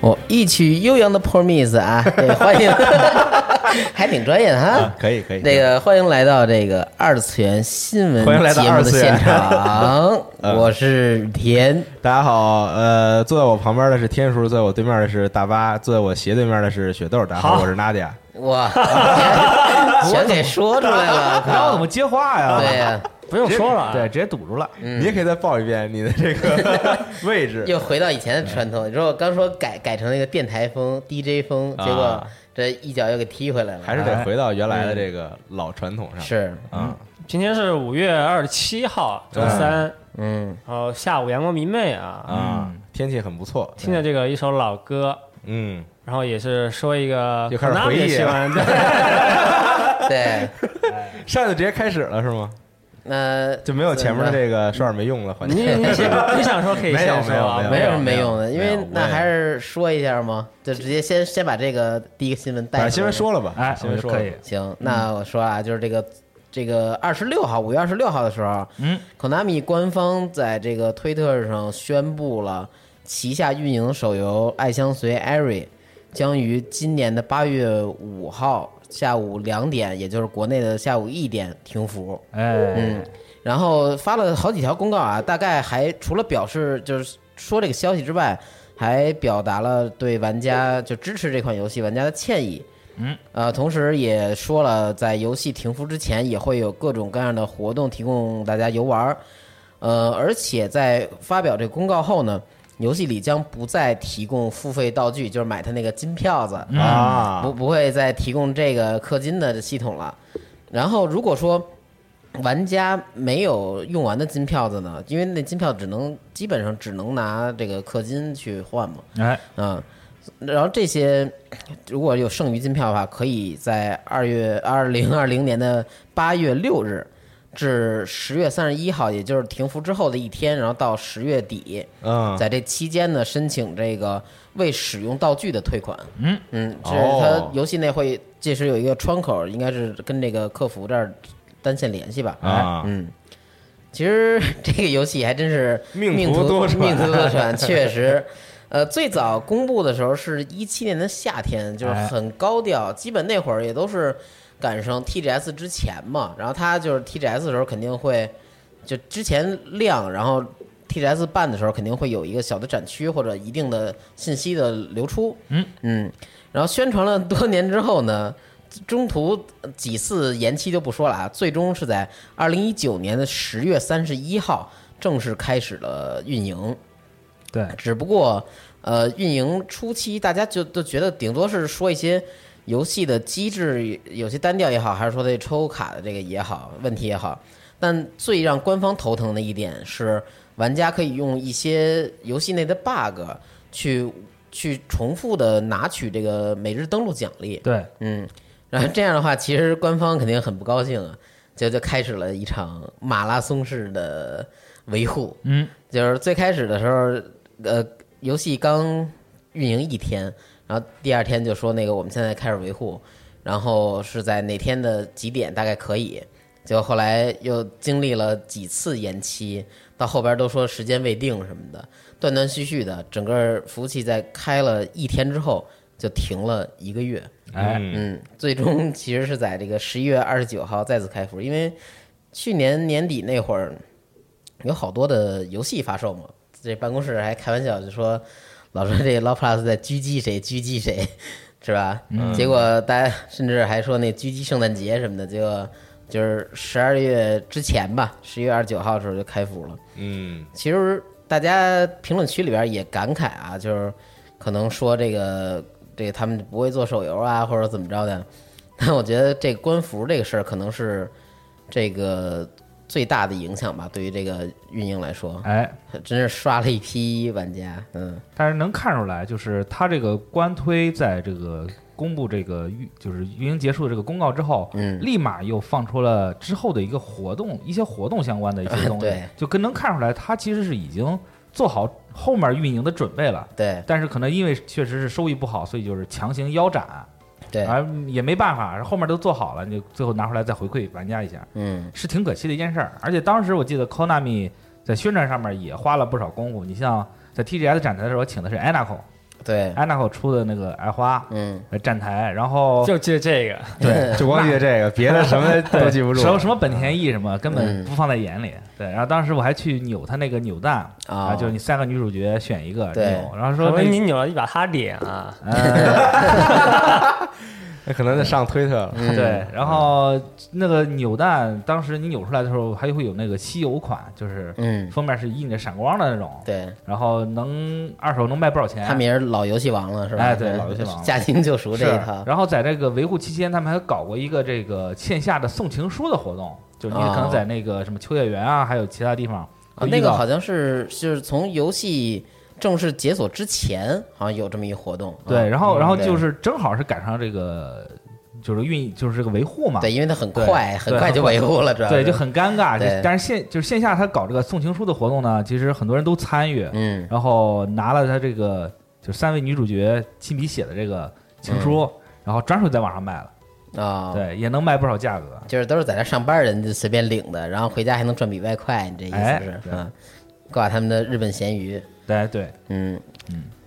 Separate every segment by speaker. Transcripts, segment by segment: Speaker 1: 哦，一曲悠扬的 Promise 啊，对，欢迎， 还挺专业的哈
Speaker 2: 啊，可以可以
Speaker 1: 那个欢迎来到这个二次元新闻
Speaker 2: 欢迎来到
Speaker 1: 节目
Speaker 2: 二
Speaker 1: 的
Speaker 2: 次元啊
Speaker 1: 现 场，我是田，
Speaker 2: 大家好，呃，坐在我旁边的是天叔，坐在我对面的是大巴，坐在我斜对面的是雪豆。大家好，我是娜迪亚。
Speaker 1: 哇，全给说出来了，
Speaker 3: 然后怎
Speaker 1: 靠
Speaker 3: 么接话 呀？
Speaker 1: 对，啊呀，
Speaker 3: 不用说了，啊
Speaker 2: 对
Speaker 3: 直接堵住了。
Speaker 2: 你也可以再报一遍你的这个位置。
Speaker 1: 又回到以前的传统。你说我刚说改改成那个电台风、DJ 风，结果
Speaker 2: 啊
Speaker 1: 这一脚又给踢回来了，
Speaker 2: 还是得回到原来的这个老传统上。
Speaker 1: 是，
Speaker 2: 啊，
Speaker 3: 今天是五月二十七号，周三，
Speaker 1: 嗯，
Speaker 3: 然后下午阳光明媚啊。
Speaker 2: 啊，天气很不错。
Speaker 3: 听着这个一首老歌，
Speaker 2: 嗯，
Speaker 3: 然后也是说一个
Speaker 2: 又开始
Speaker 3: Konami
Speaker 2: 回忆
Speaker 3: 喜欢的
Speaker 1: 对，
Speaker 2: 上去直接开始了是吗？
Speaker 1: 那
Speaker 2: 就没有前面这个说点没用的环
Speaker 3: 你
Speaker 2: 节。
Speaker 3: 你想你想说可以
Speaker 2: 没有
Speaker 3: 先说啊，
Speaker 1: 没
Speaker 2: 没
Speaker 1: 有
Speaker 2: 有
Speaker 1: 什么没用的，因
Speaker 2: 没有
Speaker 1: 为
Speaker 2: 没有
Speaker 1: 那还是说一下嘛，就直接先先把这个第一个新闻带出
Speaker 2: 把
Speaker 1: 来。
Speaker 2: 新闻说了吧，
Speaker 3: 哎，
Speaker 2: 新
Speaker 3: 我
Speaker 2: 闻
Speaker 3: 就
Speaker 2: 说了
Speaker 3: 可以。
Speaker 1: 行，那我说啊，就是这个这个二十六号，五月二十六号的时候，嗯，Konami 官方在这个推特上宣布了旗下运营手游《爱相随艾瑞》将于今年的八月五号下午两点，也就是国内的下午一点停服。
Speaker 3: 哎，
Speaker 1: 嗯，然后发了好几条公告啊，大概还除了表示就是说这个消息之外，还表达了对玩家就支持这款游戏玩家的歉意。嗯，呃，同时也说了，在游戏停服之前，也会有各种各样的活动提供大家游玩儿。呃，而且在发表这个公告后呢，游戏里将不再提供付费道具，就是买它那个金票子。
Speaker 2: 啊
Speaker 1: 不不会再提供这个氪金的系统了。然后如果说玩家没有用完的金票子呢，因为那金票只能基本上只能拿这个氪金去换嘛，
Speaker 3: 哎，
Speaker 1: 嗯，然后这些如果有剩余金票的话，可以在二月二零二零年的八月六日至十月三十一号，也就是停服之后的一天，然后到十月底，
Speaker 2: 嗯，
Speaker 1: 在这期间呢，申请这个未使用道具的退款。嗯嗯，这是它
Speaker 2: 哦
Speaker 1: 游戏内会，这是有一个窗口，应该是跟这个客服这儿单线联系吧。
Speaker 2: 啊
Speaker 1: 嗯。其实这个游戏还真是
Speaker 2: 命
Speaker 1: 命
Speaker 2: 途多舛
Speaker 1: 命途多 舛，确实。呃，最早公布的时候是一七年的夏天，就是
Speaker 3: 哎
Speaker 1: 很高调，基本那会儿也都是赶上 TGS 之前嘛。然后它就是 TGS 的时候肯定会就之前亮，然后 TGS 办的时候，肯定会有一个小的展区或者一定的信息的流出。
Speaker 3: 嗯
Speaker 1: 然后宣传了多年之后呢，中途几次延期就不说了啊，最终是在二零一九年的十月三十一号正式开始了运营。
Speaker 4: 对，
Speaker 1: 只不过呃，运营初期大家就都觉得顶多是说一些游戏的机制，有些单调也好，还是说这抽卡的这个也好，问题也好。但最让官方头疼的一点是，玩家可以用一些游戏内的 bug 去去重复的拿取这个每日登录奖励。
Speaker 4: 对，
Speaker 1: 嗯，然后这样的话，其实官方肯定很不高兴啊，就就开始了一场马拉松式的维护。
Speaker 4: 嗯，
Speaker 1: 就是最开始的时候，呃，游戏刚运营一天，然后第二天就说那个我们现在开始维护，然后是在哪天的几点大概可以。结果后来又经历了几次延期，到后边都说时间未定什么的，断断续续的，整个服务器在开了一天之后就停了一个月。
Speaker 4: 哎，
Speaker 2: 嗯
Speaker 1: 嗯，最终其实是在这个十一月二十九号再次开服，因为去年年底那会儿有好多的游戏发售嘛，这办公室还开玩笑就说，老说这 Law Plus 在狙击谁狙击谁，是吧？结果大家甚至还说那狙击圣诞节什么的，结果就是十二月之前吧，十一月二十九号的时候就开服了。
Speaker 2: 嗯，
Speaker 1: 其实大家评论区里边也感慨啊，就是可能说这个这个他们不会做手游啊，或者怎么着的。但我觉得这个官服这个事儿可能是这个最大的影响吧，对于这个运营来说，
Speaker 4: 哎，
Speaker 1: 真是刷了一批玩家。嗯，
Speaker 4: 但是能看出来，就是他这个官推在这个公布这个运就是运营结束的这个公告之后，
Speaker 1: 嗯
Speaker 4: 立马又放出了之后的一个活动，一些活动相关的一些东 西
Speaker 1: 对，
Speaker 4: 就跟能看出来，他其实是已经做好后面运营的准备了。
Speaker 1: 对
Speaker 4: 但是可能因为确实是收益不好，所以就是强行腰斩，
Speaker 1: 对，
Speaker 4: 而也没办法，后面都做好了，你就最后拿出来再回馈玩家一下，
Speaker 1: 嗯
Speaker 4: 是挺可惜的一件事儿。而且当时我记得 Konami 在宣传上面也花了不少功夫，你像在 TGS 展台的时候请的是
Speaker 1: 对，
Speaker 4: Anaco，Anaco 出的那个矮花
Speaker 1: 嗯
Speaker 4: 来站台，然后
Speaker 3: 就借这个，
Speaker 2: 对， 就光记得这个，别的什么都记 不住
Speaker 4: 什。么什么本田翼什么根本
Speaker 1: 嗯
Speaker 4: 不放在眼里。对，然后当时我还去扭他那个扭蛋
Speaker 1: 哦
Speaker 4: 啊，就是你三个女主角选一个
Speaker 1: 对
Speaker 4: 扭，然后
Speaker 3: 我
Speaker 4: 说
Speaker 3: 说
Speaker 4: 那呃
Speaker 3: 你扭了一把他脸啊，
Speaker 2: 那可能得上推特了。
Speaker 1: 嗯
Speaker 4: 对，然后那个扭蛋，当时你扭出来的时候，还会有那个稀有款，就是
Speaker 1: 嗯
Speaker 4: 封面是印着闪光的那种，
Speaker 1: 对，
Speaker 4: 然后能二手能卖不少钱。
Speaker 1: 他们也是老游戏王了，是吧？
Speaker 4: 哎对老游戏王 了
Speaker 1: 驾轻就熟
Speaker 4: 是
Speaker 1: 这一套，
Speaker 4: 然后在这个维护期间，他们还搞过一个这个线下的送情书的活动，就是你可能在那个什么秋叶原啊，还有其他地方
Speaker 1: 啊，
Speaker 4: 会遇
Speaker 1: 那个
Speaker 4: 到
Speaker 1: 好像是就是从游戏正式解锁之前，好像有这么一活动。啊
Speaker 4: 对，然
Speaker 1: 嗯
Speaker 4: 后然后就
Speaker 1: 对
Speaker 4: 是正好是赶上这个就是运就是这个维护嘛，
Speaker 1: 对，因为它很快，很
Speaker 4: 对
Speaker 1: 快就维护了，主要
Speaker 4: 对，
Speaker 1: 是
Speaker 4: 就很尴尬。就
Speaker 1: 对
Speaker 4: 但是线就是线下他搞这个送情书的活动呢，其实很多人都参与，
Speaker 1: 嗯
Speaker 4: 然后拿了他这个就是三位女主角亲笔写的这个情书，
Speaker 1: 嗯
Speaker 4: 然后转手在网上卖了，
Speaker 1: 啊，
Speaker 4: 对，也能卖不少价格。
Speaker 1: 就是都是在这上班人就随便领的，然后回家还能赚笔外快，你这意
Speaker 4: 哎
Speaker 1: 思是
Speaker 4: 对
Speaker 1: 啊？挂他们的日本咸鱼，
Speaker 4: 对对，
Speaker 1: 嗯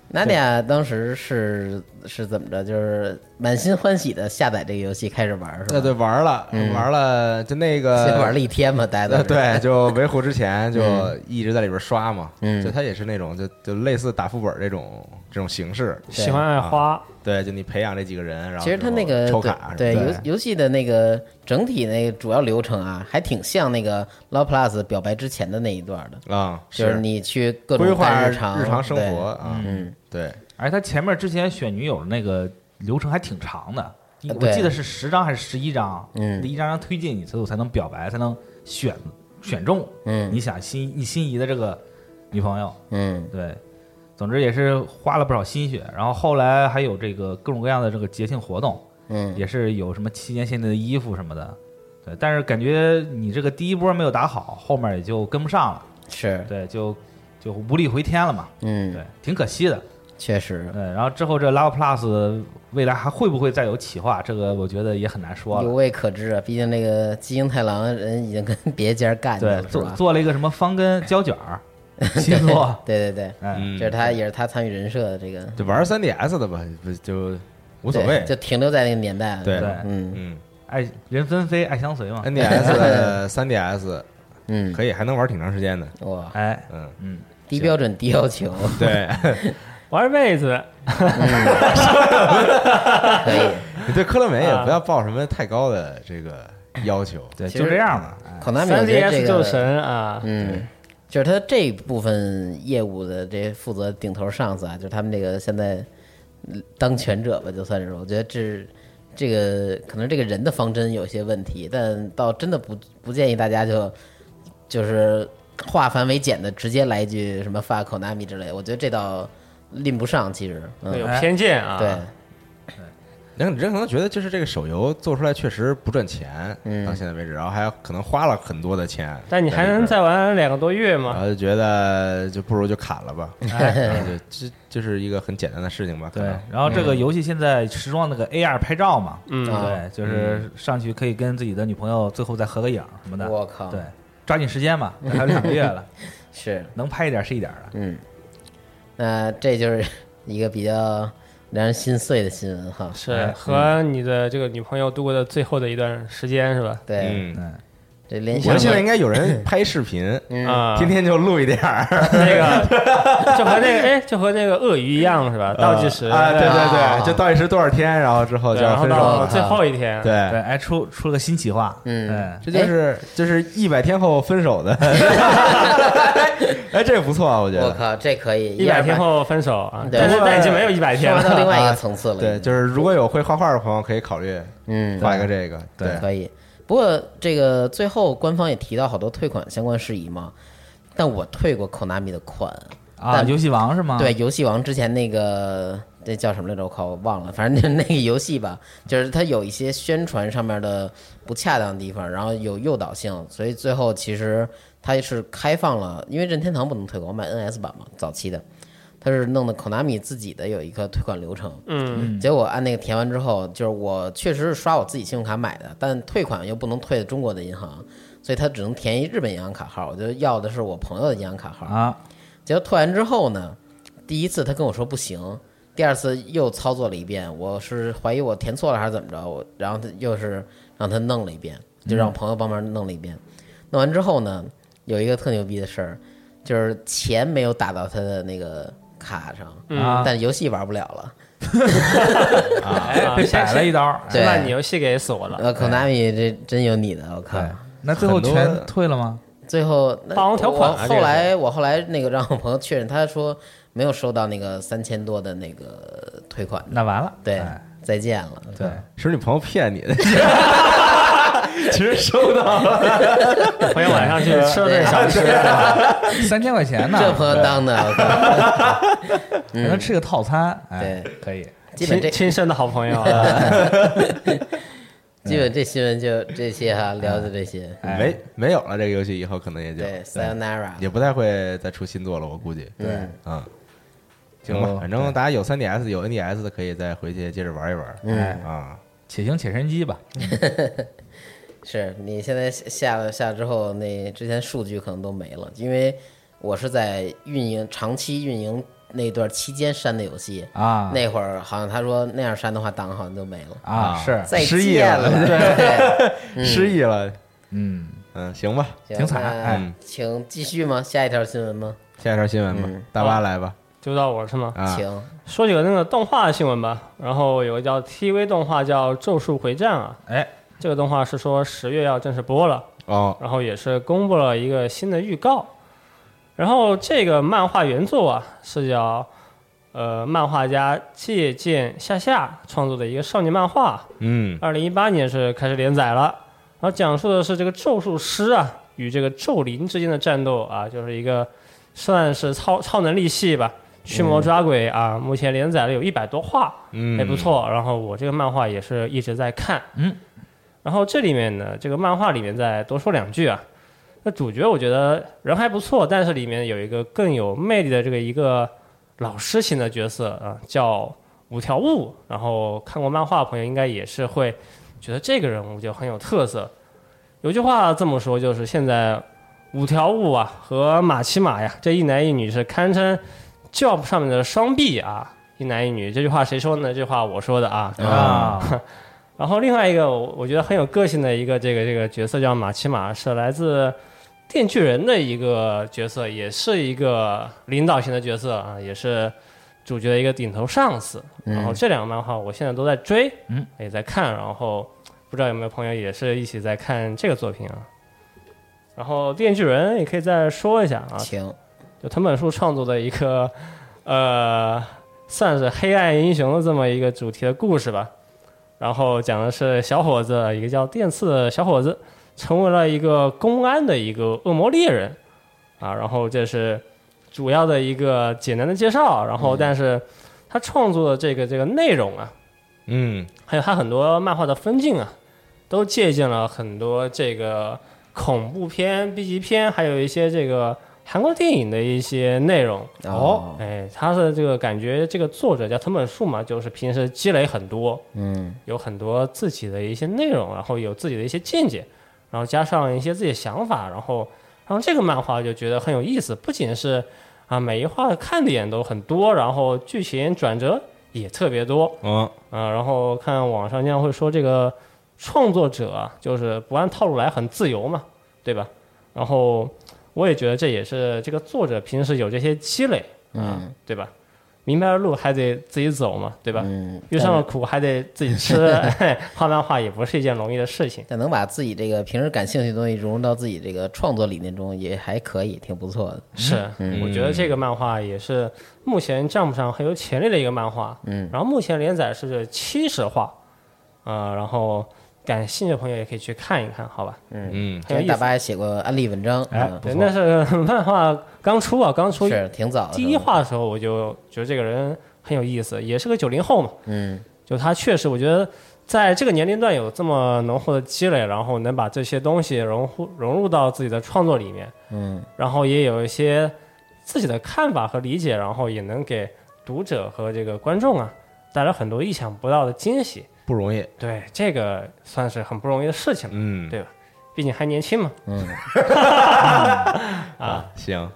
Speaker 1: 娜迪亚当时是是怎么着？就是满心欢喜的下载这个游戏开始玩是吧？
Speaker 2: 那对，玩了
Speaker 1: 嗯，
Speaker 2: 玩了，就那
Speaker 4: 呃
Speaker 2: 个
Speaker 1: 先玩了一天嘛，大家都
Speaker 2: 呃，
Speaker 1: 是
Speaker 2: 对，就维护之前就一直在里边刷嘛，
Speaker 1: 嗯
Speaker 2: 就它也是那种就就类似打副本这种这种形式，
Speaker 3: 喜欢爱花，
Speaker 2: 对，就你培养这几个人，然后
Speaker 1: 其实它那个
Speaker 2: 之后抽
Speaker 1: 对
Speaker 2: 卡什么的，
Speaker 1: 对游游戏的那个整体那个主要流程啊，还挺像那个 Law Plus 表白之前的那一段的，
Speaker 2: 啊，
Speaker 1: 就是你去各
Speaker 2: 规
Speaker 1: 种
Speaker 2: 划
Speaker 1: 干
Speaker 2: 日
Speaker 1: 常
Speaker 2: 常生
Speaker 1: 对
Speaker 2: 活啊，
Speaker 1: 嗯，
Speaker 2: 对，
Speaker 4: 而且他前面之前选女友的那个流程还挺长的，一我
Speaker 1: 呃对
Speaker 4: 记得是十张还是十一张，
Speaker 1: 嗯
Speaker 4: 得一张张推进你，所以我才能表白，才能选选中，
Speaker 1: 嗯
Speaker 4: 你想心你心仪的这个女朋友，
Speaker 1: 嗯
Speaker 4: 对。总之也是花了不少心血，然后后来还有这个各种各样的这个节庆活动，
Speaker 1: 嗯，
Speaker 4: 也是有什么期间限定的衣服什么的，对。但是感觉你这个第一波没有打好，后面也就跟不上了，
Speaker 1: 是，
Speaker 4: 对，就就无力回天了嘛，
Speaker 1: 嗯，
Speaker 4: 对，挺可惜的。
Speaker 1: 确实
Speaker 4: 对，然后之后这 Love Plus 未来还会不会再有企划，这个我觉得也很难说
Speaker 1: 有
Speaker 4: 了。
Speaker 1: 未可知啊，毕竟那个基英太郎人已经跟别家干去
Speaker 4: 对，
Speaker 1: 了，是
Speaker 4: 做
Speaker 1: 吧？
Speaker 4: 做了一个什么方根胶卷 儿新作，
Speaker 1: 对对对，
Speaker 4: 哎，
Speaker 2: 嗯
Speaker 1: 这是他也是他参与人设的这个，
Speaker 2: 就玩三 DS 的吧，不就无
Speaker 1: 无
Speaker 2: 所谓，
Speaker 1: 就停留在那个年代了，
Speaker 2: 对
Speaker 4: 对，
Speaker 1: 嗯，
Speaker 2: 嗯
Speaker 1: 哎
Speaker 4: 爱人分飞，爱相随嘛。
Speaker 2: ，NDS、3DS
Speaker 1: 嗯，
Speaker 2: 可以，还能玩挺长时间的。
Speaker 1: 哇，
Speaker 3: 哎，
Speaker 2: 嗯，
Speaker 3: 嗯，
Speaker 1: 低标准低要求，
Speaker 2: 对，
Speaker 3: 玩一辈子，
Speaker 1: 可以。
Speaker 2: 你 对科乐美
Speaker 3: 啊
Speaker 2: 也不要抱什么太高的这个要求。
Speaker 4: 对，
Speaker 1: 其
Speaker 4: 就
Speaker 1: 实
Speaker 4: 这样吧。哎
Speaker 1: 考纳米，我
Speaker 3: 三
Speaker 1: 觉得这
Speaker 3: DS 就
Speaker 1: 个，
Speaker 3: 神啊，
Speaker 1: 嗯，就是他这部分业务的这负责顶头上司啊，就是他们这个现在嗯当权者吧，就算是我觉得这这个可能这个人的方针有些问题，但倒真的不不建议大家就就是化繁为简的直接来一句什么 “fuck 考纳米”之类的，我觉得这倒拎不上，其实，
Speaker 3: 有
Speaker 1: 嗯，
Speaker 3: 偏见啊，
Speaker 1: 对，
Speaker 2: 人人可能觉得就是这个手游做出来确实不赚钱，
Speaker 1: 嗯
Speaker 2: 到现在为止，然后还可能花了很多的钱，
Speaker 3: 但你还能再玩两个多月
Speaker 2: 然
Speaker 3: 吗？哎
Speaker 2: 后就觉得就不如就砍了吧， 然后就这就是一个很简单的事情吧，可
Speaker 4: 对
Speaker 2: 能，
Speaker 4: 然后这个游戏现在时装那个 AR 拍照嘛，
Speaker 3: 嗯
Speaker 1: 啊
Speaker 4: 对，就是上去可以跟自己的女朋友最后再合个影什么的。
Speaker 1: 我靠
Speaker 4: 对，抓紧时 间嘛，还有两个月了，
Speaker 1: 是。
Speaker 4: 能拍一点是一点了。
Speaker 1: 嗯，那这就是 一个比较让人心碎的新闻哈。
Speaker 2: 哎
Speaker 3: 是和
Speaker 2: 嗯
Speaker 3: 你的这个女朋友度过的最后的一段时间是吧？
Speaker 1: 对，
Speaker 2: 嗯，
Speaker 4: 嗯，
Speaker 1: 这联
Speaker 2: 我觉
Speaker 1: 想
Speaker 2: 得现在应该有人 拍视频，
Speaker 3: 啊，
Speaker 2: 嗯天天就录一点儿，
Speaker 3: 那个就和那个哎，就和那个鳄鱼一样是吧？ 倒计时
Speaker 2: 啊，对对
Speaker 1: 啊
Speaker 2: 对，就倒计时多少天，然后之后
Speaker 3: 对
Speaker 2: 就
Speaker 3: 然
Speaker 2: 要
Speaker 3: 后
Speaker 2: 分手
Speaker 3: 到
Speaker 2: 了，嗯
Speaker 3: 最后一天，
Speaker 4: 对，
Speaker 2: 对。
Speaker 4: 哎，出出了个新企划，
Speaker 1: 嗯
Speaker 4: 哎
Speaker 2: 这就是就是一百天后分手的，哎，这个不错啊，我觉
Speaker 1: 我
Speaker 2: 得。
Speaker 1: 靠，这可以
Speaker 3: 一百天
Speaker 1: 120
Speaker 3: 后分手啊，
Speaker 1: 对
Speaker 3: 但是但已经没有一百天
Speaker 1: 说到
Speaker 3: 了。
Speaker 1: 另外一个层次了。
Speaker 2: 啊对，就是如果有会画画的朋友，可以考虑
Speaker 1: 嗯，
Speaker 2: 画一个这个。对，
Speaker 1: 可以。不过这个最后官方也提到好多退款相关事宜嘛，但我退过 Konami 的款，
Speaker 4: 啊，
Speaker 1: 但
Speaker 4: 游戏王是吗？
Speaker 1: 对，，游戏王之前那个那叫什么来着？我靠，我忘了。反正 就是那个游戏吧，就是它有一些宣传上面的不恰当的地方，然后有诱导性，所以最后其实它是开放了，因为任天堂不能退款，我买 NS 版嘛，早期的，它是弄的 Konami 自己的有一个退款流程。
Speaker 3: 嗯，
Speaker 1: 结果按那个填完之后，就是我确实是刷我自己信用卡买的，但退款又不能退中国的银行，所以它只能填一日本银行卡号。我就要的是我朋友的银行卡号。
Speaker 4: 啊，
Speaker 1: 结果退完之后呢，第一次他跟我说不行，第二次又操作了一遍，我是怀疑我填错了还是怎么着，我然后他又是让他弄了一遍，就
Speaker 3: 嗯
Speaker 1: 让我朋友帮忙弄了一遍。弄完之后呢，有一个特牛逼的事儿，就是钱没有打到他的那个卡上，
Speaker 4: 啊
Speaker 1: 但游戏玩不了了。
Speaker 4: 哎，被
Speaker 3: 先
Speaker 4: 宰了一刀，
Speaker 1: 对
Speaker 3: 先把你游戏给锁了，哎
Speaker 1: 呃，Konami 这真有你的，我靠！
Speaker 4: 对，那最后
Speaker 2: 很多
Speaker 4: 全退了吗？
Speaker 1: 最后那
Speaker 3: 霸王条款啊
Speaker 1: 我后
Speaker 3: 这个是
Speaker 1: 来我后来那个让我朋友确认，他说没有收到那个三千多的那个退款，
Speaker 4: 那完了，
Speaker 1: 对
Speaker 4: 哎，
Speaker 1: 再见了。
Speaker 4: 对，
Speaker 2: 是不是你朋友骗你的？ 其实收到了，
Speaker 3: 朋友晚上去吃了顿小吃，
Speaker 4: 三千块钱呢，
Speaker 1: 这朋友当的，我靠
Speaker 4: 还能吃个套餐，哎，
Speaker 1: 对，
Speaker 4: 可以，
Speaker 1: 基本
Speaker 3: 亲
Speaker 1: 这
Speaker 3: 亲生的好朋友啊，
Speaker 1: 基本这新闻就这些哈，聊的这些。
Speaker 4: 嗯哎
Speaker 2: 没没有了这个游戏以后，可能也就
Speaker 1: 对，Sayonara，
Speaker 2: 也不太会再出新作了，我估计。
Speaker 1: 对
Speaker 4: 对，
Speaker 2: 嗯，行吧，反正大家有 3DS 有 NDS 的可以再回去接着玩一玩。
Speaker 4: 哎
Speaker 2: 啊，
Speaker 4: 且行且神机吧，
Speaker 1: 是你现在下下了下了之后，那之前数据可能都没了，因为我是在运营长期运营那段期间删的游戏，
Speaker 4: 啊，
Speaker 1: 那会儿好像他说那样删的话，档好像就没了。
Speaker 4: 啊是，
Speaker 1: 再
Speaker 2: 失忆
Speaker 1: 见
Speaker 2: 了
Speaker 1: 对，
Speaker 2: 失忆了，
Speaker 4: 嗯，
Speaker 2: 嗯，行吧，
Speaker 1: 行
Speaker 4: 挺惨哎
Speaker 1: 那请继续吗？下一条新闻吗？
Speaker 2: 下一条新闻吧，大巴来吧。
Speaker 3: 就到我是吗？
Speaker 2: 啊，
Speaker 1: 请，
Speaker 3: 说几个那个动画新闻吧，然后有个叫 TV 动画叫《咒术回战》啊，
Speaker 4: 哎，
Speaker 3: 这个动画是说十月要正式播了，
Speaker 2: 哦，
Speaker 3: 然后也是公布了一个新的预告。然后这个漫画原作啊是叫呃漫画家借鉴夏夏创作的一个少年漫画，
Speaker 2: 嗯，
Speaker 3: 二零一八年是开始连载了，然后讲述的是这个咒术师啊与这个咒灵之间的战斗啊，就是一个算是超超能力系吧，驱魔抓鬼啊，目前连载了有一百多话，
Speaker 2: 嗯
Speaker 3: 还不错。然后我这个漫画也是一直在看，
Speaker 4: 嗯。
Speaker 3: 然后这里面呢，这个漫画里面再多说两句啊，那主角我觉得人还不错，但是里面有一个更有魅力的这个一个老师型的角色啊，叫五条悟。然后看过漫画的朋友应该也是会觉得这个人物就很有特色。有句话这么说，就是现在五条悟啊和马奇马呀这一男一女是堪称 Job 上面的双臂啊，一男一女。这句话谁说呢？这句话我说的啊。
Speaker 4: 啊， 然
Speaker 3: 然后另外一个我我觉得很有个性的一个这个这个角色叫马奇马，是来自电锯人的一个角色，也是一个领导型的角色啊，也是主角的一个顶头上司。
Speaker 1: 嗯
Speaker 3: 然后这两个漫画我现在都在追，
Speaker 4: 嗯，
Speaker 3: 也在看。然后不知道有没有朋友也是一起在看这个作品啊。然后电锯人也可以再说一下啊，
Speaker 1: 请
Speaker 3: 就藤本树创作的一个呃，算是黑暗英雄的这么一个主题的故事吧。然后讲的是小伙子，一个叫电次的小伙子，成为了一个公安的一个恶魔猎人啊。然后这是主要的一个简单的介绍。然后，但是他创作的这个这个内容啊，
Speaker 2: 嗯，
Speaker 3: 还有他很多漫画的分镜啊，都借鉴了很多这个恐怖片、B 级片，还有一些这个韩国电影的一些内容。
Speaker 1: 哦，
Speaker 3: 哎，他的这个感觉，这个作者叫藤本树嘛，就是平时积累很多，
Speaker 1: 嗯
Speaker 3: 有很多自己的一些内容，然后有自己的一些见解，然后加上一些自己的想法，然后然后这个漫画就觉得很有意思，不仅是啊每一画的看点都很多，然后剧情转折也特别多，
Speaker 2: 哦，
Speaker 3: 啊，然后看网上经常会说这个创作者啊，就是不按套路来，很自由嘛，对吧？然后我也觉得这也是这个作者平时有这些积累啊，
Speaker 1: 嗯
Speaker 3: 对吧？明白了路还得自己走嘛，对吧？
Speaker 1: 嗯，
Speaker 3: 遇上了苦还得自己吃，哎画漫画也不是一件容易的事情。
Speaker 1: 但能把自己这个平时感兴趣的东西融入到自己这个创作理念中，也还可以，挺不错的。
Speaker 3: 是，
Speaker 1: 嗯
Speaker 3: 我觉得这个漫画也是目前 Jump 上很有潜力的一个漫画。嗯，然后目前连载是七十话，啊、然后感兴趣的朋友也可以去看一看，好吧？
Speaker 2: 嗯，
Speaker 3: 很有意
Speaker 1: 大
Speaker 3: 思
Speaker 1: 巴也写过安利文章，
Speaker 4: 哎
Speaker 1: 嗯
Speaker 3: 对，那是 漫画刚出啊，刚出
Speaker 1: 是挺早的时
Speaker 3: 第
Speaker 1: 候，
Speaker 3: 一话的时候，我就觉得这个人很有意思，也是个九零后嘛。
Speaker 1: 嗯，
Speaker 3: 就他确实，我觉得在这个年龄段有这么浓厚的积累，然后能把这些东西融入融入到自己的创作里面，
Speaker 1: 嗯，
Speaker 3: 然后也有一些自己的看法和理解，然后也能给读者和这个观众啊带来很多意想不到的惊喜。
Speaker 2: 不容易，
Speaker 3: 对，这个算是很不容易的事情了，
Speaker 2: 嗯，
Speaker 3: 对吧？毕竟还年轻嘛。
Speaker 2: 行，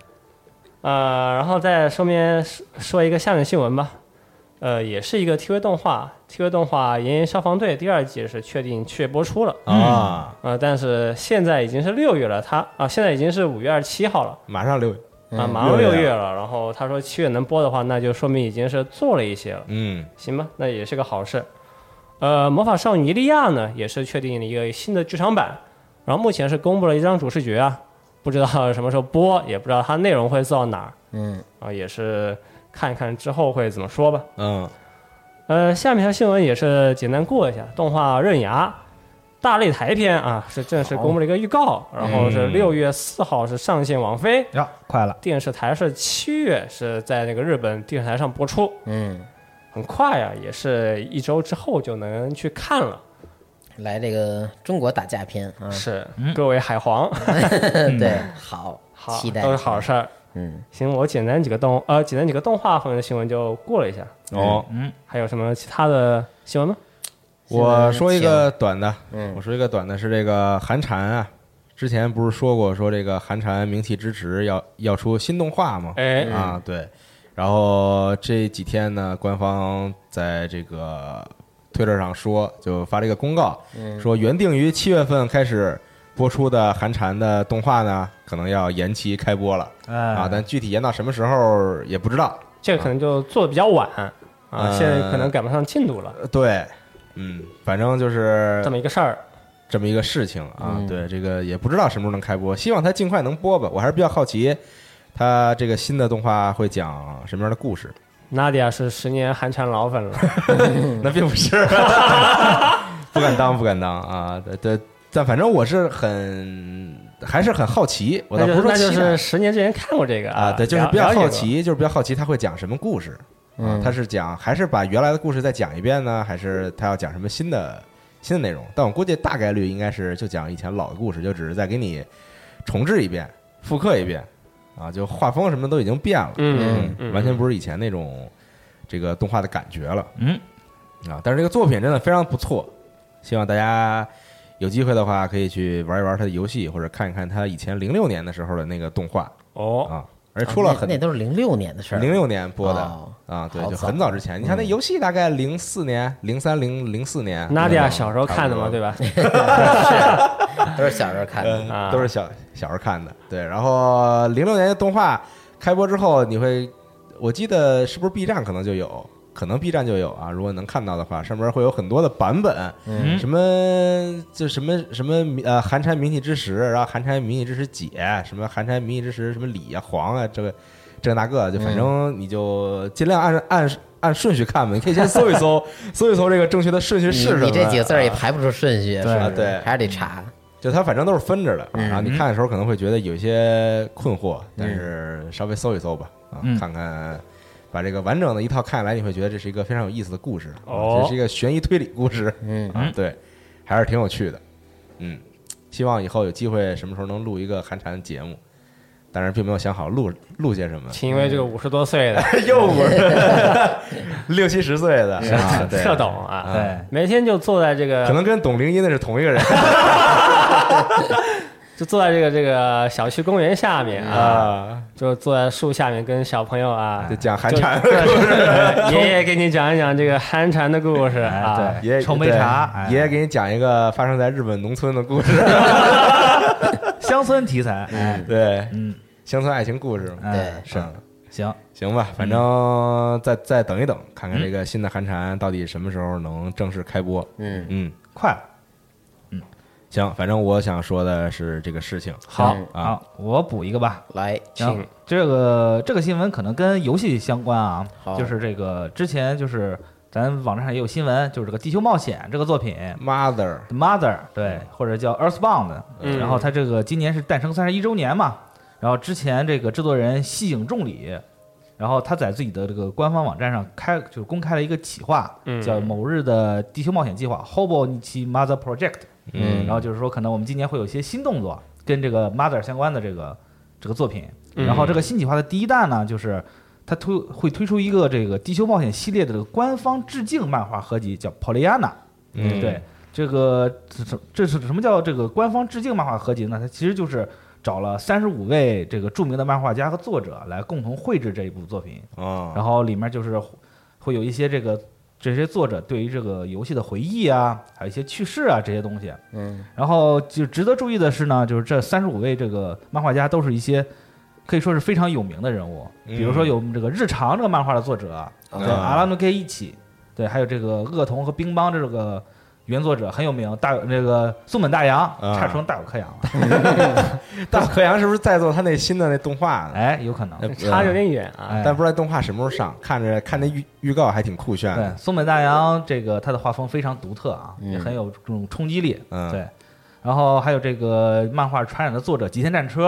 Speaker 3: 呃，然后再顺便说说一个下面新闻吧，呃，也是一个 TV 动画，TV 动画《炎炎消防队》第二季是确定七月播出了，
Speaker 2: 啊，
Speaker 3: 呃，但是现在已经是六月了，他啊、现在已经是五月二十七号了，
Speaker 2: 马上六，
Speaker 3: 啊、马
Speaker 2: 嗯
Speaker 3: 上
Speaker 2: 六
Speaker 3: 六
Speaker 2: 月
Speaker 3: 月了，然后他说七月能播的话，那就说明已经是做了一些了，
Speaker 2: 嗯，
Speaker 3: 行吧，那也是个好事。呃，魔法少女伊利亚呢，也是确定了一个新的剧场版，然后目前是公布了一张主视觉啊，不知道什么时候播，也不知道它内容会做到哪儿。
Speaker 1: 嗯，
Speaker 3: 啊，也是看一看之后会怎么说吧。
Speaker 2: 嗯，
Speaker 3: 呃，下面一条新闻也是简单过一下，动画《刃牙》大擂台篇啊，是正式公布了一个预告，然后是
Speaker 2: 嗯
Speaker 3: 六月四号是上线网飞，
Speaker 4: 呀，快了，
Speaker 3: 电视台是七月是在那个日本电视台上播出，
Speaker 1: 嗯，
Speaker 3: 很快啊，也是一周之后就能去看了。
Speaker 1: 来这个中国打架篇啊，
Speaker 3: 是各位海 皇，
Speaker 1: 对，好，
Speaker 3: 好，
Speaker 1: 期待
Speaker 3: 都是好事儿。
Speaker 1: 嗯，
Speaker 3: 行，我简单几个动呃，简单几个动画方面的新闻就过了一下，
Speaker 2: 哦，
Speaker 3: 还有什么其他的新闻吗？
Speaker 2: 我说一个短的，嗯，我说一个短的是这个寒蝉啊，之前不是说过说这个寒蝉名气支持要要出新动画吗？
Speaker 3: 哎，
Speaker 2: 啊，对。然后这几天呢，官方在这个推特上说，就发了一个公告，说原定于七月份开始播出的《寒蝉》的动画呢，可能要延期开播了啊，
Speaker 4: 哎，
Speaker 2: 但具体延到什么时候也不知道。
Speaker 3: 这个可能就做的比较晚啊，
Speaker 2: 嗯
Speaker 3: 现在可能赶不上进度了，
Speaker 2: 呃对，嗯，反正就是
Speaker 3: 这么一嗯个事儿。
Speaker 2: 嗯这么一个事情啊。对，这个也不知道什么时候能开播，希望它尽快能播吧。我还是比较好奇，它这个新的动画会讲什么样的故事？
Speaker 3: 娜迪亚是十年寒蝉老粉了，嗯
Speaker 2: 那并不 是，不敢当，不敢当啊！对对，但反正我是很，还是很好奇，我
Speaker 3: 那
Speaker 2: 倒
Speaker 3: 就
Speaker 2: 不
Speaker 3: 是
Speaker 2: 是说
Speaker 3: 那
Speaker 2: 期
Speaker 3: 就是
Speaker 2: 待
Speaker 3: 十年之前看过这个
Speaker 2: 啊，对，就是
Speaker 3: 了
Speaker 2: 比较
Speaker 3: 了解
Speaker 2: 好
Speaker 3: 过
Speaker 2: 奇，就是比较好奇他会讲什么故事
Speaker 3: 嗯
Speaker 1: 嗯
Speaker 2: 啊？他是讲还是把原来的故事再讲一遍呢，还是他要讲什么新的新的内容？但我估计大概率应该是就讲以前老的故事，就只是再给你重置一遍、复刻一遍啊，就画风什么都已经变了，
Speaker 3: 嗯嗯
Speaker 2: 完全不是以前那种这个动画的感觉了。
Speaker 4: 嗯，
Speaker 2: 啊，但是这个作品真的非常不错，希望大家有机会的话可以去玩一玩它的游戏，或者看一看它以前零六年的时候的那个动画
Speaker 3: 哦。
Speaker 2: 啊。而且出了
Speaker 1: 啊那
Speaker 2: 很
Speaker 1: 那都是零六年的事儿，
Speaker 2: 零六年播的、
Speaker 1: 哦
Speaker 2: 啊，对，
Speaker 1: 好
Speaker 2: 就
Speaker 1: 早
Speaker 2: 很早之前。你看
Speaker 3: 嗯
Speaker 2: 那游戏大概零四年、零三、零零四年，
Speaker 3: 娜迪亚
Speaker 2: 嗯
Speaker 3: 小时候看的 嘛，对？吧？
Speaker 1: 都是小时候看的。
Speaker 2: 嗯，
Speaker 3: 啊
Speaker 2: 都是小小时候看的。对，然后零六年的动画开播之后，你会，我记得是不是 B 站可能就有，可能 B 站就有啊。如果能看到的话，上面会有很多的版本，
Speaker 1: 嗯
Speaker 2: 什么就什么什么呃寒蝉冥气之石，然后寒蝉冥气之石解，什么寒蝉冥气之石什么李啊黄啊，这个这个那个，就反正你就尽量按按按顺序看吧。你可以先搜一搜，搜一搜这个正确的顺序是什么。
Speaker 1: 你你这几个字儿也
Speaker 2: 啊
Speaker 1: 排不出顺序，
Speaker 4: 对
Speaker 1: 是吧
Speaker 2: 啊对
Speaker 1: 还是得查。
Speaker 2: 就它反正都是分着的，
Speaker 1: 嗯
Speaker 2: 然后你看的时候可能会觉得有一些困惑，但是稍微搜一搜吧，啊，
Speaker 4: 嗯
Speaker 2: 看看，把这个完整的一套看下来，你会觉得这是一个非常有意思的故事，啊
Speaker 3: 哦
Speaker 2: 这是一个悬疑推理故事，
Speaker 1: 嗯
Speaker 2: 啊， 对，还是挺有趣的，嗯，希望以后有机会什么时候能录一个寒蝉的节目，但是并没有想好录录些什么，
Speaker 3: 请一位
Speaker 2: 嗯
Speaker 3: 这个五十多岁的
Speaker 2: 又不是 六七十岁的啊， 对，
Speaker 3: 特懂啊，
Speaker 4: 对，
Speaker 3: 每天就坐在这个，
Speaker 2: 可能跟董玲一那是同一 个人
Speaker 3: 就坐在这个这个小区公园下面啊，
Speaker 2: 啊，
Speaker 3: 就坐在树下面跟小朋 友啊
Speaker 2: 就，讲寒蝉。
Speaker 3: 对 爷爷给你讲一讲这个寒蝉的故事
Speaker 4: 哎
Speaker 3: 啊，
Speaker 4: 对
Speaker 2: 爷爷
Speaker 4: 愁眉茶
Speaker 2: 对
Speaker 4: 哎
Speaker 2: 爷爷给你讲一个发生在日本农村的故事，
Speaker 4: 乡村题材，哎，
Speaker 2: 对，
Speaker 4: 嗯，
Speaker 2: 乡村爱情故事嘛，
Speaker 4: 哎
Speaker 2: 是
Speaker 4: 行，
Speaker 2: 行吧，反正再再等一等，看看这个新的寒蝉到底什么时候能正式开播。
Speaker 1: 嗯，
Speaker 2: 嗯，
Speaker 4: 快了。
Speaker 2: 行，反正我想说的是这个事情。
Speaker 4: 好
Speaker 1: 嗯
Speaker 2: 啊
Speaker 4: 啊，我补一个吧。
Speaker 1: 来，
Speaker 3: 请
Speaker 4: 这个这个新闻可能跟游戏相关啊
Speaker 1: 好，
Speaker 4: 就是这个之前就是咱网站上也有新闻，就是这个《地球冒险》这个作品
Speaker 2: Mother，
Speaker 4: The Mother，对，或者叫 Earthbound，
Speaker 3: 嗯
Speaker 4: 然后它这个今年是诞生三十一周年嘛，然后之前这个制作人西影重礼，然后他在自己的这个官方网站上开就是公开了一个企划，
Speaker 3: 嗯
Speaker 4: 叫某日的地球冒险计划 Hobo Nichi Mother Project，
Speaker 2: 嗯
Speaker 4: 然后就是说可能我们今年会有一些新动作，跟这个 Mother 相关的这个这个作品，
Speaker 3: 嗯
Speaker 4: 然后这个新企划的第一弹呢就是。它推会推出一个这个地球冒险系列的这个官方致敬漫画合集，叫《Pollyanna》。
Speaker 2: 嗯，
Speaker 4: 对，这个这是这是什么叫这个官方致敬漫画合集呢？它其实就是找了三十五位这个著名的漫画家和作者来共同绘制这一部作品，
Speaker 2: 哦，
Speaker 4: 然后里面就是会有一些这个这些作者对于这个游戏的回忆啊，还有一些趣事啊这些东西。
Speaker 1: 嗯，
Speaker 4: 然后就值得注意的是呢，就是这三十五位这个漫画家都是一些可以说是非常有名的人物，比
Speaker 2: 嗯
Speaker 4: 如说有我们这个日常这个漫画的作者，啊
Speaker 1: 嗯
Speaker 4: 对
Speaker 2: 啊
Speaker 4: 阿 拉努 K 一起，对，还有这个恶童和乒乓这个原作者很有名，大那个松本大洋，
Speaker 2: 啊
Speaker 4: 差点说成大有克 洋了，
Speaker 2: 大柯阳是不是在做他那新的那动画呢？
Speaker 4: 哎，有可能，
Speaker 2: 呃
Speaker 3: 差有点远啊，
Speaker 4: 哎，
Speaker 2: 但不知道动画什么时候上，看着看那预预告还挺酷炫
Speaker 4: 对
Speaker 2: 的。
Speaker 4: 松本大洋这个他的画风非常独特啊，
Speaker 1: 嗯
Speaker 4: 也很有这种冲击力，
Speaker 2: 嗯
Speaker 4: 对，然后还有这个漫画传染的作者吉田战车，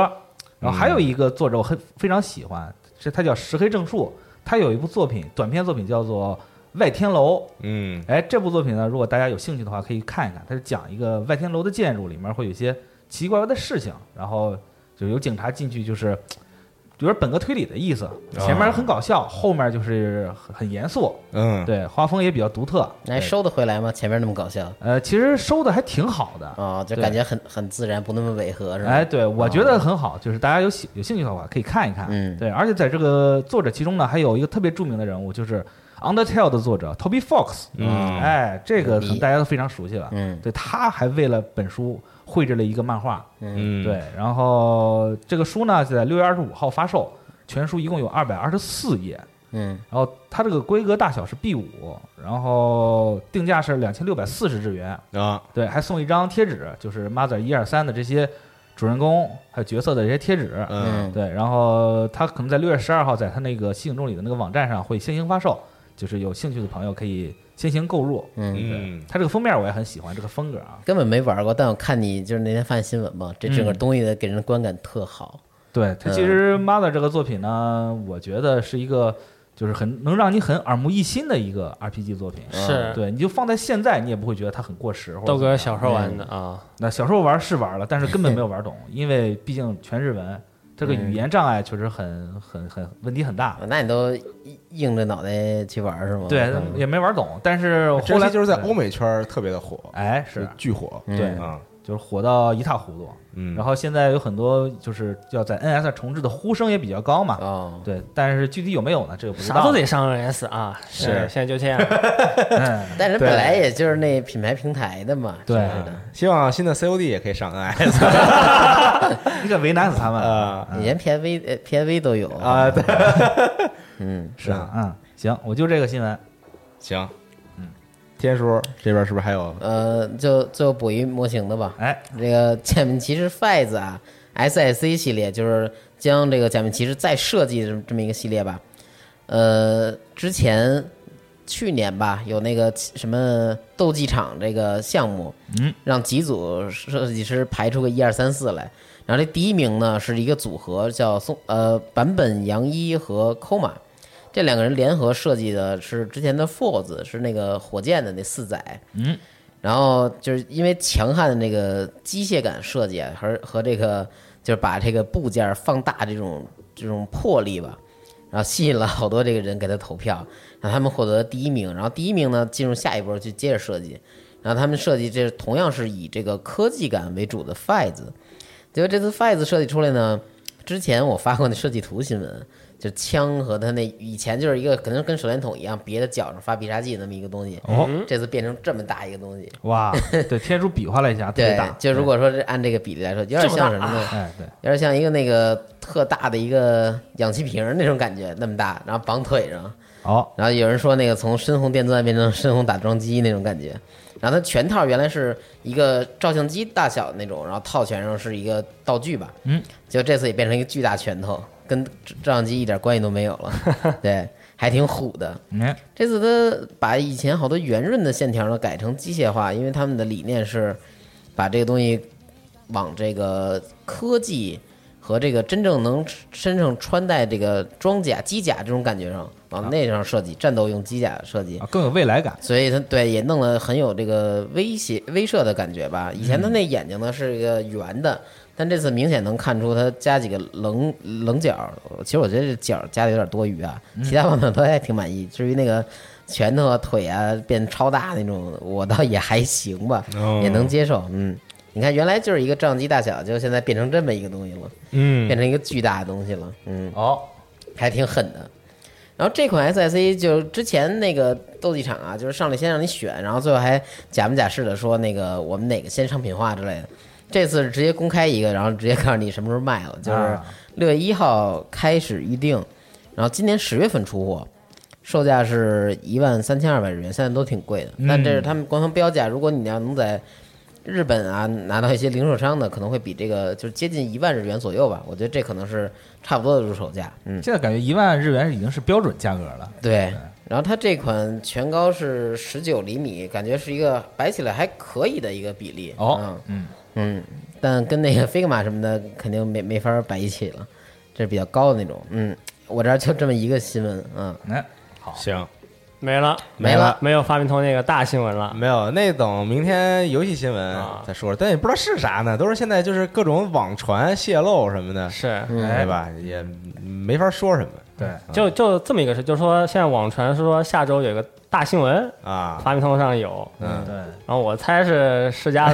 Speaker 2: 嗯
Speaker 4: 然后还有一个作者我很非常喜欢，是他叫石黑正树，他有一部作品短篇作品叫做《外天楼》，
Speaker 2: 嗯
Speaker 4: 哎，这部作品呢，如果大家有兴趣的话，可以看一看。它是讲一个外天楼的建筑里面会有一些奇奇怪怪的事情，然后就有警察进去，就是有点本格推理的意思。
Speaker 2: 哦
Speaker 4: 前面很搞笑，后面就是很很严肃，
Speaker 2: 嗯，
Speaker 4: 对，画风也比较独特。
Speaker 1: 来
Speaker 4: 对
Speaker 1: 哎收得回来吗？前面那么搞笑
Speaker 4: 呃，其实收的还挺好的。
Speaker 1: 啊，就
Speaker 4: 对
Speaker 1: 感觉很很自然，不那么违和，是吧？
Speaker 4: 哎，对，
Speaker 2: 哦
Speaker 4: 我觉得很好，就是大家有喜有兴趣的话可以看一看。
Speaker 1: 嗯
Speaker 4: 对，而且在这个作者其中呢，还有一个特别著名的人物，就是《Undertale》的作者 Toby Fox。
Speaker 2: 嗯
Speaker 4: 哎，这
Speaker 1: 牛
Speaker 4: 个可
Speaker 1: 逼
Speaker 4: 能大家都非常熟悉了。
Speaker 1: 嗯
Speaker 4: 对，他还为了本书绘制了一个漫画，
Speaker 2: 嗯，
Speaker 4: 对，然后这个书呢在六月二十五号发售，全书一共有二百二十四页，
Speaker 1: 嗯
Speaker 4: 然后它这个规格大小是 B 五，然后定价是两千六百四十日元，
Speaker 2: 啊，
Speaker 4: 对，还送一张贴纸，就是 Mother 一二三的这些主人公还有角色的这些贴纸，
Speaker 2: 嗯
Speaker 4: 对，然后它可能在六月十二号在它那个西影众里的那个网站上会先行发售，就是有兴趣的朋友可以先行购入。
Speaker 1: 嗯，
Speaker 2: 嗯，
Speaker 4: 它这个封面我也很喜欢，这个风格啊，
Speaker 1: 根本没玩过，但我看你就是那天发现新闻嘛，这整个
Speaker 4: 嗯
Speaker 1: 东西的给人的观感特好。
Speaker 4: 对它其实《Mother》这个作品呢，我觉得是一个就是很能让你很耳目一新的一个 RPG 作品。
Speaker 2: 嗯
Speaker 3: 是
Speaker 4: 对，你就放在现在，你也不会觉得它很过时。或者
Speaker 3: 豆哥
Speaker 4: 怎么
Speaker 3: 小
Speaker 4: 样
Speaker 3: 时候玩的啊，
Speaker 2: 嗯
Speaker 4: 那小时候玩是玩了，但是根本没有玩懂，因为毕竟全日文，这个语言障碍确实很很很问题很大。
Speaker 1: 啊那你都硬着脑袋去玩是吗？
Speaker 4: 对
Speaker 1: 嗯，
Speaker 4: 也没玩懂，但是
Speaker 2: 哎这
Speaker 4: 后来
Speaker 2: 期就是在欧，美圈儿特别的火，
Speaker 4: 哎，是
Speaker 2: 巨火。
Speaker 1: 嗯
Speaker 4: 对
Speaker 2: 啊，
Speaker 4: 就是火到一塌糊涂。
Speaker 2: 嗯，
Speaker 4: 然后现在有很多就是要在 NS 上重置的呼声也比较高嘛，
Speaker 1: 哦，
Speaker 4: 对，但是具体有没有呢？这个不知道。
Speaker 3: 啥都得上 NS 啊，
Speaker 4: 是
Speaker 3: 现在就这 样。
Speaker 4: 嗯
Speaker 1: 但是
Speaker 4: 对
Speaker 1: 本来也就是那品牌平台的嘛，
Speaker 4: 对
Speaker 1: 是的
Speaker 2: 希望新的 COD 也可以上 NS
Speaker 4: 你可为难死他们
Speaker 1: 呃
Speaker 4: 了。
Speaker 2: 啊
Speaker 1: 以前 PSV 呃 PSV 都有，
Speaker 2: 啊，对，
Speaker 1: 嗯，
Speaker 2: 是啊，
Speaker 4: 嗯，行，我就这个新闻。
Speaker 2: 行，嗯，天叔这边是不是还有？
Speaker 1: 呃，就最后补一模型的吧，
Speaker 4: 哎，
Speaker 1: 这个假面骑士 Fights 啊，SIC 系列就是将这个假面骑士再设计这么这么一个系列吧。呃，之前去年吧，有那个什么斗技场这个项目，
Speaker 4: 嗯，
Speaker 1: 让几组设计师排出个一二三四来。然后这第一名呢是一个组合叫松呃坂本洋一和 Koma，这两个人联合设计的是之前的 Force，是那个火箭的那四载，然后就是因为强悍的那个机械感设计啊，和和这个就是把这个部件放大这种这种魄力吧，然后吸引了好多这个人给他投票，让他们获得第一名。然后第一名呢进入下一波去接着设计，然后他们设计这同样是以这个科技感为主的 Fiz，结果这次 Fiz 设计出来呢，之前我发过那设计图新闻。就枪和他那以前就是一个可能跟手电筒一样别的脚上发必杀技那么一个东西，
Speaker 4: 哦，
Speaker 1: 这次变成这么大一个东西，
Speaker 4: 哇，对，天叔比划了一下，特别
Speaker 1: 对
Speaker 4: 大。，嗯
Speaker 1: 就如果说是按这个比例来说，有点像什么呢？
Speaker 4: 哎，对，
Speaker 1: 有点像一个那个特大的一个氧气瓶儿那种感觉，那么大，然后绑腿上。
Speaker 4: 好，
Speaker 1: 然后有人说那个从深红电钻变成深红打桩机那种感觉。然后它全套原来是一个照相机大小那种，然后套拳上是一个道具吧，
Speaker 4: 嗯，
Speaker 1: 就这次也变成一个巨大拳头，跟照相机一点关系都没有 了，对，还挺虎的。
Speaker 4: 嗯，
Speaker 1: 这次他把以前好多圆润的线条呢改成机械化，因为他们的理念是把这个东西往这个科技和这个真正能身上穿戴这个装甲、机甲这种感觉上往那上设计，战斗用机甲设计
Speaker 4: 啊，更有未来感。
Speaker 1: 所以他对也弄了很有这个威胁威慑的感觉吧。以前他那眼睛呢是一个圆的，但这次明显能看出他加几个棱棱角。其实我觉得这角加的有点多余啊，其他方面都还挺满意。至于那个拳头啊、腿啊变超大那种，我倒也还行吧，也能接受。嗯，你看原来就是一个照相机大小，就现在变成这么一个东西了，
Speaker 5: 嗯
Speaker 1: 变成一个巨大的东西了。嗯，
Speaker 4: 哦，
Speaker 1: 还挺狠的。然后这款 SIC 就之前那个斗技场啊，就是上来先让你选，然后最后还假模假式的说那个我们哪个先商品化之类的。这次是直接公开一个，然后直接告诉你什么时候卖了，就是
Speaker 4: 啊
Speaker 1: 六月一号开始预定，然后今年十月份出货，售价是一万三千二百日元，现在都挺贵的。但这是他们官方标价，如果你要能在日本啊拿到一些零售商的，可能会比这个就是接近一万日元左右吧。我觉得这可能是差不多的入手价。嗯，
Speaker 4: 现在感觉一万日元已经是标准价格了。
Speaker 1: 对，嗯然后它这款全高是十九厘米，感觉是一个摆起来还可以的一个比例。
Speaker 4: 哦，嗯，
Speaker 1: 嗯嗯，但跟那个 Figma 什么的肯定没没法摆一起了，这是比较高的那种。嗯，我这儿就这么一个新闻啊，
Speaker 4: 哎，
Speaker 2: 行，
Speaker 3: 没了，
Speaker 1: 没了，
Speaker 3: 没有发明通那个大新闻了。
Speaker 2: 没有，那等明天游戏新闻
Speaker 3: 啊
Speaker 2: 再说，但也不知道是啥呢，都是现在就是各种网传泄露什么的，
Speaker 3: 是，
Speaker 1: 嗯
Speaker 2: 对吧？也没法说什么
Speaker 4: 哎对，
Speaker 3: 就就这么一个事，就是说现在网传是说下周有一个大新闻，
Speaker 2: 啊。
Speaker 3: 发明通上有，
Speaker 2: 嗯，
Speaker 4: 对，
Speaker 3: 然后我猜是世嘉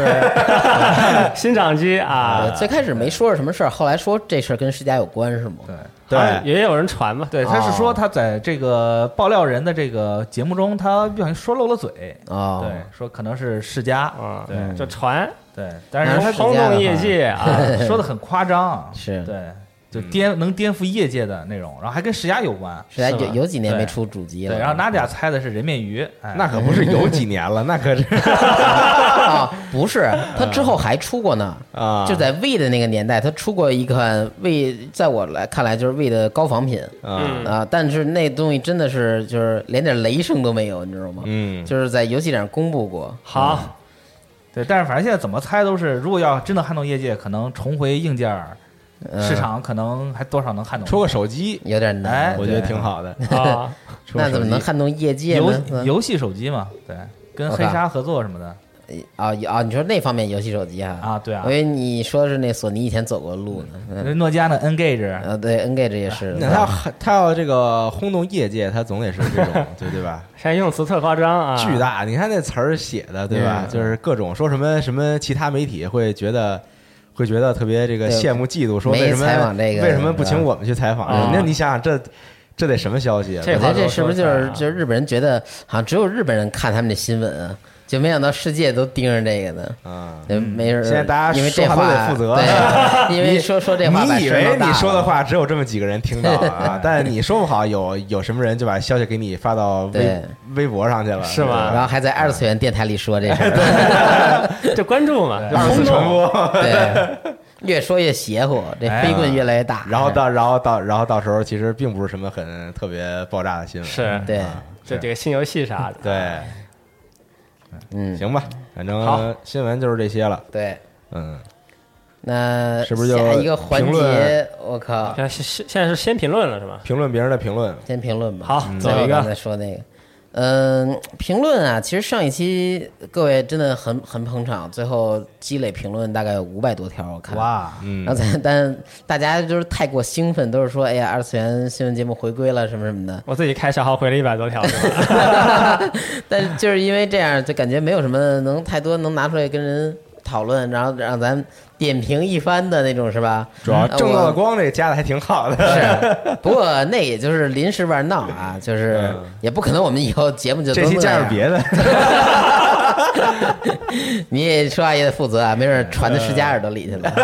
Speaker 3: 的新掌机
Speaker 1: 呃
Speaker 3: 啊，
Speaker 1: 最开始没说是什么事儿，后来说这事儿跟世家有关是吗？
Speaker 4: 对，
Speaker 2: 对
Speaker 3: 好像也有人传嘛，
Speaker 4: 对，他是说
Speaker 1: 哦
Speaker 4: 他在这个爆料人的这个节目中，他不小心说漏了嘴，
Speaker 1: 哦，
Speaker 4: 对，说可能是世家，
Speaker 3: 啊，
Speaker 4: 对
Speaker 3: 就传，
Speaker 4: 对，但是
Speaker 1: 那
Speaker 4: 他
Speaker 1: 是
Speaker 3: 轰动业界啊，
Speaker 4: 说的很夸张啊，
Speaker 1: 是嗯
Speaker 4: 对，就颠能颠覆业界的内容，然后还跟世家有关，
Speaker 1: 世家
Speaker 3: 是
Speaker 1: 有
Speaker 3: 吗
Speaker 1: 有几年没
Speaker 4: 对
Speaker 1: 出主机了，
Speaker 4: 对，然后娜姐猜的是人面鱼，哎，
Speaker 2: 那可不是有几年了，那可是
Speaker 1: 啊，不是，他之后还出过呢。
Speaker 2: 啊，
Speaker 1: 就在 V 的那个年代，他出过一款 V，在我来看来就是 V 的高仿品，
Speaker 3: 嗯
Speaker 2: 啊，
Speaker 1: 啊，但是那东西真的是就是连点雷声都没有，你知道吗？
Speaker 2: 嗯，
Speaker 1: 就是在游戏展上公布过，
Speaker 3: 好，
Speaker 4: 对，但是反正现在怎么猜都是，如果要真的撼动业界，可能重回硬件儿
Speaker 1: 呃
Speaker 4: 市场，可能还多少能撼动。
Speaker 2: 出个手机，
Speaker 1: 有点难。
Speaker 4: 哎
Speaker 2: 我觉得挺好的。
Speaker 3: 啊，
Speaker 2: 出个
Speaker 1: 那怎么
Speaker 2: 手
Speaker 1: 能
Speaker 2: 机
Speaker 1: 撼动业界呢？
Speaker 4: 游游戏手机嘛，对，跟黑鲨合作什么的，
Speaker 1: 啊啊，你说那方面游戏手机啊？
Speaker 4: 啊对啊
Speaker 1: 我以为你说的是那索尼以前走过的路呢。嗯，
Speaker 4: 诺基亚的 Engage，
Speaker 1: 啊，对，Engage 也是。
Speaker 2: 那他要他要这个轰动业界，他总得是这种，对对吧？
Speaker 3: 现在用词特夸张啊，
Speaker 2: 巨大，你看那词儿写的，对吧？
Speaker 1: 嗯
Speaker 2: 就是各种说什么什么，其他媒体会觉得会觉得特别这个
Speaker 1: 对
Speaker 2: 羡慕嫉妒，说
Speaker 1: 没
Speaker 2: 为什么
Speaker 1: 采访这个
Speaker 2: 为什么不请
Speaker 1: 是吧
Speaker 2: 我们去采访？
Speaker 3: 啊
Speaker 2: 那你想想这这得什么消息啊？
Speaker 3: 这
Speaker 1: 我觉
Speaker 3: 话
Speaker 1: 得
Speaker 3: 都
Speaker 1: 这是不是就
Speaker 3: 说出
Speaker 1: 是
Speaker 3: 来啊
Speaker 1: 就是日本人觉得好像只有日本人看他们的新闻啊，就没想到世界都盯着这个呢。
Speaker 2: 啊，
Speaker 1: 对，没人。
Speaker 2: 现在大家
Speaker 1: 因为
Speaker 2: 说
Speaker 1: 这
Speaker 2: 话
Speaker 1: 话
Speaker 2: 都得负责
Speaker 1: 对，因为
Speaker 2: 你
Speaker 1: 说说这话把
Speaker 2: 你以
Speaker 1: 事儿
Speaker 2: 为
Speaker 1: 闹大
Speaker 2: 你说
Speaker 1: 了
Speaker 2: 的话只有这么几个人听到 啊？但你说不好，有有什么人就把消息给你发到微
Speaker 1: 对
Speaker 2: 微博上去了，
Speaker 3: 是吗
Speaker 1: 然后还在二次元电台里说这事 儿，
Speaker 3: 就关注嘛，
Speaker 2: 对吧？二次传播，
Speaker 1: 对，越说越邪乎，这
Speaker 4: 哎
Speaker 1: 飞棍越来越大。 哎
Speaker 2: 然后到然后到然后到时候其实并不是什么很特别爆炸的新闻，
Speaker 3: 是
Speaker 1: 对，
Speaker 3: 就这个新游戏啥的，
Speaker 2: 对，
Speaker 1: 嗯，
Speaker 2: 行吧，反正
Speaker 3: 好
Speaker 2: 新闻就是这些了，
Speaker 1: 对，
Speaker 2: 嗯，
Speaker 1: 那
Speaker 2: 是不是就
Speaker 1: 下一个环
Speaker 2: 评
Speaker 1: 节
Speaker 2: 论？
Speaker 1: 我靠，
Speaker 3: 现在是是现在是先评论了是吧？
Speaker 2: 评论别人的评论，
Speaker 1: 先评论吧。
Speaker 3: 好
Speaker 1: 最
Speaker 3: 走
Speaker 1: 后
Speaker 3: 一个
Speaker 1: 咱再说那个。嗯，评论啊，其实上一期各位真的很很捧场，最后积累评论大概有五百多条，我看。
Speaker 4: 哇，
Speaker 2: 嗯
Speaker 1: 然后咱但大家就是太过兴奋，都是说哎呀，二次元新闻节目回归了什么什么的。
Speaker 3: 我自己开小号回了一百多条，是吧
Speaker 1: 但是就是因为这样，就感觉没有什么能太多能拿出来跟人讨论，然后让咱点评一番的那种是吧？
Speaker 2: 主要
Speaker 1: 呃
Speaker 2: 正道的
Speaker 1: 我
Speaker 2: 啊光这加的还挺好 的，
Speaker 1: 是，不过那也就是临时玩闹啊，就是也不可能我们以后节目就
Speaker 2: 嗯这
Speaker 1: 都
Speaker 2: 期
Speaker 1: 那
Speaker 2: 加
Speaker 1: 样
Speaker 2: 上别的，
Speaker 1: 你也说话也得负责啊，没准儿传到施加尔德里去了。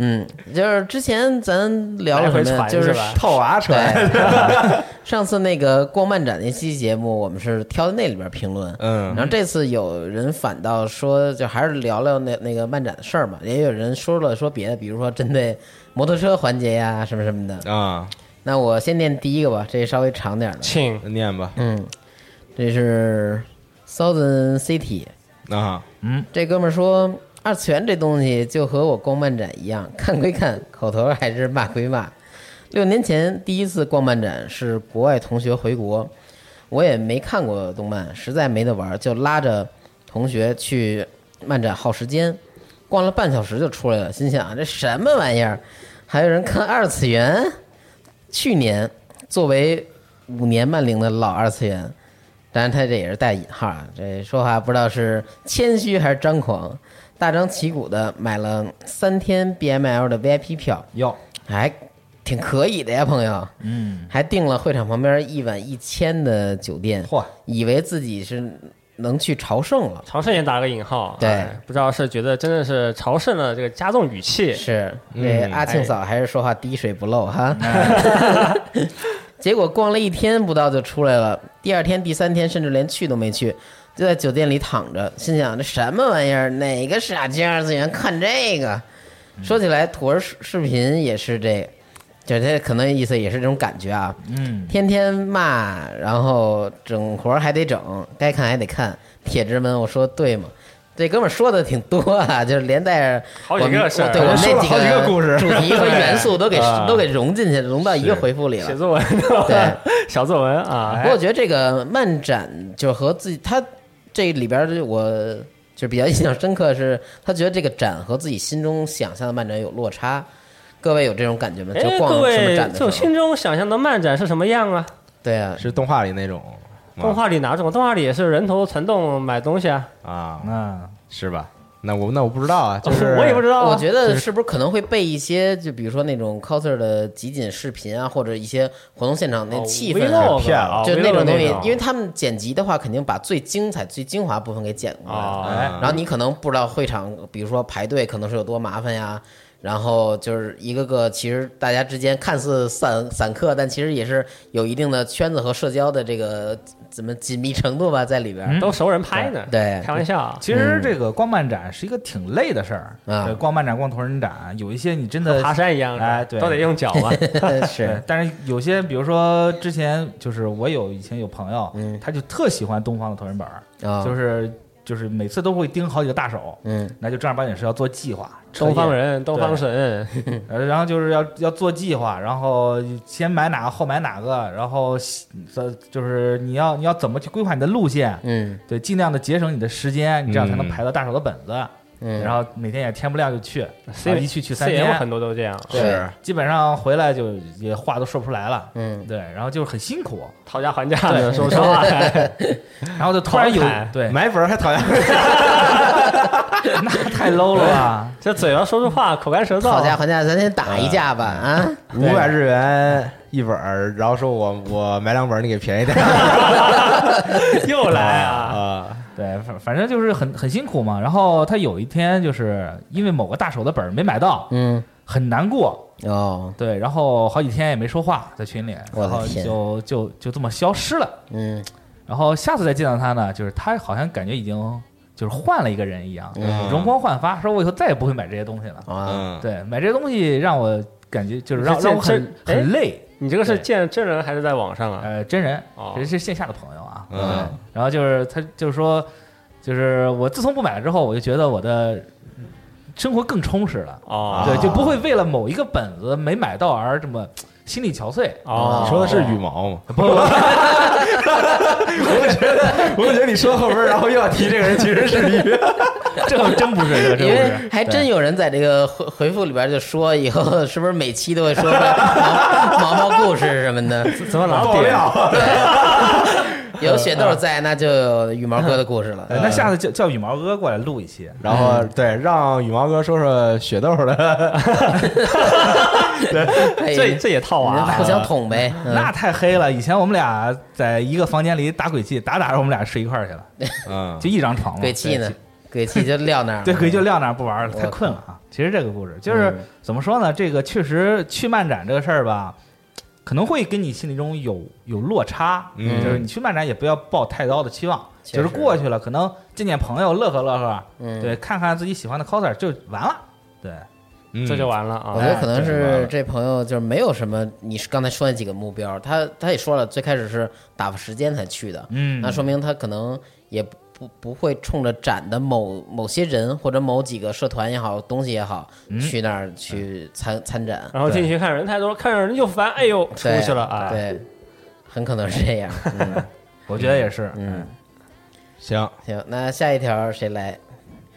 Speaker 1: 嗯，就是之前咱聊了
Speaker 3: 来回
Speaker 1: 什么呀？就
Speaker 3: 传
Speaker 1: 是是
Speaker 3: 吧？
Speaker 2: 套娃传，
Speaker 1: 对， 上次那个逛漫展那期节目，我们是挑的那里边评论，
Speaker 2: 嗯
Speaker 1: 然后这次有人反倒说，就还是聊聊那那个漫展的事儿嘛，也有人说了说别的，比如说针对摩托车环节呀、什么什么的。
Speaker 2: 啊，
Speaker 1: 那我先念第一个吧，这稍微长点儿的，
Speaker 3: 请
Speaker 2: 念吧，
Speaker 1: 嗯，这是 Southern City，
Speaker 2: 啊，
Speaker 1: 这哥们儿说，二次元这东西就和我逛漫展一样，看归看，口头还是骂归骂。六年前第一次逛漫展是国外同学回国，我也没看过动漫，实在没得玩儿，就拉着同学去漫展耗时间，逛了半小时就出来了，心想这什么玩意儿？还有人看二次元？去年作为五年漫龄的老二次元，当然他这也是带引号啊，这说话不知道是谦虚还是张狂，大张旗鼓的买了三天 BML 的 VIP 票，
Speaker 4: 哟，
Speaker 1: 还挺可以的呀，朋友，嗯，还订了会场旁边一晚一千的酒店，
Speaker 4: 嚯，
Speaker 1: 以为自己是能去朝圣了，
Speaker 3: 朝圣也打了个引号，
Speaker 1: 对
Speaker 3: 哎不知道是觉得真的是朝圣的这个加重语气，
Speaker 1: 是这阿庆嫂还是说话滴水不漏哈。 结果逛了一天不到就出来了，第二天、第三天甚至连去都没去，就在酒店里躺着，心想这什么玩意儿？哪个傻劲二次元看这个？说起来，坨儿视视频也是这个，就这可能意思也是这种感觉啊。
Speaker 4: 嗯，
Speaker 1: 天天骂，然后整活儿还得整，该看还得看。铁直门，我说对吗？这哥们儿说的挺多啊，就是连带着
Speaker 3: 好几个
Speaker 1: 我们
Speaker 3: 事儿
Speaker 1: 我
Speaker 3: 啊
Speaker 1: 对我们
Speaker 2: 说了
Speaker 1: 那几
Speaker 2: 好几个故事
Speaker 1: 主题和元素 都给都给融进去，融到一个回复里
Speaker 3: 写
Speaker 1: 了。
Speaker 3: 作文，
Speaker 1: 对，哎
Speaker 3: 小作文啊
Speaker 1: 不，过我觉得这个漫展就和自己他这里边儿我就比较印象深刻是，他觉得这个展和自己心中想象的漫展有落差。各位有这种感觉吗？就
Speaker 3: 哎，
Speaker 1: 逛
Speaker 3: 各
Speaker 1: 什么
Speaker 3: 位
Speaker 1: 展，
Speaker 3: 就
Speaker 1: 的时候，
Speaker 3: 心中想象的漫展是什么样啊？
Speaker 1: 对啊，
Speaker 2: 是动画里那种
Speaker 1: 嗯
Speaker 2: 吗
Speaker 3: 动画里哪种？动画里也是人头攒动买东西啊，
Speaker 2: 啊，
Speaker 4: 那
Speaker 2: 是吧？那我那我不知道啊，就是
Speaker 3: 我也不知道啊，
Speaker 1: 我觉得是不是可能会备一些，就比如说那种 coser 的集锦视频啊，或者一些活动现场那
Speaker 3: 哦
Speaker 1: 气氛啊，
Speaker 3: vlog
Speaker 2: 骗了
Speaker 3: 啊
Speaker 1: 就
Speaker 3: vlog
Speaker 1: 那
Speaker 3: 那
Speaker 1: 种东西，因为他们剪辑的话，肯定把最精彩、最精华部分给剪过来。
Speaker 3: 啊，
Speaker 4: 哎
Speaker 1: 然后你可能不知道会场，比如说排队可能是有多麻烦呀。然后就是一个个，其实大家之间看似散散客，但其实也是有一定的圈子和社交的这个怎么紧密程度吧，在里边儿。
Speaker 3: 都熟人拍呢，
Speaker 1: 对
Speaker 3: 开玩笑啊，
Speaker 4: 其实这个逛漫展是一个挺累的事儿
Speaker 1: 嗯啊
Speaker 4: 对逛漫展、逛同人展，有一些你真的
Speaker 3: 爬山一样的，
Speaker 4: 哎对
Speaker 3: 都得用脚啊 嘛，
Speaker 1: 是，
Speaker 4: 但是有些，比如说之前就是我有以前有朋友，
Speaker 1: 嗯
Speaker 4: 他就特喜欢东方的同人本儿，
Speaker 1: 啊，
Speaker 4: 就是就是每次都会盯好几个大手，
Speaker 1: 嗯
Speaker 4: 那就正儿八经是要做计划，
Speaker 3: 东方人、东方神，
Speaker 4: 呃，然后就是要要做计划，然后先买哪个后买哪个，然后这就是你要你要怎么去规划你的路线，
Speaker 1: 嗯
Speaker 4: 对，尽量的节省你的时间，你这样才能
Speaker 2: 嗯
Speaker 4: 排到大手的本子。
Speaker 1: 嗯，
Speaker 4: 然后每天也天不亮就去，
Speaker 3: C
Speaker 1: 啊
Speaker 4: 然后一去去三
Speaker 3: C M
Speaker 4: 天
Speaker 3: 很，多都这样，
Speaker 1: 对
Speaker 2: 是
Speaker 4: 基本上回来就也话都说不出来了。
Speaker 1: 嗯
Speaker 4: 对，然后就是很辛苦，
Speaker 3: 讨价还价的，说实话，
Speaker 4: 然后就突然有
Speaker 3: 好惨
Speaker 4: 对，
Speaker 2: 买粉儿还讨厌，
Speaker 4: 那太 low 了吧？
Speaker 3: 这嘴要说出话，口干舌
Speaker 1: 讨价
Speaker 3: 燥，
Speaker 1: 还价，咱先打一架吧啊！
Speaker 2: 五百日元一本儿，然后说我我买两本儿，你给便宜点儿
Speaker 3: 又来啊！
Speaker 2: 啊，
Speaker 4: 对，反反正就是很很辛苦嘛。然后他有一天就是因为某个大手的本儿没买到，
Speaker 1: 嗯
Speaker 4: 很难过，
Speaker 1: 哦
Speaker 4: 对，然后好几天也没说话在群里，
Speaker 1: 我的
Speaker 4: 然后
Speaker 1: 天
Speaker 4: 就就就这么消失了。
Speaker 1: 嗯
Speaker 4: 然后下次再见到他呢，就是他好像感觉已经就是换了一个人一样，
Speaker 1: 嗯
Speaker 4: 容光焕发，说我以后再也不会买这些东西了。
Speaker 1: 啊
Speaker 2: 嗯，
Speaker 4: 对，买这些东西让我感觉就是让
Speaker 3: 你是
Speaker 4: 让我
Speaker 3: 见
Speaker 4: 很
Speaker 3: 真
Speaker 1: 哎
Speaker 4: 很累。
Speaker 3: 你这个是
Speaker 4: 对
Speaker 3: 见真人还是在网上啊？
Speaker 4: 呃，真人
Speaker 3: 哦，
Speaker 4: 这是线下的朋友啊。
Speaker 2: 嗯
Speaker 4: 对然后就是他就是说，就是我自从不买了之后，我就觉得我的生活更充实了，
Speaker 3: 哦，
Speaker 4: 对，就不会为了某一个本子没买到而这么心力憔悴。
Speaker 3: 哦，
Speaker 2: 你说的是羽毛 吗？
Speaker 4: 不不，
Speaker 2: 我就觉得你说后边儿， 然后又要提这个人，其实是你。
Speaker 4: 这真不是，这
Speaker 1: 因
Speaker 4: 真不是。
Speaker 1: 为还真有人在这个回回复里边就说，以 后是不是每期都会说个毛 毛毛故事什么的？
Speaker 3: 怎么老点？
Speaker 1: 有雪豆在，那就有羽毛哥的故事了。
Speaker 4: 呃那下次叫叫羽毛哥过来录一期，
Speaker 2: 然后对，让羽毛哥说说雪豆的，
Speaker 1: 哎
Speaker 3: 这 这也套啊娃
Speaker 1: 互相捅呗。嗯
Speaker 4: 啊那太黑了。以前我们俩在一个房间里打鬼泣，打打着我们俩睡一块儿去了，
Speaker 2: 嗯，
Speaker 4: 就一张床嘛。
Speaker 1: 鬼泣呢？鬼泣就撂那儿了。
Speaker 4: 对， 鬼就撂那儿不玩了，
Speaker 1: 我
Speaker 4: 太困了啊。其实这个故事就是
Speaker 1: 嗯
Speaker 4: 怎么说呢？这个确实去漫展这个事儿吧，可能会跟你心里中有有落差，
Speaker 2: 嗯
Speaker 4: 就是你去漫展也不要抱太高的期望，
Speaker 1: 确实
Speaker 4: 就是过去了，可能见见朋友，乐呵乐呵，
Speaker 1: 嗯，
Speaker 4: 对，看看自己喜欢的 coser 就完了。对，
Speaker 2: 嗯
Speaker 3: 这就完了
Speaker 1: 我
Speaker 3: 啊！
Speaker 1: 觉得可能
Speaker 2: 哎这是完
Speaker 1: 是
Speaker 2: 了
Speaker 1: 这朋友就是没有什么，你是刚才说那几个目标，他他也说了，最开始是打发时间才去的，
Speaker 4: 嗯
Speaker 1: 那说明他可能也不不会冲着展的某某些人或者某几个社团也好，东西也好，
Speaker 2: 嗯
Speaker 1: 去那儿去参参展，
Speaker 2: 啊
Speaker 3: 然后进去看人太多，看着人就烦，哎呦，出
Speaker 1: 对
Speaker 3: 去了啊！
Speaker 1: 对，很可能是这 样。嗯
Speaker 4: 我觉得也是，
Speaker 1: 嗯，
Speaker 2: 行。
Speaker 1: 行，那下一条谁来？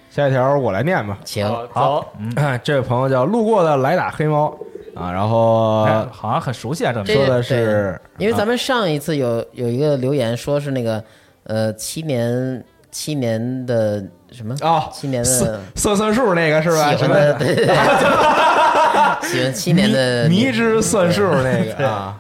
Speaker 2: 下一条我来念吧。哎
Speaker 1: 请
Speaker 3: 好，走，
Speaker 2: 嗯这位朋友叫路过的来打黑猫啊，
Speaker 1: 嗯
Speaker 2: 然
Speaker 1: 呃
Speaker 2: 后
Speaker 4: 哎好像很熟悉啊，这
Speaker 1: 这
Speaker 4: 名
Speaker 2: 说的是
Speaker 1: 因为咱们上一次有有一个留言说是那个呃七年七年的什么
Speaker 2: 哦，
Speaker 1: 七年
Speaker 2: 色
Speaker 1: 的
Speaker 2: 色算数那个是吧？
Speaker 1: 喜
Speaker 2: 什
Speaker 1: 欢
Speaker 2: 么
Speaker 1: 的，对对 对喜欢七年的
Speaker 2: 迷迷之算数那 个啊，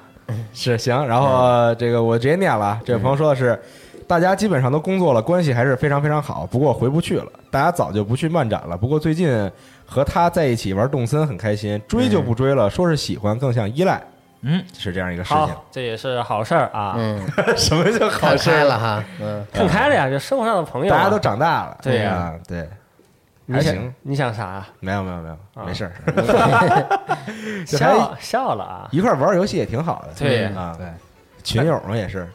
Speaker 2: 是行。然
Speaker 3: 嗯
Speaker 2: 后这个我直接念了，啊，这位朋友说的是。大家基本上都工作了，关系还是非常非常好，不过回不去了。大家早就不去漫展了，不过最近和他在一起玩动森很开心，追就
Speaker 3: 嗯
Speaker 2: 不追了，说是喜欢更像依赖，
Speaker 4: 嗯，
Speaker 2: 是这样一个事情。
Speaker 3: 好，这也是好事儿啊！
Speaker 1: 嗯，
Speaker 2: 什么叫好
Speaker 1: 看
Speaker 2: 事
Speaker 1: 开
Speaker 2: 儿？
Speaker 1: 了哈，嗯，
Speaker 3: 看开了呀，这生活上的朋友啊，
Speaker 2: 大家都长大了，
Speaker 3: 对呀
Speaker 2: 啊，对，
Speaker 3: 你
Speaker 2: 还
Speaker 3: 想
Speaker 2: 行，
Speaker 3: 你想啥啊？
Speaker 2: 没有没有没有，
Speaker 3: 啊
Speaker 2: 没事 儿， 这还
Speaker 3: 笑笑了啊！
Speaker 2: 一块儿玩儿游戏也挺好的，
Speaker 3: 对
Speaker 2: 啊，
Speaker 4: 对，
Speaker 2: 群友嘛也是。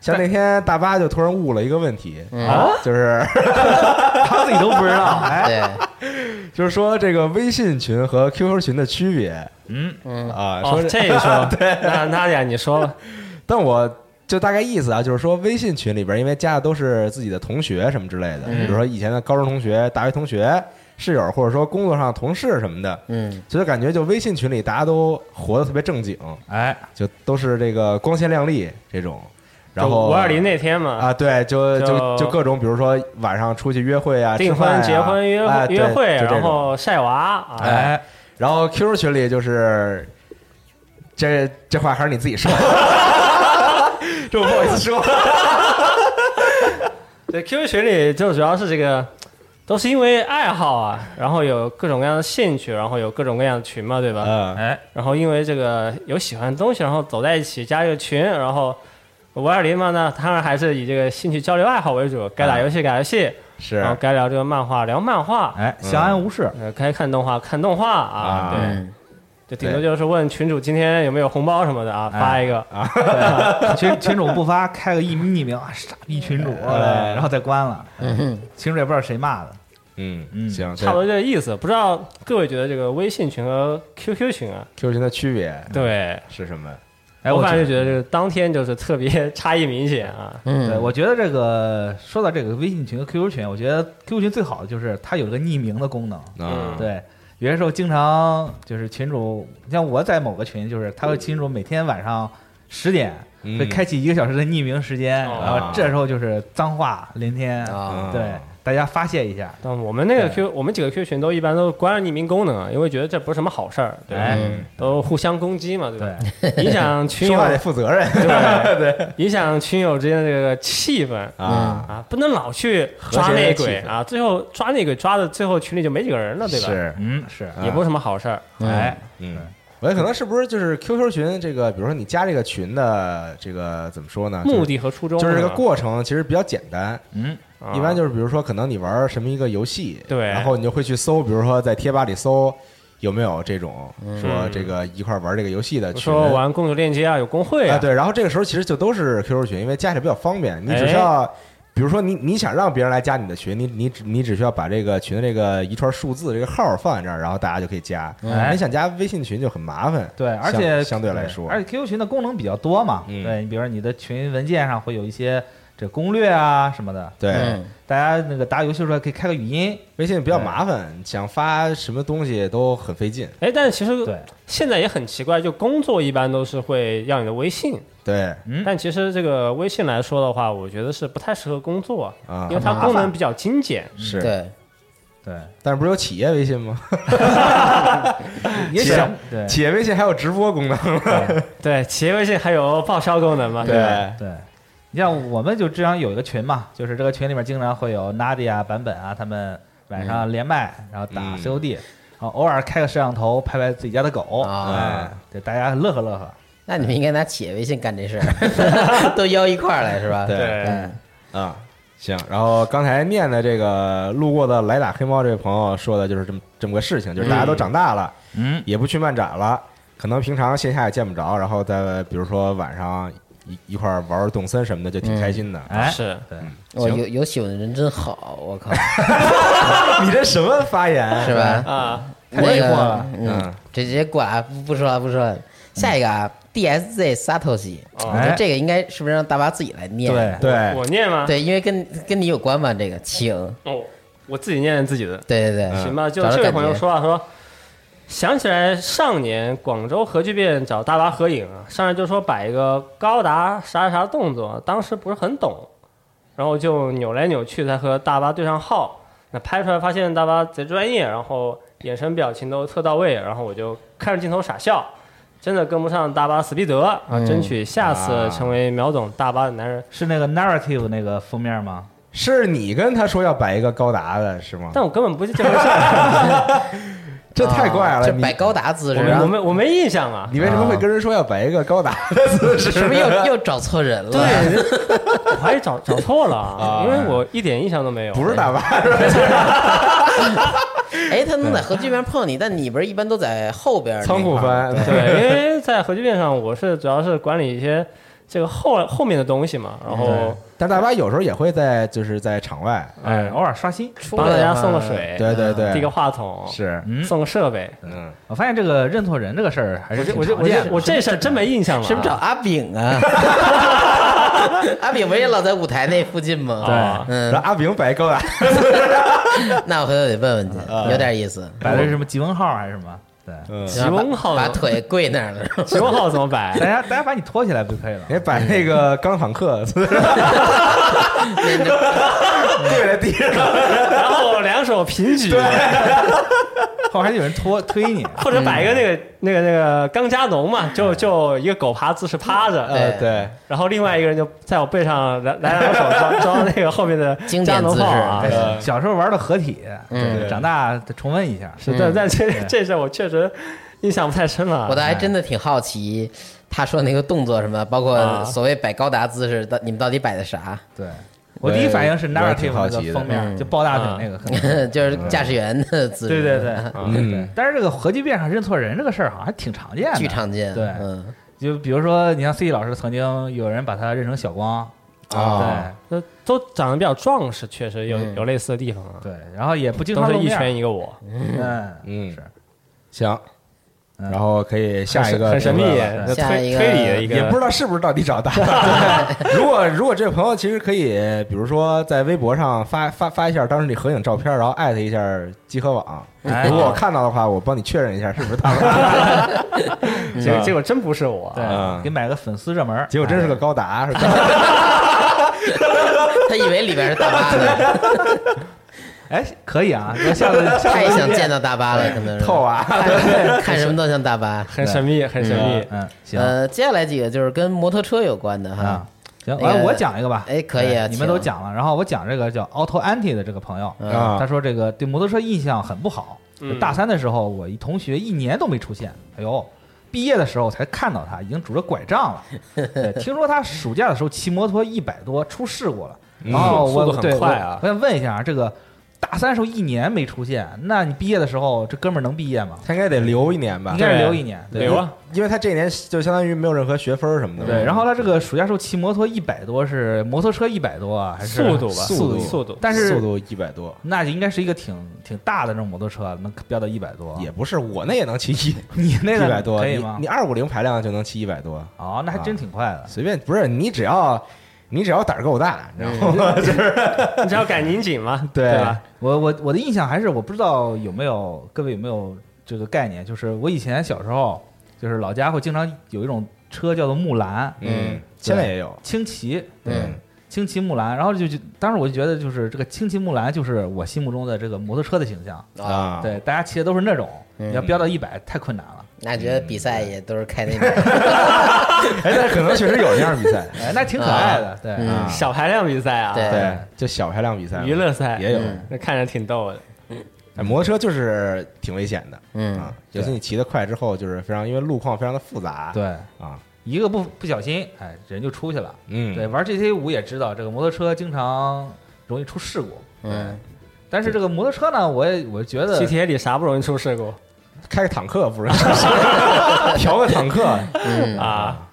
Speaker 2: 像那天大巴就突然悟了一个问题，啊
Speaker 3: 啊
Speaker 1: 嗯
Speaker 2: 就是
Speaker 4: 他自己都不知 道。哎，
Speaker 1: 对，
Speaker 2: 就是说这个微信群和 QQ 群的区别
Speaker 4: 嗯，
Speaker 1: 嗯
Speaker 2: 啊，
Speaker 3: 哦
Speaker 2: 说，
Speaker 3: 这一说，那那呀，你说吧，
Speaker 2: 但我就大概意思啊，就是说微信群里边，因为加的都是自己的同学什么之类的，
Speaker 3: 嗯
Speaker 2: 比如说以前的高中同学、大学同学、室友，或者说工作上的同事什么的，
Speaker 1: 嗯
Speaker 2: 所以就感觉就微信群里大家都活得特别正经，
Speaker 4: 哎，
Speaker 2: 就都是这个光鲜亮丽这种。然后
Speaker 3: 五二零那天嘛，
Speaker 2: 啊，对，就就
Speaker 3: 就
Speaker 2: 就各种，比如说晚上出去约会啊，
Speaker 3: 订
Speaker 2: 吃饭
Speaker 3: 婚、
Speaker 2: 啊
Speaker 3: 结婚、约
Speaker 2: 哎
Speaker 3: 会
Speaker 2: 对
Speaker 3: 约会，
Speaker 2: 就这种
Speaker 3: 然后晒娃啊，
Speaker 4: 哎，
Speaker 2: 然后 QQ 群里就是这这话还是你自己说，这我不好意思说。
Speaker 3: 对 QQ 群里就主要是这个，都是因为爱好啊，然后有各种各样的兴趣，然后有各种各样的群嘛，对吧？
Speaker 1: 呃
Speaker 2: 嗯，
Speaker 4: 哎，
Speaker 3: 然后因为这个有喜欢的东西，然后走在一起加一个群，然后五二零嘛呢，当然还是以这个兴趣交流爱好为主，该打游戏打游戏，
Speaker 2: 是
Speaker 3: 然后该聊这个漫画聊漫画，
Speaker 4: 哎，相安无事，
Speaker 3: 呃，该看动画看动画啊，
Speaker 2: 啊
Speaker 3: 对。
Speaker 1: 嗯，
Speaker 3: 就顶多就是问群主今天有没有红包什么的啊，
Speaker 4: 哎
Speaker 3: 发一个。
Speaker 4: 群群主不发，
Speaker 1: 呃
Speaker 4: 哎开个匿匿名啊，傻逼群主，然后再关了，群主也不知道谁骂的。
Speaker 2: 嗯
Speaker 4: 嗯
Speaker 2: 行，
Speaker 3: 差不多这个意思。不知道各位觉得这个微信群和 QQ 群啊，
Speaker 2: Q 群的区别
Speaker 3: 对
Speaker 2: 是什么？
Speaker 4: 哎，
Speaker 3: 我
Speaker 4: 反
Speaker 3: 反
Speaker 4: 正
Speaker 3: 正就觉得这个当天就是特别 差异明显啊。
Speaker 4: 对，
Speaker 1: 嗯，
Speaker 4: 我觉得这个说到这个微信群和 QQ 群，我觉得 QQ 群最好的就是它有一个匿名的功能。
Speaker 2: 啊
Speaker 3: 嗯，
Speaker 4: 对，有些时候经常就是群主，像我在某个群，就是他会群主每天晚上十点
Speaker 2: 嗯
Speaker 4: 会开启一个小时的匿名时间，
Speaker 3: 哦
Speaker 4: 然后这时候就是脏话连篇，
Speaker 1: 啊
Speaker 4: 对，大家发泄一下。
Speaker 3: 但我们那个
Speaker 4: 对
Speaker 3: Q，我们几个 Q 群都一般都关了匿名功能啊，因为觉得这不是什么好事儿，对吧，
Speaker 4: 嗯
Speaker 3: 都互相攻击嘛，对吧？
Speaker 4: 对，
Speaker 3: 影响群
Speaker 2: 说
Speaker 3: 友
Speaker 2: 话得负责任
Speaker 3: 对，影响群友之间的这个气氛
Speaker 2: 啊，
Speaker 3: 啊，不能老去抓
Speaker 2: 和谐
Speaker 3: 内
Speaker 2: 的气
Speaker 3: 鬼
Speaker 2: 氛
Speaker 3: 啊，最后抓内鬼抓的最后群里就没几个人了，对吧？
Speaker 2: 是，啊
Speaker 4: 嗯，是，
Speaker 3: 也不是什么好事儿。
Speaker 4: 哎，
Speaker 2: 嗯。我觉得可能是不是就是 QQ 群这个，比如说你加这个群的这个怎么说呢？就是
Speaker 3: 目的和初衷
Speaker 2: 就是这个
Speaker 3: 吧，
Speaker 2: 过程其实比较简单，
Speaker 4: 嗯，
Speaker 3: 啊
Speaker 2: 一般就是比如说可能你玩什么一个游戏，
Speaker 3: 对
Speaker 2: 然后你就会去搜，比如说在贴吧里搜有没有这种说这个一块玩这个游戏的
Speaker 3: 我
Speaker 2: 群
Speaker 3: 说玩公有链接啊，有工会
Speaker 2: 啊，对，然后这个时候其实就都是 QQ 群，因为加起来比较方便，你只需
Speaker 3: 哎
Speaker 2: 要。比如说你你想让别人来加你的群，你你只你只需要把这个群的这个一串数字这个号儿放在这儿，然后大家就可以加。
Speaker 4: 哎
Speaker 2: 你想加微信群就很麻烦。
Speaker 4: 对，而
Speaker 2: 相
Speaker 4: 且
Speaker 2: 相对来说
Speaker 4: 而且 QQ 群的功能比较多嘛，
Speaker 2: 嗯
Speaker 4: 对，你比如说你的群文件上会有一些这攻略啊什么的，
Speaker 2: 对，
Speaker 1: 嗯
Speaker 4: 大家那个打游戏的时候可以开个语音，
Speaker 2: 微信比较麻烦，想发什么东西都很费劲。
Speaker 3: 哎，但是其实
Speaker 4: 对，
Speaker 3: 现在也很奇怪，就工作一般都是会要你的微信，
Speaker 2: 对，
Speaker 4: 嗯
Speaker 3: 但其实这个微信来说的话，我觉得是不太适合工作，
Speaker 2: 啊
Speaker 3: 因为它功能比较精简。
Speaker 2: 是，
Speaker 1: 对，
Speaker 4: 对，
Speaker 2: 但是不是有企业微信吗？
Speaker 4: 也
Speaker 2: 行
Speaker 4: 想对
Speaker 2: 企业微信还有直播功能。
Speaker 3: 对，企业微信还有报销功能嘛？吧
Speaker 4: 对，你像我们就经常有一个群嘛，就是这个群里面经常会有 Nadia 版本啊，他们晚上连麦，然后打
Speaker 2: 嗯
Speaker 4: COD，然后偶尔开个摄像头拍拍自己家的狗，
Speaker 1: 啊
Speaker 4: 哎，对，大家乐呵乐
Speaker 3: 啊
Speaker 4: 呵。
Speaker 1: 那你们应该拿企业微信干这事儿，都邀一块儿来是吧？
Speaker 2: 对
Speaker 1: 嗯
Speaker 2: 啊，行。然后刚才念的这个路过的来打黑猫这位朋友说的就是这么这么个事情，就是大家都长大了，
Speaker 4: 嗯，
Speaker 2: 也不去漫展了，可能平常线下也见不着，然后在比如说晚上一一块儿玩玩动森什么的，就
Speaker 1: 嗯
Speaker 2: 挺开心的。
Speaker 4: 哎，
Speaker 3: 是
Speaker 4: 对，
Speaker 1: 我
Speaker 2: 行
Speaker 1: 有有喜欢的人真好，我靠，
Speaker 2: 你这什么发言？
Speaker 1: 是 吧？
Speaker 3: 啊，
Speaker 1: 那
Speaker 4: 累
Speaker 1: 个
Speaker 4: 过了
Speaker 2: 嗯
Speaker 1: 嗯，直接挂啊，不不说了，不说了。下一个啊，DSZ Satoshi，我觉
Speaker 4: 哎
Speaker 1: 得这个应该是不是让大巴自己来念？
Speaker 4: 对，
Speaker 2: 对，
Speaker 3: 我念吗？，
Speaker 1: 对，因为跟跟你有关嘛，这个请，
Speaker 3: 哦，我自己念自己的。
Speaker 1: 对对对，
Speaker 3: 行吧，就
Speaker 1: 嗯找着
Speaker 3: 这位
Speaker 1: 感
Speaker 3: 朋友
Speaker 1: 觉
Speaker 3: 说啊，说想起来上年广州核聚变找大巴合影啊，上来就说摆一个高达啥啥啥动作，当时不是很懂，然后就扭来扭去才和大巴对上号。那拍出来发现大巴贼专业，然后眼神表情都特到位，然后我就看着镜头傻笑，真的跟不上大巴死必得啊！
Speaker 1: 嗯
Speaker 3: 争取下
Speaker 1: 啊
Speaker 3: 次成为秒懂大巴的男人。
Speaker 4: 是那个 narrative 那个封面吗？
Speaker 2: 是你跟他说要摆一个高达的是
Speaker 1: 哦
Speaker 2: 吗？
Speaker 3: 但我根本不是这回事儿，
Speaker 2: 这太怪了，
Speaker 1: 这
Speaker 2: 你
Speaker 1: 摆高哦达姿势
Speaker 3: 我没
Speaker 1: 啊，
Speaker 3: 我没我没印象啊。
Speaker 2: 你为什么会跟人说要摆一个高达的姿 势？
Speaker 1: 是不是又又找错人了？
Speaker 3: 对，我还找找错了
Speaker 2: 啊
Speaker 3: 啊，因为我一点印象都没有。
Speaker 2: 不是大巴，
Speaker 1: 哎，他能在核聚变碰你，但你不是一般都在后边儿那
Speaker 2: 仓库
Speaker 1: 块儿
Speaker 2: 翻
Speaker 1: 对
Speaker 3: 对，因为在核聚变上，我是主要是管理一些这个后后面的东西嘛，然后
Speaker 2: 但大巴有时候也会在就是在场外，
Speaker 4: 哎，偶尔刷新。
Speaker 1: 出
Speaker 3: 帮
Speaker 1: 来
Speaker 3: 大
Speaker 1: 的
Speaker 3: 家
Speaker 1: 话
Speaker 3: 送个水，
Speaker 2: 对对对，
Speaker 3: 递个话筒，
Speaker 2: 是，
Speaker 4: 嗯，
Speaker 3: 送个设备。
Speaker 2: 嗯，
Speaker 4: 我发现这个认错人这个事儿还是
Speaker 3: 我这
Speaker 4: 挺
Speaker 3: 我这我
Speaker 4: 常见
Speaker 3: 这
Speaker 4: 的。
Speaker 3: 我这事儿真没印象了啊。
Speaker 1: 是不是找阿炳啊？阿炳不是也老在舞台那附近吗？
Speaker 3: 啊
Speaker 1: 嗯
Speaker 2: 然后，阿炳啊摆一高达，
Speaker 1: 那我回头得问问去，有点意思。
Speaker 4: 摆的是什么集文号还是什么？对，
Speaker 2: 嗯，
Speaker 3: 吉翁号
Speaker 1: 把腿跪那儿了，
Speaker 3: 吉翁号怎么摆
Speaker 4: 大？家大家把你拖起来不就可以了？
Speaker 2: 也摆那个钢坦克 跪在地上，
Speaker 3: 然后两手平举，
Speaker 4: 后面还得有人拖推你。
Speaker 3: 或者摆一个那
Speaker 2: 嗯
Speaker 3: 个那个那个钢加农嘛，就就一个狗爬姿势趴着，
Speaker 2: 呃，嗯对，
Speaker 3: 然后另外一个人就在我背上来来两手装装那个后面的
Speaker 1: 经
Speaker 3: 加
Speaker 1: 典
Speaker 3: 农
Speaker 1: 姿势
Speaker 3: 号啊。
Speaker 1: 对
Speaker 2: 呃
Speaker 4: 小时候玩的合体，
Speaker 1: 嗯
Speaker 4: 对长大得重温一下。
Speaker 3: 是，但但这这事儿我确实印象不太深了。啊
Speaker 1: 我倒还真的挺好奇，他说那个动作什么，包括
Speaker 3: 啊
Speaker 1: 所谓摆高达姿势，到你们到底摆的啥？
Speaker 4: 对，我第一反应是
Speaker 2: 我也挺
Speaker 4: narrative
Speaker 2: 好
Speaker 4: 那
Speaker 2: 奇的
Speaker 4: 个封面，
Speaker 1: 嗯
Speaker 4: 就抱大腿那个可 能。
Speaker 1: 就是驾驶员的姿
Speaker 4: 对
Speaker 1: 势。
Speaker 4: 对对，
Speaker 2: 嗯，
Speaker 4: 但是这个核聚变上认错人这个事儿好像还挺常见 的，
Speaker 1: 巨常见。
Speaker 4: 对
Speaker 1: 嗯，
Speaker 4: 就比如说，你像 C 老师曾经有人把他认成小光，
Speaker 1: 啊，
Speaker 3: 呃，都长得比较壮实，确实有
Speaker 1: 嗯
Speaker 3: 有类似的地方啊，
Speaker 4: 对对，然后也不经
Speaker 3: 都
Speaker 4: 常
Speaker 3: 是
Speaker 4: 露
Speaker 3: 一
Speaker 4: 面儿
Speaker 3: 拳一个我，
Speaker 4: 嗯
Speaker 2: 嗯
Speaker 4: 是
Speaker 2: 行，
Speaker 4: 嗯
Speaker 2: 然后可以下一个
Speaker 3: 很神
Speaker 2: 评
Speaker 3: 秘，
Speaker 2: 论了
Speaker 3: 那
Speaker 1: 下一
Speaker 3: 推
Speaker 1: 个
Speaker 3: 推理的一个，
Speaker 2: 也不知道是不是到底找到。如果 如果这位朋友其实可以，比如说在微博上发发发一下当时你合影照片，然后艾特一下集合网。
Speaker 4: 哎
Speaker 2: 如果我看到的话，我帮你确认一下是不是他们。
Speaker 3: 结果结果真不是我啊，
Speaker 4: 对，给买个粉丝热门儿，
Speaker 2: 结果真是个
Speaker 4: 哎
Speaker 2: 高达，是吧？
Speaker 1: 他以为里边是大巴呢，
Speaker 4: 哎，可以啊，那 下次下
Speaker 1: 太
Speaker 4: 次
Speaker 1: 想见到大巴了，可能是
Speaker 2: 透啊！
Speaker 1: 看 看什么都像大巴。
Speaker 3: 很神秘，很神秘。
Speaker 4: 嗯行
Speaker 1: 呃，接下来几个就是跟摩托车有关的哈
Speaker 4: 啊，，行，
Speaker 1: 那
Speaker 4: 哎
Speaker 1: 个
Speaker 4: 我讲一个吧，
Speaker 1: 哎可以啊嗯
Speaker 4: 对你们都
Speaker 1: 请
Speaker 4: 讲了，然后我讲这个叫 Auto Anti 的这个朋友，
Speaker 2: 啊
Speaker 4: 他说这个对摩托车印象很不好。
Speaker 3: 嗯
Speaker 4: 大三的时候，我一同学一年都没出现，哎呦，毕业的时候才看到他，已经拄着拐杖 了。对听说他暑假的时候骑摩托一百多出事故了，
Speaker 1: 嗯
Speaker 4: 然后
Speaker 3: 速度
Speaker 4: 我
Speaker 3: 很
Speaker 4: 对我
Speaker 3: 快啊
Speaker 4: 我想问一下啊，这个大三时候一年没出现，那你毕业的时候这哥们儿能毕业吗？
Speaker 2: 他应该得留一年吧
Speaker 4: 应？该是留一年，
Speaker 3: 对留啊，
Speaker 2: 因为他这一年就相当于没有任何学分什么的嘛。嗯
Speaker 4: 对，然后他这个暑假时候骑摩托一百多，是摩托车一百多啊，还是
Speaker 3: 速度吧，
Speaker 2: 速度
Speaker 3: 速度。
Speaker 4: 但是
Speaker 2: 速度一百多，
Speaker 4: 那就应该是一个挺挺大的那种摩托车，能飙到一百多。
Speaker 2: 也不是我那也能骑一
Speaker 4: 你那
Speaker 2: 一
Speaker 4: 个
Speaker 2: 百多，
Speaker 4: 可以
Speaker 2: 你
Speaker 4: 吗
Speaker 2: 你？啊二五零排量就能骑一百多，
Speaker 4: 哦，那还真挺快的。
Speaker 2: 随便不是你只要你只要胆儿够大，你知道吗？
Speaker 4: 嗯
Speaker 2: 嗯
Speaker 3: 你知道赶拧紧吗？
Speaker 2: 对
Speaker 3: 吧？
Speaker 4: 我我我的印象还是我不知道有没有各位有没有这个概念，就是我以前小时候就是老家会经常有一种车叫做木兰，
Speaker 2: 嗯，现在也有，
Speaker 4: 轻骑，
Speaker 2: 嗯，
Speaker 4: 轻骑木兰，然后就就当时我就觉得就是这个轻骑木兰就是我心目中的这个摩托车的形象。
Speaker 2: 啊，
Speaker 4: 对，大家骑的都是那种，你要飙到一百太困难了。
Speaker 1: 那觉得比赛也都是开那种，
Speaker 2: 哎，但可能确实有这样比赛
Speaker 4: 哎，那挺可爱的，对。
Speaker 2: 嗯啊，
Speaker 3: 小排量比赛啊，
Speaker 1: 对
Speaker 2: 对，就小排量比赛嘛
Speaker 3: 娱乐赛
Speaker 2: 也有，
Speaker 3: 那看着挺逗的。
Speaker 2: 哎摩托车就是挺危险的，
Speaker 1: 嗯
Speaker 2: 啊，尤其你骑得快之后，就是非常因为路况非常的复杂，
Speaker 4: 对，
Speaker 2: 啊，
Speaker 4: 一个不不小心，哎，人就出去了。
Speaker 2: 嗯，
Speaker 4: 对，，玩 GTA 五也知道，这个摩托车经常容易出事故。
Speaker 1: 嗯，
Speaker 4: 但是这个摩托车呢，我也我觉得
Speaker 3: 地铁里啥不容易出事故
Speaker 2: 开个坦克不是， 调个坦克，
Speaker 1: 嗯
Speaker 3: 啊？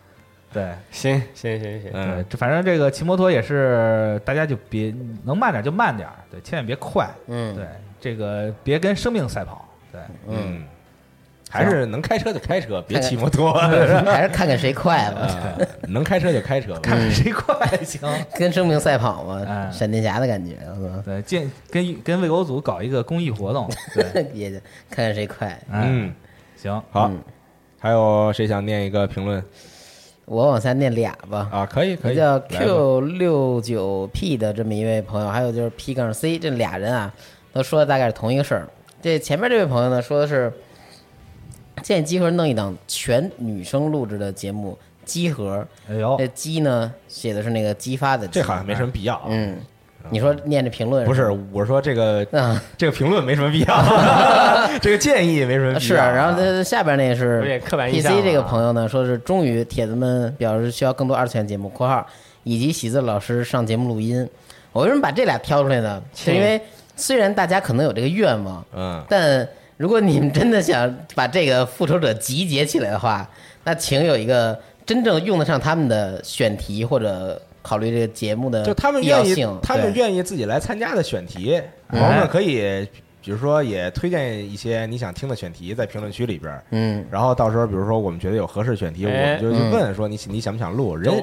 Speaker 4: 对
Speaker 3: 行行行行，
Speaker 4: 对
Speaker 2: 嗯，，
Speaker 4: 这反正这个骑摩托也是，大家就别能慢点就慢点儿，对，千万别快，
Speaker 1: 嗯
Speaker 4: 对，这个别跟生命赛跑，对，
Speaker 2: 嗯，还是能开车就开车，别骑 摩托，
Speaker 1: 还是看看谁快吧，
Speaker 4: 嗯
Speaker 2: 啊 能开车就开车吧，嗯
Speaker 4: 看看谁快行。
Speaker 1: 跟生命赛跑
Speaker 4: 哎
Speaker 1: 嘛，闪电侠的感觉，嗯
Speaker 4: 对，建跟跟卫狗组搞一个公益活动，对，
Speaker 1: 也看看谁快。
Speaker 4: 嗯，
Speaker 2: 嗯，
Speaker 4: 行，
Speaker 2: 好，还有谁想念一个评论
Speaker 1: 我往下念俩吧，
Speaker 2: 啊？可以，可以，
Speaker 1: 叫
Speaker 2: 来吧
Speaker 1: Q 六九 P 的这么一位朋友，还有就是 P 杠 C 这俩人啊，都说的大概是同一个事儿。这前面这位朋友呢，说的是建议集合弄一档全女生录制的节目《集合
Speaker 4: 哎》，呦
Speaker 1: 这，“激”呢写的是那个激发的“激
Speaker 2: 哦这好像没什么必要啊，
Speaker 1: 嗯，你说念这评论
Speaker 2: 不是，我说这个
Speaker 1: 啊？
Speaker 2: 这个评论没什么必 要，这个建议没什么必要。
Speaker 1: 是啊，然后他下边那
Speaker 3: 有点
Speaker 1: 是
Speaker 3: 刻板印
Speaker 1: P
Speaker 3: 象啊
Speaker 1: C 这个朋友呢，说是终于铁子们表示需要更多二次元节目（括号以及喜字老师上节目录音）。我为什么把这俩挑出来呢？是因为虽然大家可能有这个愿望，
Speaker 2: 嗯，
Speaker 1: 但如果你们真的想把这个复仇者集结起来的话，那请有一个真正用得上他们的选题或者考虑这个节目的
Speaker 2: 就他们
Speaker 1: 呃必要
Speaker 2: 愿意
Speaker 1: 性，，
Speaker 2: 他们
Speaker 1: 对
Speaker 2: 愿意自己来参加的选题，朋友们可以，比如说也推荐一些你想听的选题在评论区里边儿，
Speaker 1: 嗯
Speaker 2: 然后到时候比如说我们觉得有合适选题，我
Speaker 3: 哎
Speaker 2: 们就去问说你你想不想录？人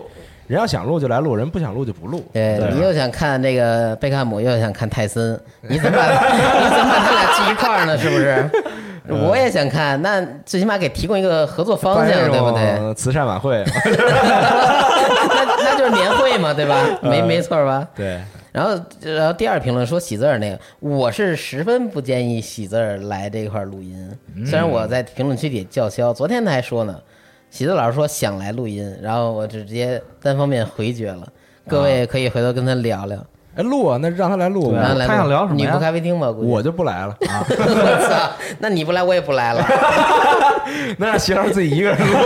Speaker 2: 人要想录就来录，人不想录就不录。
Speaker 1: 对你又想看这个贝克汉姆，又想看泰森，你怎么把你怎么把他俩聚一块儿呢？是不是？我也想看，那最起码给提供一个合作方
Speaker 2: 办
Speaker 1: 向，
Speaker 2: 那
Speaker 1: 对不对？
Speaker 2: 种慈善 晚会，
Speaker 1: 那那就是年会嘛，对吧？没没错吧？
Speaker 2: 对，
Speaker 1: 然后，然后第二评论说喜字儿那个，我是十分不建议喜字儿来这块儿录音。虽然我在评论区里叫嚣，昨天他还说呢，喜字老师说想来录音，然后我就直接单方面回绝了。各位可以回头跟他聊聊。
Speaker 2: 哎，录啊，那让他来录
Speaker 4: 对
Speaker 1: 然
Speaker 4: 啊
Speaker 1: 后
Speaker 2: 吧，
Speaker 1: 来
Speaker 4: 他
Speaker 1: 吧
Speaker 4: 想聊什么
Speaker 1: 女
Speaker 4: 呀
Speaker 1: 仆咖啡厅吧，估计
Speaker 2: 我就不来了啊，
Speaker 1: 我操， 那你不来我也不来了。
Speaker 2: 那让徐老师自己一个人录。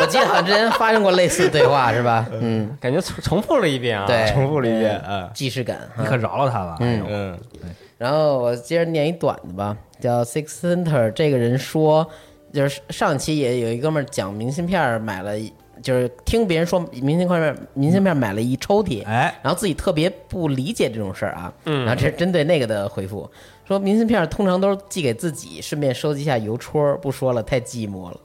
Speaker 1: 我记得好像之前发生过类似的对话，是吧？嗯，
Speaker 3: 感觉重重复了一遍啊。
Speaker 1: 对，
Speaker 2: 重复了一遍，嗯
Speaker 1: 既视感。
Speaker 4: 你
Speaker 1: 哈
Speaker 4: 可饶了他
Speaker 3: 哎
Speaker 4: 了，嗯，
Speaker 2: 嗯，
Speaker 1: 然后我接着念一短的吧，叫 Six Center。这个人说，就是上期也有一哥们儿讲明信片儿买了一就是听别人说明信片明信片买了一抽屉，
Speaker 4: 哎，
Speaker 1: 然后自己特别不理解这种事儿啊，然后这是针对那个的回复，说明信片通常都是寄给自己，顺便收集一下邮戳，不说了，太寂寞了。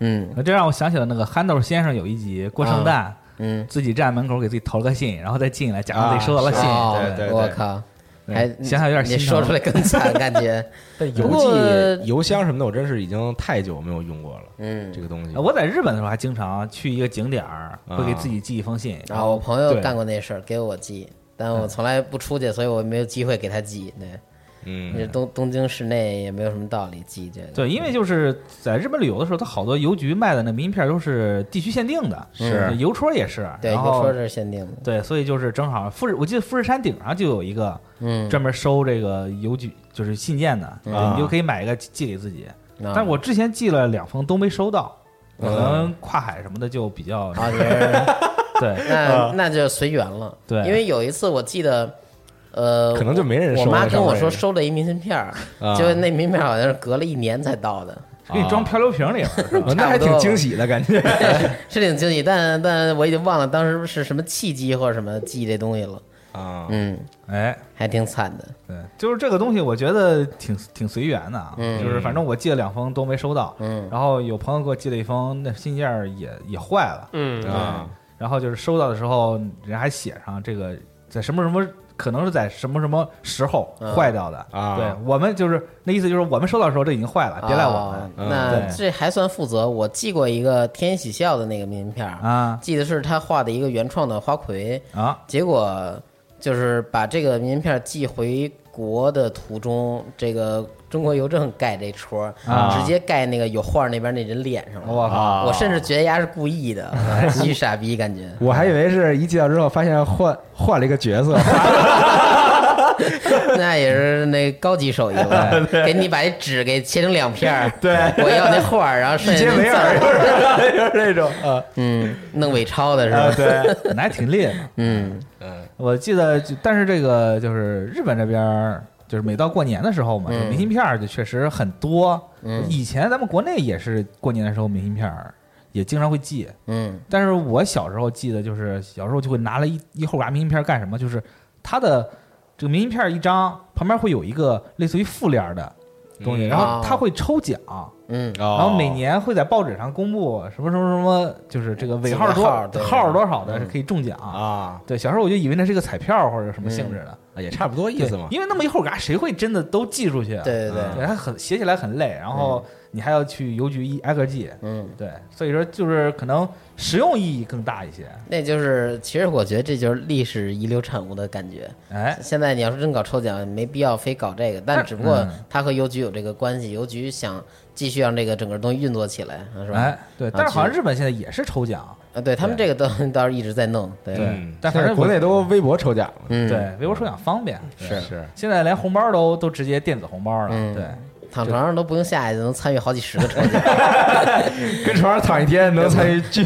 Speaker 1: 嗯
Speaker 4: 哎这让我想起了那个憨豆先生有一集过圣诞，
Speaker 1: 嗯，
Speaker 4: 自己站门口给自己投了个信，然后再进来，假装自己收到了信。
Speaker 1: 哦
Speaker 2: 对对对
Speaker 1: 我靠，
Speaker 4: 对
Speaker 1: 还
Speaker 4: 想嗯想有点
Speaker 1: 你
Speaker 4: 心
Speaker 1: 说
Speaker 4: 疼
Speaker 1: 出来更惨，感 觉。
Speaker 2: 但
Speaker 1: 不
Speaker 2: 邮
Speaker 1: 过
Speaker 2: 寄、邮箱什么的，我真是已经太久没有用过了。
Speaker 1: 嗯
Speaker 2: 这个东西，
Speaker 4: 我在日本的时候还经常去一个景点儿，会给自己寄一封信，
Speaker 1: 啊，我朋友
Speaker 4: 对
Speaker 1: 干过那事儿，给我寄，但我从来不出去，所以我没有机会给他寄。对，因为
Speaker 2: 嗯，
Speaker 1: 东东京市内也没有什么道理寄这个。
Speaker 4: 对，因为就是在日本旅游的时候，它好多邮局卖的那明信片都是地区限定的，
Speaker 2: 是
Speaker 4: 邮戳也是，
Speaker 1: 对，
Speaker 4: 然
Speaker 1: 邮
Speaker 4: 后
Speaker 1: 戳这是限定的。
Speaker 4: 对，所以就是正好富士，我记得富士山顶上就有一个
Speaker 1: 嗯，啊
Speaker 4: 专门收这个邮局就是信件的，对你就可以买一个寄给自己。
Speaker 1: 那
Speaker 4: 但我之前寄了两封都没收到，可能跨海什么的就比较
Speaker 1: 啊，就是
Speaker 4: 对，
Speaker 1: 那那就随缘了。
Speaker 4: 对
Speaker 1: 因为有一次我记得，呃，
Speaker 2: 可能就没人
Speaker 1: 我
Speaker 2: 收
Speaker 1: 我妈
Speaker 2: 了
Speaker 1: 跟我说
Speaker 2: 上回
Speaker 1: 收了一明信片儿，
Speaker 2: 啊
Speaker 1: 结果那明信片儿好像是隔了一年才到的，
Speaker 4: 给你装漂流瓶里边儿是吧
Speaker 2: 哦那还挺惊喜的感 觉。
Speaker 1: 是挺惊喜，但但我已经忘了当时是什么契机或者什么寄这东西了。
Speaker 2: 啊，
Speaker 1: 嗯，
Speaker 4: 哎，
Speaker 1: 还挺惨的。
Speaker 4: 对，就是这个东西，我觉得挺挺随缘的啊。就是反正我寄了两封都没收到，
Speaker 1: 嗯
Speaker 4: 然后有朋友给我寄了一封，那信件儿也也坏了，
Speaker 3: 嗯
Speaker 2: 啊，
Speaker 4: 然后就是收到的时候，人还写上这个在什么什么，可能是在什么什么时候
Speaker 1: 嗯
Speaker 4: 坏掉的。
Speaker 2: 啊
Speaker 4: 对我们就是那意思，就是我们收到的时候这已经坏了，别赖我
Speaker 1: 啊
Speaker 4: 们
Speaker 1: 那
Speaker 4: 对
Speaker 1: 这还算负责。我寄过一个天喜笑的那个明信片儿，
Speaker 4: 啊
Speaker 1: 记得是他画的一个原创的花魁，
Speaker 4: 啊
Speaker 1: 结果就是把这个明信片寄回国的途中，这个中国邮政盖这戳儿，
Speaker 4: 啊
Speaker 1: 直接盖那个有画儿那边那人脸上了。
Speaker 4: 我靠
Speaker 1: 我甚至觉得丫是故意的，巨傻逼感觉。
Speaker 2: 我还以为是一寄到之后发现换换了一个角色，
Speaker 1: 那也是那高级手艺了，给你把这纸给切成两片儿。对，我要那画儿，然后剩下
Speaker 2: 杰
Speaker 1: 那
Speaker 2: 维
Speaker 1: 字
Speaker 2: 尔
Speaker 1: 儿，
Speaker 2: 就是这种啊
Speaker 1: 嗯，弄伪钞的是
Speaker 4: 啊，
Speaker 1: 吧？
Speaker 4: 对，那还挺厉害的。
Speaker 1: 嗯
Speaker 4: 我记得就，但是这个就是日本这边儿，就是每到过年的时候嘛，
Speaker 1: 嗯
Speaker 4: 就明信片儿就确实很多。
Speaker 1: 嗯
Speaker 4: 以前咱们国内也是过年的时候，明信片儿也经常会寄。
Speaker 1: 嗯
Speaker 4: 但是我小时候记得，就是小时候就会拿了一一厚沓明信片儿干什么？就是它的这个明信片儿一张旁边会有一个类似于副联儿的东西，
Speaker 2: 嗯
Speaker 4: 然后它
Speaker 1: 哦
Speaker 4: 会抽奖，
Speaker 1: 嗯
Speaker 4: 然后每年会在报纸上公布什么什么什么，就是这个尾号多
Speaker 1: 几个号
Speaker 4: 少
Speaker 1: 儿对嗯
Speaker 4: 号儿多少的是可以中奖。
Speaker 2: 啊
Speaker 4: 对，小时候我就以为那是个彩票或者什么性质的，
Speaker 2: 也差不多意
Speaker 4: 对
Speaker 2: 思嘛。
Speaker 4: 因为那么一会儿嘎，谁会真的都寄出去啊？
Speaker 1: 对对对，
Speaker 4: 对，它很写起来很累，然后你还要去邮局一挨个寄。
Speaker 1: 嗯，
Speaker 4: 对，所以说就是可能实用意义更大一些。
Speaker 1: 那就是，其实我觉得这就是历史遗留产物的感觉。
Speaker 4: 哎，
Speaker 1: 现在你要是真搞抽奖，没必要非搞这个，但
Speaker 4: 但
Speaker 1: 只不过
Speaker 4: 嗯
Speaker 1: 它和邮局有这个关系，邮局想继续让这个整个东西运作起来，啊是吧？
Speaker 4: 哎，对，但是好像日本现在也是抽奖，
Speaker 1: 啊，对他们这个倒倒是一直在弄，对，
Speaker 4: 对
Speaker 2: 嗯，
Speaker 4: 但
Speaker 2: 现在
Speaker 4: 反正
Speaker 2: 国内都微博抽奖了，
Speaker 1: 嗯，
Speaker 4: 对微博抽奖方便，
Speaker 2: 是是，
Speaker 4: 现在连红包都都直接电子红包了，
Speaker 1: 嗯
Speaker 4: 对，
Speaker 1: 躺床上都不用下去就能参与好几十个抽奖，
Speaker 2: 跟床上躺一天能参与巨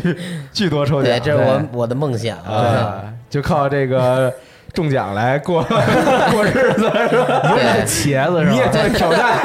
Speaker 2: 巨多抽
Speaker 1: 对，
Speaker 2: 奖，
Speaker 1: 这是我我的梦想，
Speaker 2: 啊，就靠这 个中奖来过 过日 子是吧？
Speaker 4: 你 也是茄子
Speaker 2: 你也
Speaker 4: 是吧？
Speaker 2: 做挑战，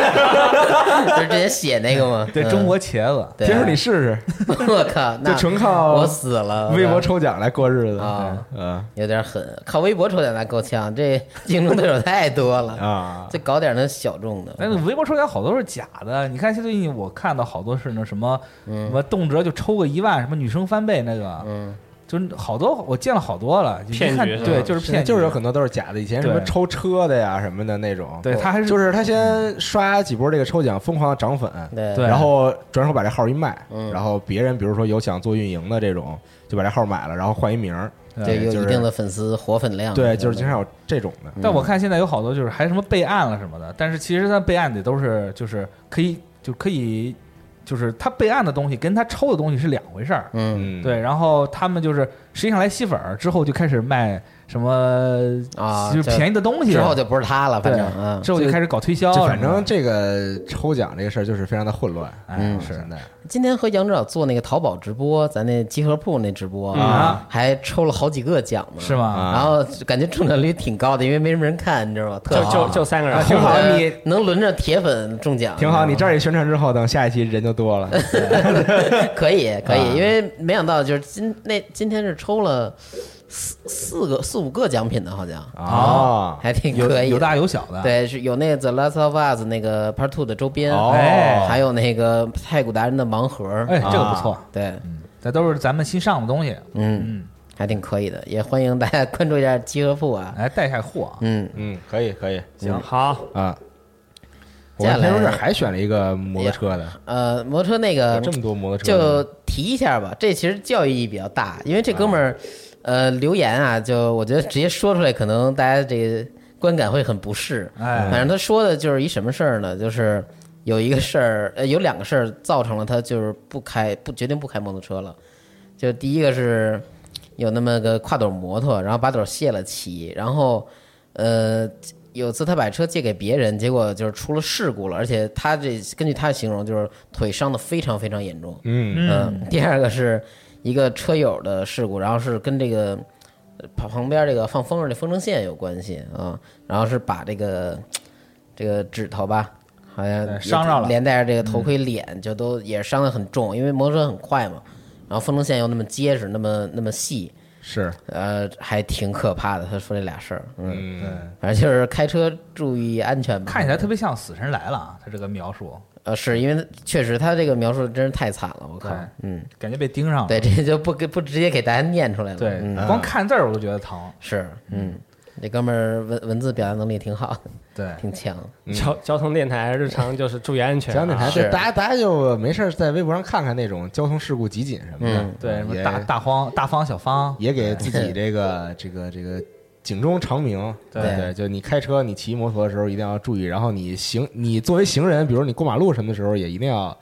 Speaker 1: 就是之前写那个嘛，
Speaker 4: 对
Speaker 1: 嗯
Speaker 4: 中，国茄子，
Speaker 1: 对
Speaker 2: 别说你试试，
Speaker 1: 我靠，那
Speaker 2: 就纯靠
Speaker 1: 我死了，
Speaker 2: 微博抽奖来过日子
Speaker 1: 啊，
Speaker 2: 嗯
Speaker 1: 有点狠，靠微博抽奖那够呛，这 竞争对手太多了
Speaker 2: 啊
Speaker 1: 再搞点那小众的，
Speaker 4: 但是哎微博抽奖好多是假的，你看现在最近我看到好多是那什么、什么动辄就抽个一万，什么女生翻倍那个，
Speaker 1: 嗯，
Speaker 4: 就是好多我见了好多了，就一
Speaker 3: 骗局
Speaker 4: 看
Speaker 3: 是吧
Speaker 4: 对，就是
Speaker 2: 现在
Speaker 4: 骗局，
Speaker 2: 就是有很多都是假的，以前什么
Speaker 4: 对
Speaker 2: 抽车的呀什么的那种，
Speaker 4: 对他还是
Speaker 2: 就是他先刷几波这个抽奖，疯狂地涨粉，
Speaker 1: 对
Speaker 4: 对
Speaker 2: 然后转手把这号一卖，
Speaker 1: 嗯
Speaker 2: 然后别人比如说有想做运营的这种，就把这号买了，然后换一名儿，
Speaker 1: 对，有
Speaker 2: 就是
Speaker 1: 一定的粉丝活粉量，
Speaker 2: 对，就是经常有这种的，
Speaker 4: 但我看现在有好多就是还什么备案了什么的，但是其实他备案的都是就是可以就可以就是他备案的东西跟他抽的东西是两回事儿，
Speaker 1: 嗯，
Speaker 2: 嗯，
Speaker 4: 对，然后他们就是实际上来吸粉儿之后就开始卖什么
Speaker 1: 啊
Speaker 4: 就是便宜的东西，
Speaker 1: 之后就不是他了，反正嗯，
Speaker 4: 之后就开始搞推销什
Speaker 2: 就
Speaker 4: 么的，
Speaker 2: 反正这个抽奖这个事儿就是非常的混乱，嗯
Speaker 1: 嗯
Speaker 4: 哎
Speaker 2: 是的，
Speaker 1: 今天和杨指导做那个淘宝直播，咱那集合铺那直播
Speaker 4: 啊，
Speaker 1: 还抽了好几个奖呢，
Speaker 4: 是？吗？
Speaker 2: 啊
Speaker 1: 然后感觉中奖率挺高的，因为没什么人看，你知道吗？特
Speaker 3: 就
Speaker 1: 好
Speaker 3: 就就三个人
Speaker 2: 啊，挺好
Speaker 1: 呃
Speaker 2: 你
Speaker 1: 能轮着铁粉中奖，
Speaker 2: 挺好。你
Speaker 1: 知
Speaker 2: 这儿一宣传之后，等下一期人就多 了。
Speaker 1: 道吗可以可
Speaker 2: 啊
Speaker 1: 以，因为没想到就是今那今天是抽了四四个四五个奖品呢，好像
Speaker 2: 哦
Speaker 1: 还挺
Speaker 4: 有
Speaker 1: 可以
Speaker 4: 有
Speaker 1: 的。
Speaker 4: 大有小的，
Speaker 1: 对，是有那个《The Last of Us》那个 Part Two 的周边，
Speaker 2: 哦
Speaker 1: 还有那个太古达人的盲盒，啊
Speaker 4: 哎，这个不错，嗯
Speaker 1: 对，
Speaker 4: 这都是咱们新上的东西，
Speaker 1: 嗯，还挺可以的，也欢迎大家关注一下集合铺啊，
Speaker 4: 来带一下货啊。
Speaker 1: 嗯，
Speaker 2: 嗯，可以可以
Speaker 3: 行，好，
Speaker 2: 啊。我
Speaker 1: 接下
Speaker 2: 们
Speaker 1: 来
Speaker 2: 天说这还选了一个摩托车的，
Speaker 1: 呃，摩托车那个
Speaker 4: 哎
Speaker 2: 有这么多摩托车
Speaker 1: 就
Speaker 2: 的，
Speaker 1: 提一下吧，这其实教育意义比较大，因为这哥们
Speaker 2: 啊
Speaker 1: 儿，呃，留言啊，就我觉得直接说出来，可能大家这个观感会很不适。
Speaker 4: 哎
Speaker 1: 反正他说的就是一什么事儿呢？就是有一个事儿，呃，有两个事儿造成了他就是不开，不决定不开摩托车了。就第一个是有那么个跨斗摩托，然后把斗卸了骑，然后呃。有次他把车借给别人，结果就是出了事故了，而且他这根据他的形容就是腿伤的非常非常严重，
Speaker 2: 嗯，
Speaker 1: 嗯，第二个是一个车友的事故，然后是跟这个呃旁旁边这个放风筝的风筝线有关系啊，然后是把这个这个指头吧，好像
Speaker 4: 对哎伤着了嗯
Speaker 1: 连带着这个头盔、脸就都也伤得很重，因为摩托车很快嘛，然后风筝线又那么结实，那么那么细，
Speaker 2: 是，
Speaker 1: 呃，还挺可怕的。他说这俩事儿，嗯，
Speaker 4: 对
Speaker 2: 嗯，，
Speaker 1: 反正就是开车注意安全吧。
Speaker 4: 看起来特别像《死神来了》啊，他这个描述，
Speaker 1: 呃，是因为确实他这个描述真是太惨了，我靠
Speaker 4: 对，
Speaker 1: 嗯，
Speaker 4: 感觉被盯上了。
Speaker 1: 对，这就不给不直接给大家念出来了，
Speaker 4: 对
Speaker 1: 嗯。，
Speaker 4: 光看字儿我都觉得疼。
Speaker 1: 是，嗯，这哥们儿文文字表达能力挺好的，
Speaker 4: 对，
Speaker 1: 挺强。
Speaker 3: 交交通电台日常就是注意安全
Speaker 2: 交通电
Speaker 3: 啊
Speaker 2: 台，
Speaker 1: 是
Speaker 2: 对，大家大家就没事儿在微博上看看那种交通事故集锦什么的
Speaker 1: 嗯，
Speaker 4: 对，什么
Speaker 2: 也
Speaker 4: 大大方、大方、小方，
Speaker 2: 也给自己这个这个这个警钟长鸣。
Speaker 4: 对
Speaker 2: 对，就你开车、你骑摩托的时候一定要注意，然后你行，你作为行人，比如你过马路什么的时候，也一定要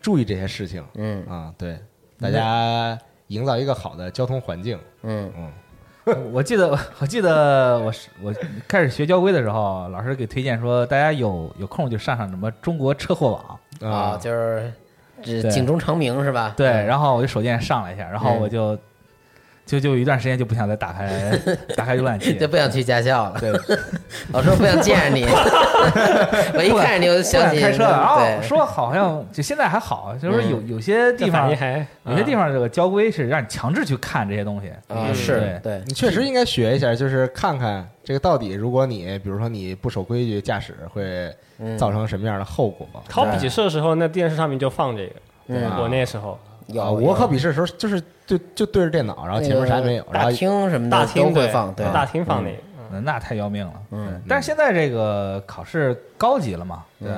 Speaker 2: 注意这些事情。
Speaker 1: 嗯
Speaker 2: 啊，对，大家营造一个好的交通环境。
Speaker 1: 嗯
Speaker 2: 嗯，
Speaker 4: 我记得， 我记得我是我开始学交规的时候，老师给推荐说，大家有有空就上上什么中国车祸网。
Speaker 1: 啊，就是这
Speaker 4: 对
Speaker 1: 警钟长鸣是吧？
Speaker 4: 对，然后我就手贱上了一下，然后我就、就就有一段时间就不想再打开 打开浏览 器
Speaker 1: 就，不想去驾校了。
Speaker 4: 对，
Speaker 1: 老师，我不想见着你。我一看着你，我就
Speaker 4: 不
Speaker 1: 想
Speaker 4: 敢
Speaker 1: 起
Speaker 4: 开车了。然后
Speaker 1: 对，
Speaker 4: 说好像就现在还好，就是有有些
Speaker 3: 这
Speaker 4: 地
Speaker 3: 反
Speaker 4: 方
Speaker 3: 应还
Speaker 4: 有些地方这个交规是让你强制去看这些东西。
Speaker 1: 啊，
Speaker 3: 嗯
Speaker 1: 是
Speaker 4: 对
Speaker 1: 对，
Speaker 2: 你确实应该学一下，就是看看这个到底，如果你比如说你不守规矩驾驶，会
Speaker 1: 嗯
Speaker 2: 造成什么样的后果？
Speaker 3: 考笔试的时候，那电视上面就放这个，
Speaker 1: 嗯
Speaker 3: 国内时候
Speaker 1: 有
Speaker 2: 啊
Speaker 1: 有
Speaker 2: 我考笔试的时候，就是就就对着电脑，然后啊前面啥也没有，
Speaker 1: 那个
Speaker 2: 然后
Speaker 1: 大厅什么
Speaker 3: 大
Speaker 1: 的
Speaker 3: 厅
Speaker 1: 嗯都会
Speaker 3: 对
Speaker 1: 放，对，
Speaker 3: 大厅放那个，
Speaker 4: 嗯那太要命了。
Speaker 1: 嗯
Speaker 4: 对，但是现在这个考试高级了嘛？对，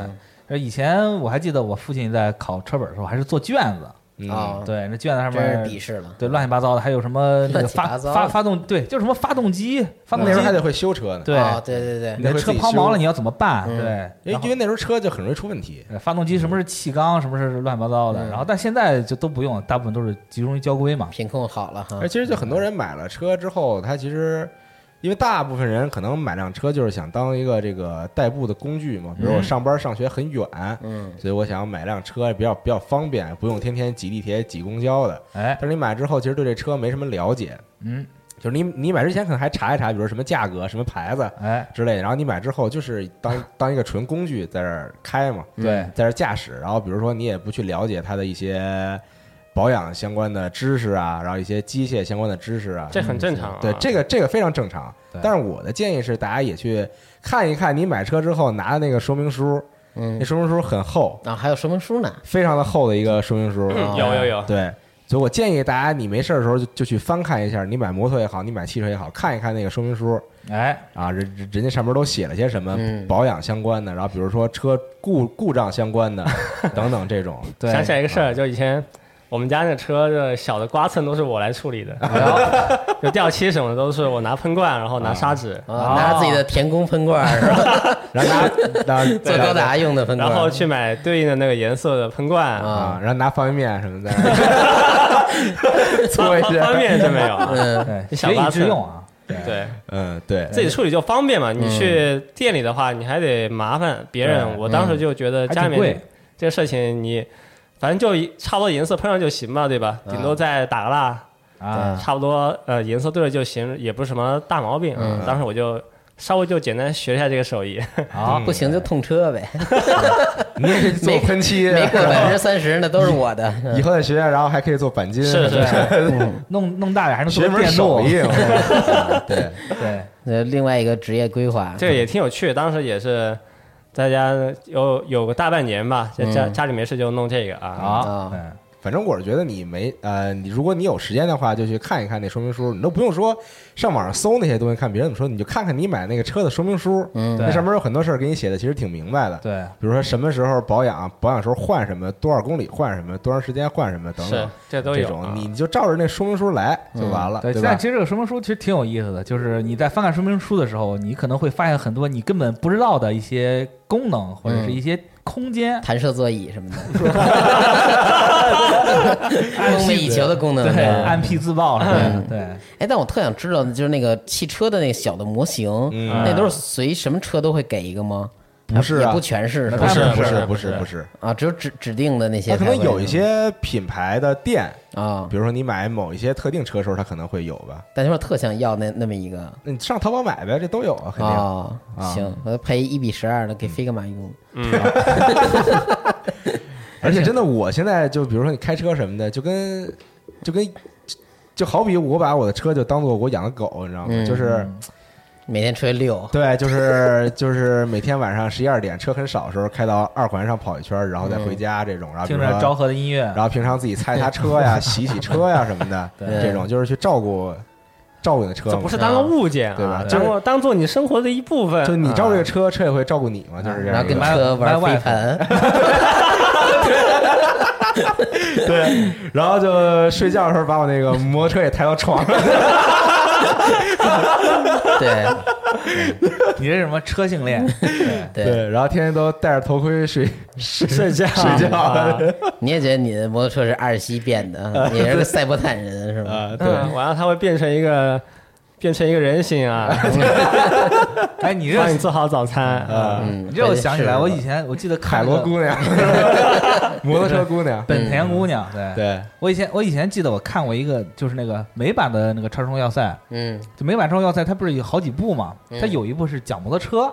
Speaker 4: 呃以前我还记得我父亲在考车本的时候，还是做卷子。
Speaker 2: 嗯
Speaker 1: 啊，
Speaker 4: 对，那卷子上
Speaker 1: 真是
Speaker 4: 面
Speaker 1: 笔试了。
Speaker 4: 对乱七八糟的，还有什么那
Speaker 1: 乱
Speaker 4: 个
Speaker 1: 七
Speaker 4: 发
Speaker 1: 八糟
Speaker 4: 发
Speaker 1: 的
Speaker 4: 发动对，就是什么发动机，发动
Speaker 2: 那
Speaker 4: 机
Speaker 2: 时候还得会修车呢。
Speaker 4: 对，
Speaker 1: 啊，对对对，
Speaker 4: 你的车抛锚了你要怎么办？
Speaker 1: 嗯
Speaker 4: 对，
Speaker 2: 因为
Speaker 4: 然后
Speaker 2: 因为那时候车就很容易出问题。
Speaker 4: 呃发动机什么是气缸，什么是乱七八糟的，
Speaker 1: 嗯
Speaker 4: 然后但现在就都不用，大部分都是集中于交规嘛。
Speaker 1: 品控好
Speaker 4: 啊
Speaker 1: 了哈
Speaker 2: 而。其实就很多人买了车之后，他其实因为大部分人可能买辆车就是想当一个这个代步的工具嘛，比
Speaker 4: 嗯
Speaker 2: 如我上班上学很远，
Speaker 1: 嗯，
Speaker 2: 所以我想买辆车比较比较方便，不用天天挤地铁挤公交的。
Speaker 4: 哎
Speaker 2: 但，是你买之后，其实对这车没什么了解，
Speaker 4: 嗯，
Speaker 2: 就是你你买之前可能还查一查，比如什么价格、什么牌子
Speaker 4: 哎，
Speaker 2: 之类的，然后你买之后就是当当一个纯工具在这儿开嘛。
Speaker 4: 对，
Speaker 2: 在这儿驾驶，然后比如说你也不去了解它的一些保养相关的知识啊，然后一些机械相关的知识啊，
Speaker 3: 这很正常啊。
Speaker 2: 对这个这个非常正常
Speaker 4: 对。
Speaker 2: 但是我的建议是，大家也去看一看你买车之后拿的那个说明书，
Speaker 1: 嗯
Speaker 2: 那说明书很厚，
Speaker 1: 然后还有说明书呢。
Speaker 2: 非常的厚的一个说明书。
Speaker 3: 嗯有有有，
Speaker 2: 对，所以我建议大家，你没事儿的时候就就去翻看一下，你买摩托也好，你买汽车也好，看一看那个说明书。
Speaker 4: 哎，
Speaker 2: 啊，人人人家上面都写了些什么
Speaker 1: 嗯
Speaker 2: 保养相关的，然后比如说车故故障相关的等等这种，
Speaker 4: 对，
Speaker 3: 想起来一个事儿，就以前我们家那车的小的刮蹭都是我来处理的，就掉漆什么的都是我拿喷罐，然后拿砂纸，
Speaker 1: 啊，拿着自己的田工喷罐儿是吧？
Speaker 2: 然后拿拿
Speaker 1: 做高达用的喷罐儿，
Speaker 3: 然后去买对应的那个颜色的喷罐。
Speaker 1: 啊
Speaker 2: 啊，然后拿方便面什么的，
Speaker 1: 搓一
Speaker 3: 方方
Speaker 1: 下。
Speaker 3: 面是没有啊，
Speaker 1: 嗯，
Speaker 4: 哎，
Speaker 3: 你
Speaker 4: 学
Speaker 3: 想拉
Speaker 4: 以致
Speaker 3: 扯
Speaker 4: 用啊，
Speaker 3: 对，
Speaker 2: 嗯，对，
Speaker 3: 自己处理就方便嘛。你去
Speaker 2: 嗯
Speaker 3: 店里的话，你还得麻烦别人。
Speaker 4: 对
Speaker 3: 我当时就觉得
Speaker 4: 还
Speaker 3: 家
Speaker 4: 挺
Speaker 3: 里面
Speaker 4: 贵。
Speaker 3: 这个事情你，反正就一差不多颜色碰上就行吧，对吧？
Speaker 2: 嗯
Speaker 3: 顶多再打个蜡，
Speaker 4: 啊，
Speaker 3: 差不多呃颜色对了就行，也不是什么大毛病。
Speaker 1: 嗯
Speaker 3: 当时我就稍微就简单学了一下这 个手艺，
Speaker 4: 好
Speaker 2: 嗯
Speaker 1: 不行就痛车呗，
Speaker 2: 你也可以做喷漆，
Speaker 1: 没过百分之三十那都是我的。
Speaker 2: 以后在学院，然后还可以做钣金，
Speaker 3: 是是是，
Speaker 4: 弄弄大点还能做
Speaker 2: 学
Speaker 4: 个
Speaker 2: 门
Speaker 4: 电
Speaker 2: 手
Speaker 4: 路，
Speaker 2: 艺，我 对，
Speaker 4: 对，
Speaker 1: 呃，另外一个职业规划，
Speaker 3: 这个也挺有趣。当时也是在家有有个大半年吧，在家、
Speaker 2: 嗯
Speaker 3: 家里没事就弄这个啊。
Speaker 4: 啊，嗯
Speaker 2: 反正我是觉得你没呃，你如果你有时间的话，就去看一看那说明书，你都不用说上网上搜那些东西，看别人怎么说，你就看看你买那个车的说明书，
Speaker 1: 嗯
Speaker 2: 那
Speaker 4: 对
Speaker 2: 上面有很多事儿给你写的其实挺明白的，
Speaker 4: 对，
Speaker 2: 比如说什么时候保养，保养时候换什么，多少公里换什么，多长时间换什么等
Speaker 3: 是
Speaker 2: 等，，
Speaker 3: 这都
Speaker 2: 这
Speaker 3: 有啊
Speaker 2: 种。你就照着那说明书来就完了，
Speaker 4: 对，
Speaker 2: 对
Speaker 4: 但
Speaker 2: 吧？
Speaker 4: 其实这个说明书其实挺有意思的，就是你在翻看说明书的时候，你可能会发现很多你根本不知道的一些功能或
Speaker 2: 嗯
Speaker 4: 者是一些空间，
Speaker 1: 弹射座椅什么的，梦寐以求的功能。
Speaker 4: 对，
Speaker 1: 嗯
Speaker 4: 安辟自爆是
Speaker 2: 嗯
Speaker 4: 吧？ 对，
Speaker 1: 哎，但我特想知道，就是那个汽车的那个小的模型，
Speaker 2: 嗯
Speaker 1: 那都是随什么车都会给一个吗？
Speaker 2: 不是
Speaker 1: 也
Speaker 2: 啊
Speaker 1: 不全是，是吧
Speaker 2: 不是
Speaker 3: 不
Speaker 2: 不
Speaker 3: 是
Speaker 2: 是
Speaker 3: 不
Speaker 2: 不
Speaker 3: 是
Speaker 2: 是不是，
Speaker 1: 啊，只有指指定的那些
Speaker 2: 它可
Speaker 1: 才会。
Speaker 2: 能有一些品牌的店，
Speaker 1: 啊
Speaker 2: 比，如说你买某一些特定车的时候，它可能会有吧。
Speaker 1: 但是我特想要那那么一个
Speaker 2: 那你上淘宝买呗，这都有啊，肯定。
Speaker 1: 啊，行，我配一比十二的给飞格玛用。
Speaker 2: 而且真的，我现在就比如说你开车什么的，就跟就跟就好比我把我的车就当做我养的狗，你知道吗？
Speaker 1: 嗯
Speaker 2: 就是
Speaker 1: 每天出去
Speaker 4: 嗯
Speaker 1: 遛，
Speaker 2: 对，就是就是每天晚上十一二点车很少的时候，开到二环上跑一圈，然后再回家这种，然后比
Speaker 4: 听
Speaker 2: 如
Speaker 4: 着昭
Speaker 2: 说。
Speaker 4: 和的音乐，
Speaker 2: 啊然后平常自己擦一擦车呀，洗一洗车呀什么的，这种就是去照顾照顾你的车
Speaker 3: 这
Speaker 2: 嘛，
Speaker 3: 不是当个物件啊，
Speaker 2: 嗯对吧
Speaker 3: 当做当做你生活的一部分。啊
Speaker 2: 就你照顾这个车，车也会照顾你嘛，就是这
Speaker 1: 啊然
Speaker 2: 样
Speaker 1: 后
Speaker 2: 一
Speaker 1: 跟车玩飞
Speaker 2: 个。
Speaker 1: 盘，
Speaker 2: 对，然后就睡觉的时候把我那个摩托车也抬到床上，
Speaker 1: 对
Speaker 4: 你这是什么车 性恋？对，
Speaker 1: 对，，
Speaker 2: 然后天天都戴着头盔睡 睡
Speaker 3: 睡觉
Speaker 2: 睡觉
Speaker 3: 啊
Speaker 1: 你也觉得你的摩托车是阿尔西变 的，你是个赛博坦人是吧？
Speaker 2: 啊，对，
Speaker 3: 嗯，完了它会变成一个变成一个人形啊，
Speaker 4: 哎，你
Speaker 3: 帮你
Speaker 4: 这
Speaker 3: 做好早餐啊。
Speaker 1: 嗯，
Speaker 4: 你这我想起来，我以
Speaker 1: 前
Speaker 4: 前我记得
Speaker 2: 海
Speaker 4: 看
Speaker 2: 螺
Speaker 4: 过
Speaker 2: 姑娘，摩托车姑娘，
Speaker 4: 本田姑娘，对，
Speaker 2: 对，
Speaker 4: 我以前我以前记得我看过一个，就是那个美版的那个超时空要塞，
Speaker 1: 嗯
Speaker 4: 就美版超时空要塞，它不是有好几部嘛？
Speaker 1: 嗯
Speaker 4: 它有一部是讲摩托车，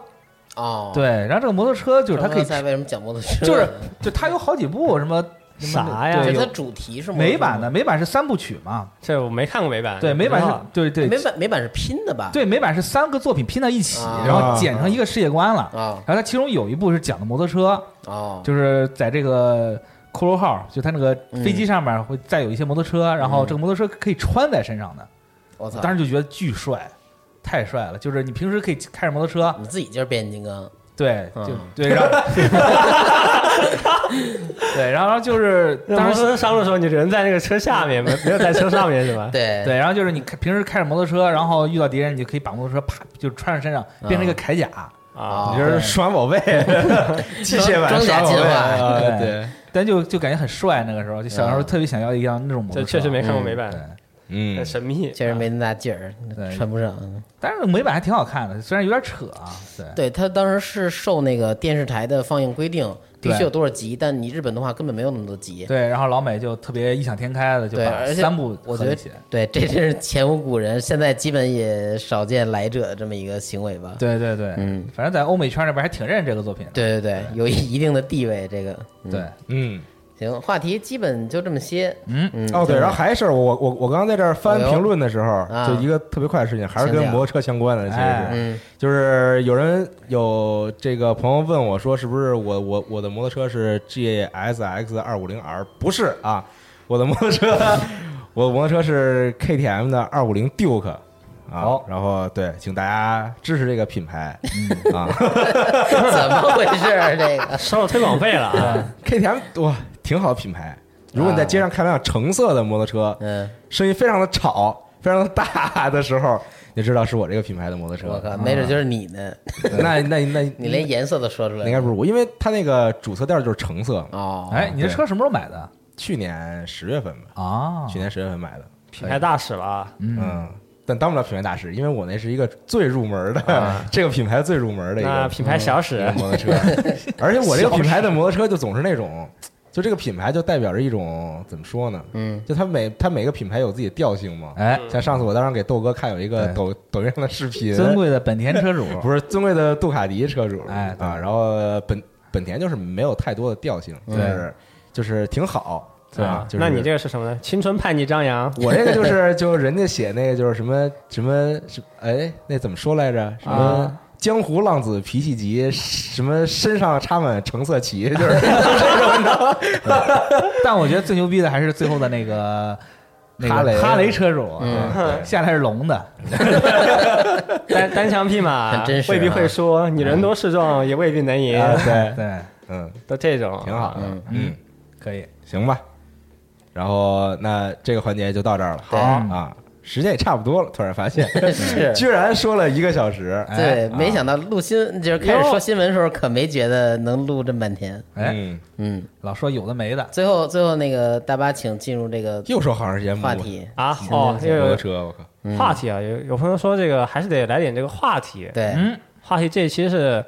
Speaker 1: 哦，
Speaker 4: 对，然后这个摩托车就是它可以
Speaker 1: 赛为什么讲摩托车？
Speaker 4: 就是就它有好几部什么什么
Speaker 3: 啥呀
Speaker 4: 对
Speaker 1: 就它
Speaker 4: 有
Speaker 1: 主题是摩托车
Speaker 4: 美版的，美版是三部曲嘛？
Speaker 3: 这我没看过美
Speaker 1: 哎
Speaker 3: 版，
Speaker 4: 对，美版是对对
Speaker 1: 美版美版是拼的吧？
Speaker 4: 对，美版是三个作品拼在一起，
Speaker 1: 啊
Speaker 4: 然后剪成一个世界观了。
Speaker 1: 啊
Speaker 4: 然后它其中有一部是讲的摩托车，
Speaker 1: 哦，
Speaker 4: 就是在这个骷髅号，就它那个飞机上面会再有一些摩托
Speaker 1: 嗯
Speaker 4: 车，然后这个摩托车可以穿在身上的，
Speaker 1: 我操！
Speaker 4: 当时就觉得巨帅。太帅了！就是你平时可以开着摩托车，
Speaker 1: 你自己就是变形金刚，
Speaker 4: 对，
Speaker 1: 嗯
Speaker 4: 就对，然后 对，然后就是
Speaker 3: 那
Speaker 4: 当
Speaker 3: 摩托
Speaker 4: 时
Speaker 3: 车上路的时候，你人在那个车下面，没没有在车上面是吧？
Speaker 1: 对
Speaker 4: 对，然后就是你开平时开着摩托车，然后遇到敌人，你就可以把摩托车啪就穿上身上，变成一个铠甲，
Speaker 3: 啊，
Speaker 2: 你这是数码宝贝，机械版
Speaker 1: 装装
Speaker 2: 数
Speaker 1: 甲
Speaker 2: 码宝
Speaker 1: 进
Speaker 2: 贝
Speaker 1: 化
Speaker 2: 啊，
Speaker 4: 对
Speaker 2: 对，
Speaker 4: 但就就感觉很帅。那个时候，就小时候特别想要一辆那种摩
Speaker 3: 这
Speaker 4: 托车，
Speaker 3: 确实没看过美
Speaker 4: 对
Speaker 3: 版，
Speaker 2: 嗯
Speaker 3: 很，神秘。
Speaker 1: 确实没那大劲儿
Speaker 4: 对，
Speaker 1: 穿不上。
Speaker 4: 但是美版还挺好看的，虽然有点扯啊。对，
Speaker 1: 对他当时是受那个电视台的放映规定，必须有多少集，但你日本的话根本没有那么多集。
Speaker 4: 对，然后老美就特别异想天开的，就
Speaker 1: 对
Speaker 4: 把
Speaker 1: 而且
Speaker 4: 三部
Speaker 1: 我觉
Speaker 4: 合在
Speaker 1: 得
Speaker 4: 一起。
Speaker 1: 对，这真是前无古人，现在基本也少见来者这么一个行为吧。
Speaker 4: 对对对，
Speaker 1: 嗯，
Speaker 4: 反正在欧美圈那边还挺认这个作品的。
Speaker 1: 对对对，有一定的地位，这个嗯
Speaker 4: 对，
Speaker 2: 嗯，
Speaker 1: 行，话题基本就这么些。
Speaker 4: 嗯
Speaker 1: 嗯，
Speaker 2: 哦对，
Speaker 1: 就是
Speaker 2: 然后还有一事儿，我我我刚刚在这儿翻
Speaker 1: 哎呦
Speaker 2: 评论的时候，
Speaker 1: 啊
Speaker 2: 就一个特别快的事情，还是
Speaker 1: 想
Speaker 2: 跟
Speaker 1: 想
Speaker 2: 摩托车相关的，其实是。
Speaker 4: 哎
Speaker 1: 嗯
Speaker 2: 就是有人有这个朋友问我说，是不是我我我的摩托车是 G S X 二五零 R？不是啊，我的摩托车， 我的摩托车是 K T M 的二五零 Duke 啊。
Speaker 4: 好
Speaker 2: 然后对，请大家支持这个品牌
Speaker 1: 嗯
Speaker 2: 啊。
Speaker 1: 怎么回事儿？这个
Speaker 3: 收了推广费了啊！
Speaker 2: K T M 哇，挺好的品牌。如果你在街上看辆橙色的摩托车，
Speaker 1: 嗯，
Speaker 2: 声音非常的吵、非常的大的 时候，你就知道是我这个品牌的摩托
Speaker 1: 我
Speaker 2: 车。
Speaker 1: 靠，
Speaker 4: 啊
Speaker 1: 没准就是你呢，
Speaker 2: 那那那，
Speaker 1: 你连颜色都说出来
Speaker 2: 那
Speaker 1: 了。
Speaker 2: 应该不是我，因为它那个主色调就是橙色嘛。
Speaker 1: 哦，
Speaker 4: 哎，你这
Speaker 2: 对
Speaker 4: 车什么时候买的？
Speaker 2: 去年十月份吧，
Speaker 4: 啊，
Speaker 2: 去年十月份买的，
Speaker 3: 品牌大使了，啊
Speaker 4: 嗯，
Speaker 2: 嗯，但当不了品牌大使，因为我那是一个最入门的、
Speaker 1: 啊
Speaker 2: 这个品牌最入门的一
Speaker 3: 那
Speaker 2: 个
Speaker 3: 品牌小使
Speaker 2: 一个摩托车，而且我这个品牌的摩托车就总是那种，就这个品牌就代表着一种怎么说呢？
Speaker 1: 嗯，
Speaker 2: 就它每它每个品牌有自己的调性嘛。
Speaker 4: 哎，
Speaker 2: 像上次我当时给豆哥看有一个
Speaker 4: 对
Speaker 2: 抖抖音上的视频，
Speaker 4: 尊贵的本田车主，
Speaker 2: 不是尊贵的杜卡迪车主，
Speaker 4: 哎对
Speaker 2: 啊，然后本本田就是没有太多的调性，就
Speaker 4: 对
Speaker 2: 是就是挺好，啊
Speaker 3: 啊，
Speaker 2: 就是嗯
Speaker 3: 那你这个是什么呢？青春叛逆张扬，
Speaker 2: 我这个就是就人家写那个就是什么什么什哎那怎么说来着？什么
Speaker 3: 啊
Speaker 2: 江湖浪子脾气急，什么身上插满橙色旗，就是这种你知道吗
Speaker 4: 但我觉得最牛逼的还是最后的那个那个
Speaker 2: 哈雷
Speaker 4: 哈雷车主，
Speaker 1: 嗯
Speaker 4: 对下来是龙的，
Speaker 3: 单单枪匹马
Speaker 1: 很真，实
Speaker 3: 未必
Speaker 1: 啊
Speaker 3: 会输，你人多势众也未必能赢，
Speaker 2: 啊对，
Speaker 4: 对，
Speaker 2: 嗯，
Speaker 3: 都这种
Speaker 2: 挺好的，
Speaker 1: 嗯
Speaker 2: 嗯，
Speaker 4: 可以，
Speaker 2: 行吧。然后那这个环节就到这儿了，好
Speaker 4: 嗯
Speaker 2: 啊，时间也差不多了，突然发现
Speaker 1: 是
Speaker 2: 居然说了一个小时，
Speaker 1: 对，
Speaker 3: 哎啊
Speaker 1: 没想到录新就是开始说新闻的时候，可没觉得能录这么半天。
Speaker 4: 哎，
Speaker 2: 嗯，
Speaker 1: 嗯，
Speaker 4: 老说有的没的，
Speaker 1: 最后最后那个大巴，请进入这个
Speaker 2: 又说好长时间不
Speaker 1: 话题。
Speaker 3: 啊！哦，又
Speaker 2: 摩托
Speaker 3: 有
Speaker 2: 车，我靠，
Speaker 3: 话题啊，有有朋友说这个还是得来点这个话题，
Speaker 1: 对，
Speaker 4: 嗯
Speaker 3: 话题这一期是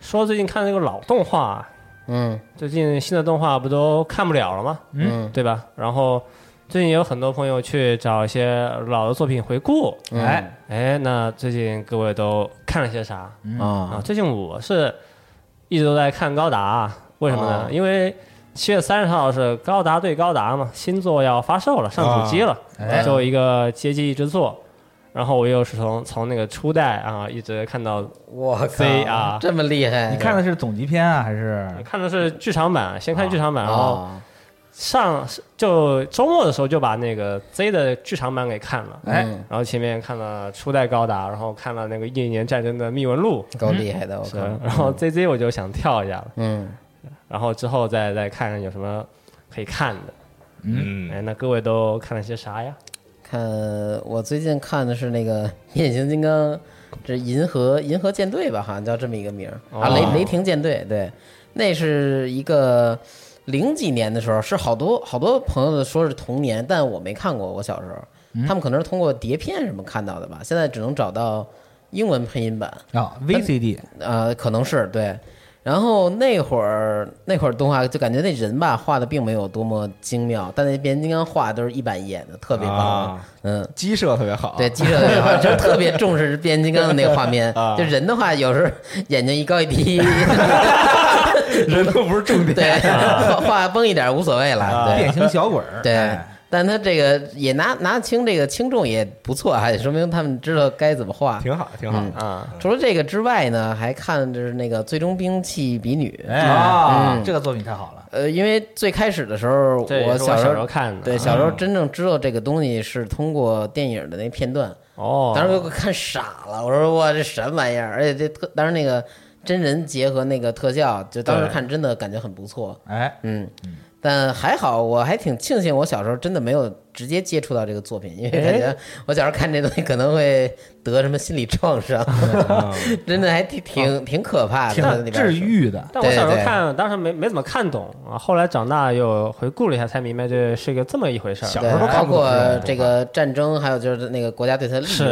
Speaker 3: 说最近看那个老动画，
Speaker 1: 嗯
Speaker 3: 最近新的动画不都看不了了吗？
Speaker 1: 嗯
Speaker 3: 对吧？然后最近也有很多朋友去找一些老的作品回顾，
Speaker 1: 嗯
Speaker 4: 哎，
Speaker 3: 哎，那最近各位都看了些啥啊？
Speaker 1: 啊，
Speaker 3: 最近我是一直都在看高达，啊为什么呢
Speaker 1: 哦？
Speaker 3: 因为七月三十号是高达对高达嘛，新作要发售了，上主机了，
Speaker 4: 哎
Speaker 3: 就一个街机之作。然后我又是从从那个初代啊一直看到，
Speaker 1: 我靠
Speaker 3: C 啊，
Speaker 1: 这么厉害！
Speaker 4: 你看的是总集篇啊，还是
Speaker 3: 看的是剧场版，先看剧场版，然后
Speaker 1: 啊，
Speaker 3: 上就周末的时候就把那个 Z 的剧场版给看了，
Speaker 4: 哎
Speaker 1: 嗯
Speaker 3: 然后前面看了初代高达，然后看了那个一年战争的密文录，
Speaker 1: 够厉害的，我
Speaker 3: 是
Speaker 1: 靠！
Speaker 3: 然后 ZZ 我就想跳一下了，
Speaker 1: 嗯，
Speaker 3: 然后之后再再看看有什么可以看的。
Speaker 2: 嗯
Speaker 3: 哎，那各位都看了些啥呀？
Speaker 1: 看我最近看的是那个《变形金刚》，这银河银河舰队吧，好像叫这么一个名儿啊，
Speaker 3: 哦
Speaker 1: 雷雷霆舰队，对，那是一个零几年的时候，是好多好多朋友说是童年，但我没看过，我小时候，他们可能是通过碟片什么看到的吧，现在只能找到英文配音版，
Speaker 4: 啊 VCD
Speaker 1: 呃，可能是对。然后那会儿那会儿动画就感觉那人吧画的并没有多么精妙，但那变形金刚画的都是一板一眼的，特别棒，
Speaker 2: 啊
Speaker 1: 嗯。
Speaker 2: 鸡舍特别
Speaker 3: 啊
Speaker 2: 好，
Speaker 1: 对，记者的话就是特别重视变形金刚的那个画 面，
Speaker 3: 啊
Speaker 1: 就人的话有时候眼睛一高一低，
Speaker 2: 人都不是重 点。
Speaker 1: 对，
Speaker 3: 啊
Speaker 1: 画画崩一点无所谓了，啊对
Speaker 4: 变形小鬼儿，
Speaker 1: 对
Speaker 4: 哎，
Speaker 1: 但他这个也拿拿得清这个轻重也不错，还说明他们知道该怎么画。
Speaker 2: 挺好，挺好。
Speaker 1: 嗯
Speaker 3: 啊，
Speaker 1: 除了这个之外呢，还看就是那个《最终兵器比女》
Speaker 4: 哎啊，
Speaker 1: 嗯
Speaker 4: 这个作品太好了，
Speaker 1: 呃，因为最开始的时候，
Speaker 3: 这也
Speaker 1: 我
Speaker 3: 是我
Speaker 1: 小时
Speaker 3: 小时候
Speaker 1: 候
Speaker 3: 看的。嗯
Speaker 1: 对小时候真正知道这个东西是通过电影的那片段，
Speaker 3: 哦，
Speaker 1: 当时给我看傻了，我说哇这什么玩意儿？而且这特当时那个真人结合那个特效，就当时看真的感觉很不错，
Speaker 4: 哎，
Speaker 1: 嗯。但还好，我还挺庆幸我小时候真的没有直接接触到这个作品，因为感
Speaker 4: 哎
Speaker 1: 觉我小时候看这东西可能会得什么心理创 伤， 真的还挺挺挺可啊怕的。它里
Speaker 4: 哦挺
Speaker 1: 边说
Speaker 4: 治愈的，
Speaker 3: 但我小
Speaker 1: 对
Speaker 3: 时
Speaker 1: 对
Speaker 3: 候看，当时没没怎么看懂啊，后来长大又回顾了一下，才明白这是一个这么一回事儿。
Speaker 2: 小
Speaker 1: 对
Speaker 2: 时候都，看
Speaker 1: 包
Speaker 2: 不懂
Speaker 1: 括这个战争，还有就是那个国家对他的利用，
Speaker 3: 是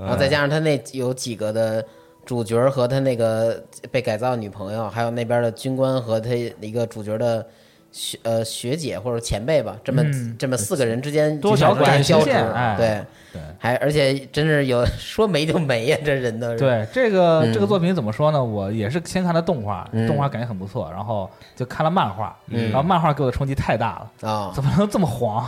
Speaker 1: 然后再加上他那有几个的主角和他那个被改造的女朋友，还有那边的军官和他一个主角的学呃学姐或者前辈吧，这么、这么四个人之间
Speaker 3: 多少
Speaker 1: 之间
Speaker 3: 管
Speaker 1: 交织，
Speaker 4: 线哎
Speaker 1: 对
Speaker 4: 对
Speaker 1: 还而且真是有说没就没呀、这人都是
Speaker 4: 对这个、
Speaker 1: 嗯
Speaker 4: 这个作品怎么说呢？我也是先看了动画，
Speaker 1: 嗯
Speaker 4: 动画感觉很不错，然后就看了漫画，
Speaker 1: 嗯
Speaker 4: 然后漫画给我的冲击太大了，
Speaker 1: 啊
Speaker 4: 怎么能这 么黄？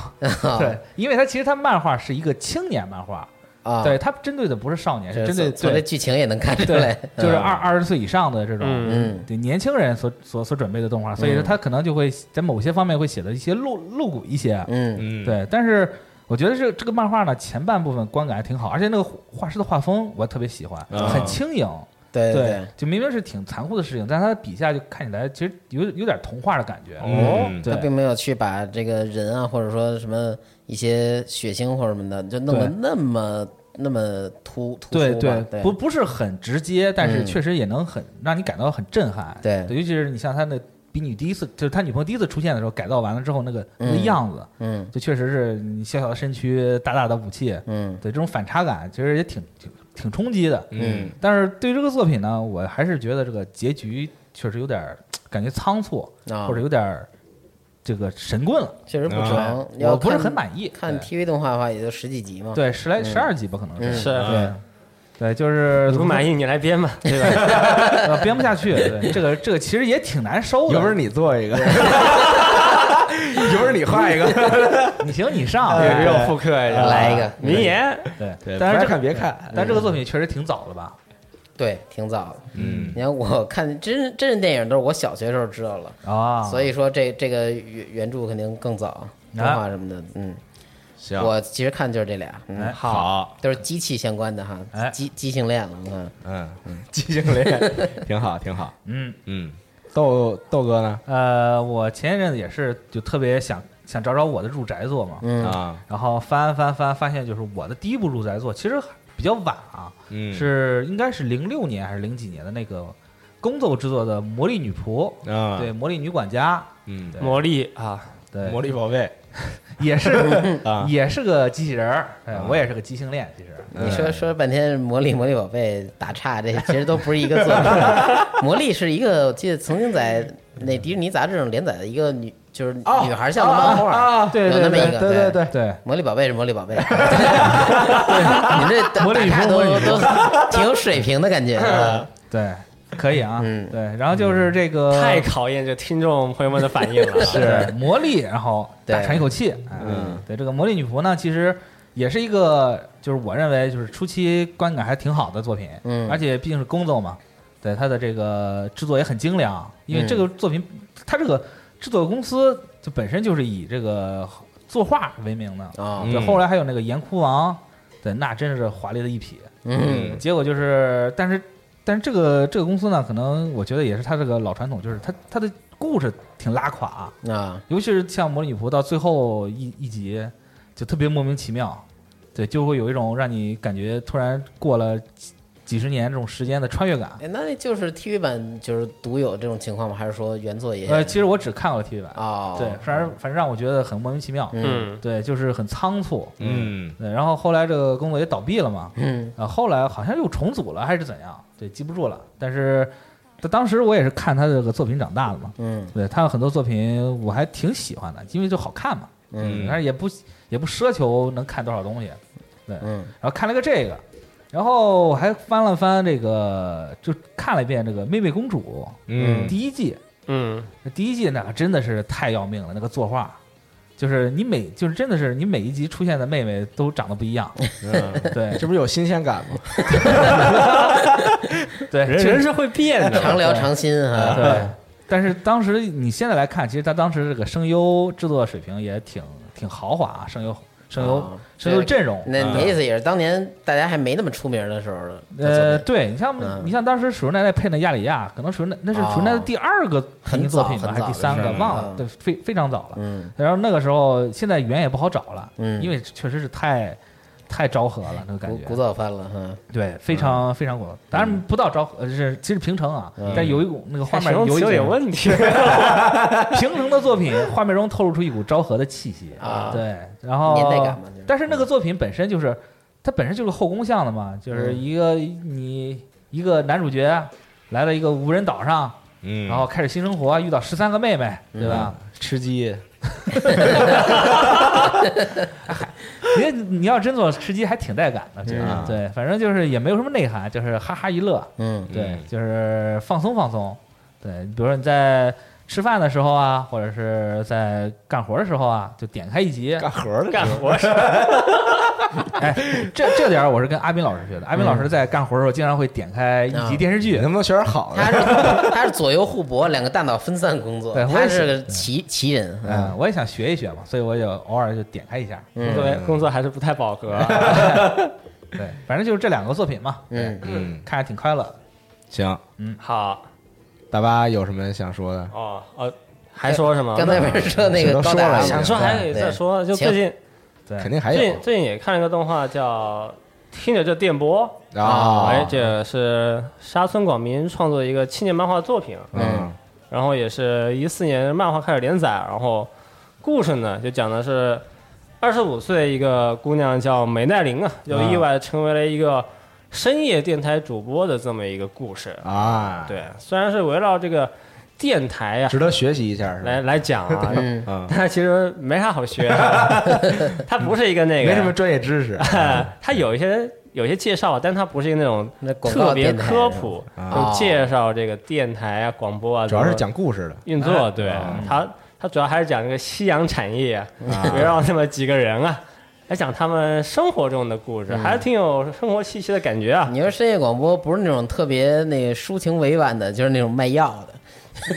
Speaker 4: 对，因为它其实它漫画是一个青年漫画，
Speaker 1: 啊，
Speaker 4: 对，它针对的不是少年，
Speaker 1: 这
Speaker 4: 是针对
Speaker 1: 从这
Speaker 4: 对
Speaker 1: 剧情也能看出来
Speaker 4: 对，，就是
Speaker 1: 嗯
Speaker 4: 二二十岁以上的这种。
Speaker 3: 嗯
Speaker 1: 嗯
Speaker 4: 对年轻人所所所准备的动画，所以说它可能就会在某些方面会写的一些露露骨一些，
Speaker 1: 嗯
Speaker 2: 嗯，
Speaker 4: 对，但是我觉得这这个漫画呢，前半部分观感还挺好，而且那个画师的画风我特别喜欢，
Speaker 2: 啊
Speaker 4: 很轻盈。
Speaker 1: 对对
Speaker 4: 对，就明明是挺残酷的事情，但是他的笔下就看起来其实有有点童话的感觉。
Speaker 2: 嗯
Speaker 1: 他并
Speaker 4: 对，
Speaker 1: 没有去把这个人啊，或者说什么一些血腥或者什么的，就弄得
Speaker 4: 对
Speaker 1: 那么那么突突
Speaker 4: 对
Speaker 1: 出吧对，
Speaker 4: 不不是很直接，但是
Speaker 1: 嗯
Speaker 4: 确实也能很让你感到很震撼。
Speaker 1: 对
Speaker 4: 尤其是你像他那比你第一次就是他女朋友第一次出现的时候改造完了之后那个那个
Speaker 1: 嗯
Speaker 4: 样子，
Speaker 1: 嗯
Speaker 4: 就确实是你小小的身躯，大大的武器，
Speaker 1: 嗯
Speaker 4: 对这种反差感其实也挺挺挺冲击的。
Speaker 1: 嗯
Speaker 4: 但是对于这个作品呢，我还是觉得这个结局确实有点儿感觉仓促，
Speaker 1: 啊
Speaker 4: 或者有点儿这个神棍了，哎
Speaker 1: 确实不
Speaker 2: 啊
Speaker 1: 成，要
Speaker 4: 我不是
Speaker 1: 看
Speaker 4: 很满意。
Speaker 1: 看
Speaker 4: 对
Speaker 1: TV 动画的话，也就十几集嘛。
Speaker 4: 对十来
Speaker 1: 嗯
Speaker 4: 十二集吧，可能
Speaker 1: 嗯
Speaker 4: 是
Speaker 3: 是
Speaker 4: 对对，就是
Speaker 3: 你不满意你来编吧，对吧？
Speaker 4: 呃编不下去。对这个这个其实也挺难收的。
Speaker 2: 有本事你做一个，有本事你画一个，
Speaker 4: 你行你上，
Speaker 2: 对
Speaker 3: 不
Speaker 4: 对
Speaker 3: 用复刻呀，
Speaker 1: 来一
Speaker 4: 啊
Speaker 1: 个
Speaker 3: 名言，
Speaker 4: 对
Speaker 2: 对
Speaker 4: 但
Speaker 2: 不
Speaker 4: 是这
Speaker 2: 爱
Speaker 4: 个
Speaker 2: 看别看
Speaker 4: 但这个作品确实挺早了吧？
Speaker 1: 对，挺早的。
Speaker 2: 嗯，
Speaker 1: 你看我看真真人电影都是我小学时候知道了，
Speaker 4: 啊，
Speaker 1: 所以说这这个原原著肯定更早，动
Speaker 4: 啊
Speaker 1: 画什么的，嗯，
Speaker 2: 行，
Speaker 1: 我其实看就是这俩，
Speaker 4: 哎
Speaker 1: 嗯，
Speaker 2: 好，
Speaker 1: 都是机器相关的哈
Speaker 4: 哎，啊
Speaker 1: 机机性恋了，嗯，
Speaker 2: 嗯，寂静岭 挺好，挺好，
Speaker 4: 嗯
Speaker 2: 嗯，豆豆哥呢？
Speaker 4: 呃，我前一阵子也是就特别想想找找我的入宅作嘛，
Speaker 1: 嗯
Speaker 2: 啊，
Speaker 4: 然后翻翻翻，发现就是我的第一部入宅作其实比较晚啊，
Speaker 2: 嗯，
Speaker 4: 是应该是零六年还是零几年的那个宫斗制作的《魔力女仆》，
Speaker 2: 啊，
Speaker 4: 对，《魔力女管家
Speaker 2: 嗯，
Speaker 4: 对
Speaker 3: 魔力啊，》，
Speaker 4: 对，
Speaker 2: 魔力宝贝
Speaker 4: 也是
Speaker 2: 啊，
Speaker 4: 也是个机器人儿，哎
Speaker 2: 啊，
Speaker 4: 我也是个机性恋，其实。
Speaker 1: 你说说半天魔力魔力宝贝打岔，这其实都不是一个作品。 魔力是一个，我记得曾经在那迪士尼杂志上连载的一个女，就是
Speaker 4: 哦
Speaker 3: 哦
Speaker 1: 女孩像的漫画，
Speaker 4: 啊，对
Speaker 1: 有
Speaker 4: 对
Speaker 1: 那么
Speaker 4: 对
Speaker 1: 一个
Speaker 4: 对
Speaker 1: 对
Speaker 4: 对对，
Speaker 1: 魔力宝贝是魔力宝贝，你这打
Speaker 4: 魔力
Speaker 1: 打岔
Speaker 4: 风
Speaker 1: 都
Speaker 4: 魔力
Speaker 1: 都挺有水平的感觉。啊
Speaker 4: 对，可以啊，
Speaker 1: 嗯
Speaker 4: 对，然后就是这个
Speaker 3: 嗯太考验这听众朋友们的反应 了。
Speaker 4: 是魔力，然后大
Speaker 1: 对
Speaker 4: 喘一口气，嗯，对，这个魔力女仆呢，其实也是一个，就是我认为就是初期观感还挺好的作品，
Speaker 1: 嗯
Speaker 4: 而且毕竟是宫斗嘛，对它的这个制作也很精良，因为这
Speaker 1: 嗯
Speaker 4: 个作品，它这个制作公司就本身就是以这个作画为名的，
Speaker 1: 啊
Speaker 4: 对，后来还有那个岩窟王，对，那真是华丽的一匹，
Speaker 1: 嗯
Speaker 4: 结果就是，但是但是这个这个公司呢，可能我觉得也是它这个老传统，就是它它的故事挺拉垮、
Speaker 1: 啊
Speaker 4: 尤其是像《魔女仆》到最后一一集，就特别莫名其妙，对，就会有一种让你感觉突然过了几几十年这种时间的穿越感。
Speaker 1: 哎那就是 TV 版就是独有这种情况吗？还是说原作也
Speaker 4: 呃，其实我只看过了 TV 版，
Speaker 1: 嗯哦
Speaker 4: 对，反正反正让我觉得很莫名其妙，
Speaker 3: 嗯，
Speaker 4: 对，就是很仓促，
Speaker 2: 嗯
Speaker 4: 对，然后后来这个工作也倒闭了嘛，
Speaker 1: 嗯
Speaker 4: 啊，后来好像又重组了还是怎样，对，记不住了。但是，但当时我也是看他这个作品长大的嘛，
Speaker 1: 嗯
Speaker 4: 对他有很多作品我还挺喜欢的，因为就好看嘛，
Speaker 1: 嗯
Speaker 4: 但是也不也不奢求能看多少东西，对。
Speaker 1: 嗯
Speaker 4: 然后看了个这个，然后我还翻了翻这个，就看了一遍这个《妹妹公主》
Speaker 2: 嗯
Speaker 4: 第一季，
Speaker 3: 嗯，
Speaker 4: 那第一季那可真的是太要命了，那个作画。就是你每就是真的是你每一集出现的妹妹都长得不一样，
Speaker 2: 嗯，
Speaker 4: 对
Speaker 2: 这不是有新鲜感吗？
Speaker 4: 对，
Speaker 3: 人
Speaker 4: 确实
Speaker 3: 人是会变
Speaker 1: 常
Speaker 3: 的，
Speaker 1: 聊常新哈。
Speaker 4: 啊对，但是当时你现在来看，其实他当时这个声优制作水平也挺挺豪华啊，声优声优、
Speaker 1: 啊
Speaker 4: 声优阵容。啊
Speaker 1: 那你的意思也是当年大家还没那么出名的时候的
Speaker 4: 呃，
Speaker 1: 作品
Speaker 4: 对你像、
Speaker 1: 嗯哦
Speaker 4: 你像当时水树奈奈配的亚里亚，可能水树奈那是水树奈的第二个
Speaker 1: 很
Speaker 4: 音作
Speaker 1: 早
Speaker 4: 品吧，
Speaker 1: 很
Speaker 4: 还是第
Speaker 1: 早的
Speaker 4: 三个
Speaker 1: 事儿
Speaker 4: 忘了，
Speaker 1: 嗯
Speaker 4: 对，非非常早了。
Speaker 1: 嗯
Speaker 4: 然后那个时候，现在语言也不好找了，
Speaker 1: 嗯
Speaker 4: 因为确实是太太昭和了那个感
Speaker 1: 古
Speaker 4: 觉，
Speaker 1: 古早翻了哈。
Speaker 4: 对，非常非常古早。当然不到昭和，呃是其实平成啊，
Speaker 1: 嗯
Speaker 4: 但有一股那个画
Speaker 3: 他
Speaker 4: 面
Speaker 3: 形容
Speaker 4: 有
Speaker 3: 词
Speaker 4: 一
Speaker 3: 有点
Speaker 4: 种
Speaker 3: 问题。
Speaker 4: 平成的作品，画面中透露出一股昭和的气息
Speaker 1: 啊
Speaker 4: 对，然后
Speaker 1: 年代感嘛就是
Speaker 4: 但是那个作品本身就是，它本身就是后宫向的嘛，
Speaker 2: 嗯
Speaker 4: 就是一个你一个男主角来了一个无人岛上，
Speaker 2: 嗯
Speaker 4: 然后开始新生活，遇到十三个妹妹，对吧？
Speaker 2: 吃鸡，
Speaker 4: 因为你要真做吃鸡，还挺带感的，觉得
Speaker 2: 嗯
Speaker 4: 对，反正就是也没有什么内涵，就是哈哈一乐，
Speaker 1: 嗯
Speaker 4: 对
Speaker 2: 嗯，
Speaker 4: 就是放松放松。对，比如说你在吃饭的时候啊，或者是在干活的时候啊，就点开一集，
Speaker 2: 干活的
Speaker 3: 干活是
Speaker 4: 这这点儿我是跟阿斌老师学的。阿斌老
Speaker 2: 嗯
Speaker 4: 师在干活的时候，经常会点开一
Speaker 2: 啊
Speaker 4: 集电视剧
Speaker 2: 你，能不能学点好
Speaker 1: 他
Speaker 2: 的？
Speaker 1: 是他是左右互搏，两个大脑分散工作
Speaker 4: 对，我也
Speaker 1: 他
Speaker 4: 是
Speaker 1: 是个奇奇人。
Speaker 4: 嗯，我也想学一学嘛，所以我就偶尔就点开一下。
Speaker 1: 嗯
Speaker 3: 对工作还是不太饱和啊。
Speaker 4: 对，反正就是这两个作品嘛，
Speaker 1: 嗯
Speaker 2: 嗯，
Speaker 4: 看着挺快乐的。
Speaker 2: 行，
Speaker 3: 好
Speaker 2: 大巴有什么想说的？
Speaker 3: 哦哦，还 说什么？啊
Speaker 1: 刚才不是说那
Speaker 2: 这都
Speaker 1: 个高
Speaker 2: 说
Speaker 1: 达
Speaker 2: 了
Speaker 1: 吗
Speaker 3: 想说还得再说，就最近
Speaker 4: 对，
Speaker 2: 肯定还
Speaker 3: 最
Speaker 2: 有
Speaker 3: 近最近也看了个动画叫。听着就电波
Speaker 2: 啊
Speaker 3: 哎，这是沙村广明创作的一个青年漫画作品，
Speaker 2: 嗯
Speaker 3: 然后也是一四年漫画开始连载，然后故事呢就讲的是二十五岁一个姑娘叫美奈玲啊，就意外地成为了一个深夜电台主播的这么一个故事。
Speaker 2: 啊，，
Speaker 3: 对，虽然是围绕这个电台啊呀、
Speaker 2: 值得学习一下是吧？
Speaker 3: 来来讲 啊，
Speaker 1: 嗯，
Speaker 2: 啊，
Speaker 3: 但其实没啥好 学、啊，它不是一个那个，
Speaker 2: 没什么专业知 识嗯
Speaker 3: 它有一些有一些介绍，但它不是那种
Speaker 1: 那广告
Speaker 3: 特别
Speaker 1: 电台哦
Speaker 3: 科普，
Speaker 2: 啊
Speaker 3: 就介绍这个电台啊、广播啊，
Speaker 2: 主要是
Speaker 3: 怎么
Speaker 2: 讲啊故事的。
Speaker 3: 运作。对，它它主要还是讲这个夕阳产业啊，围绕那么几个人啊，来讲他们生活中的故事，
Speaker 2: 嗯
Speaker 3: 还是挺有生活气息的感觉啊。
Speaker 1: 你说深夜广播不是那种特别那个抒情委婉的，就是那种卖药的，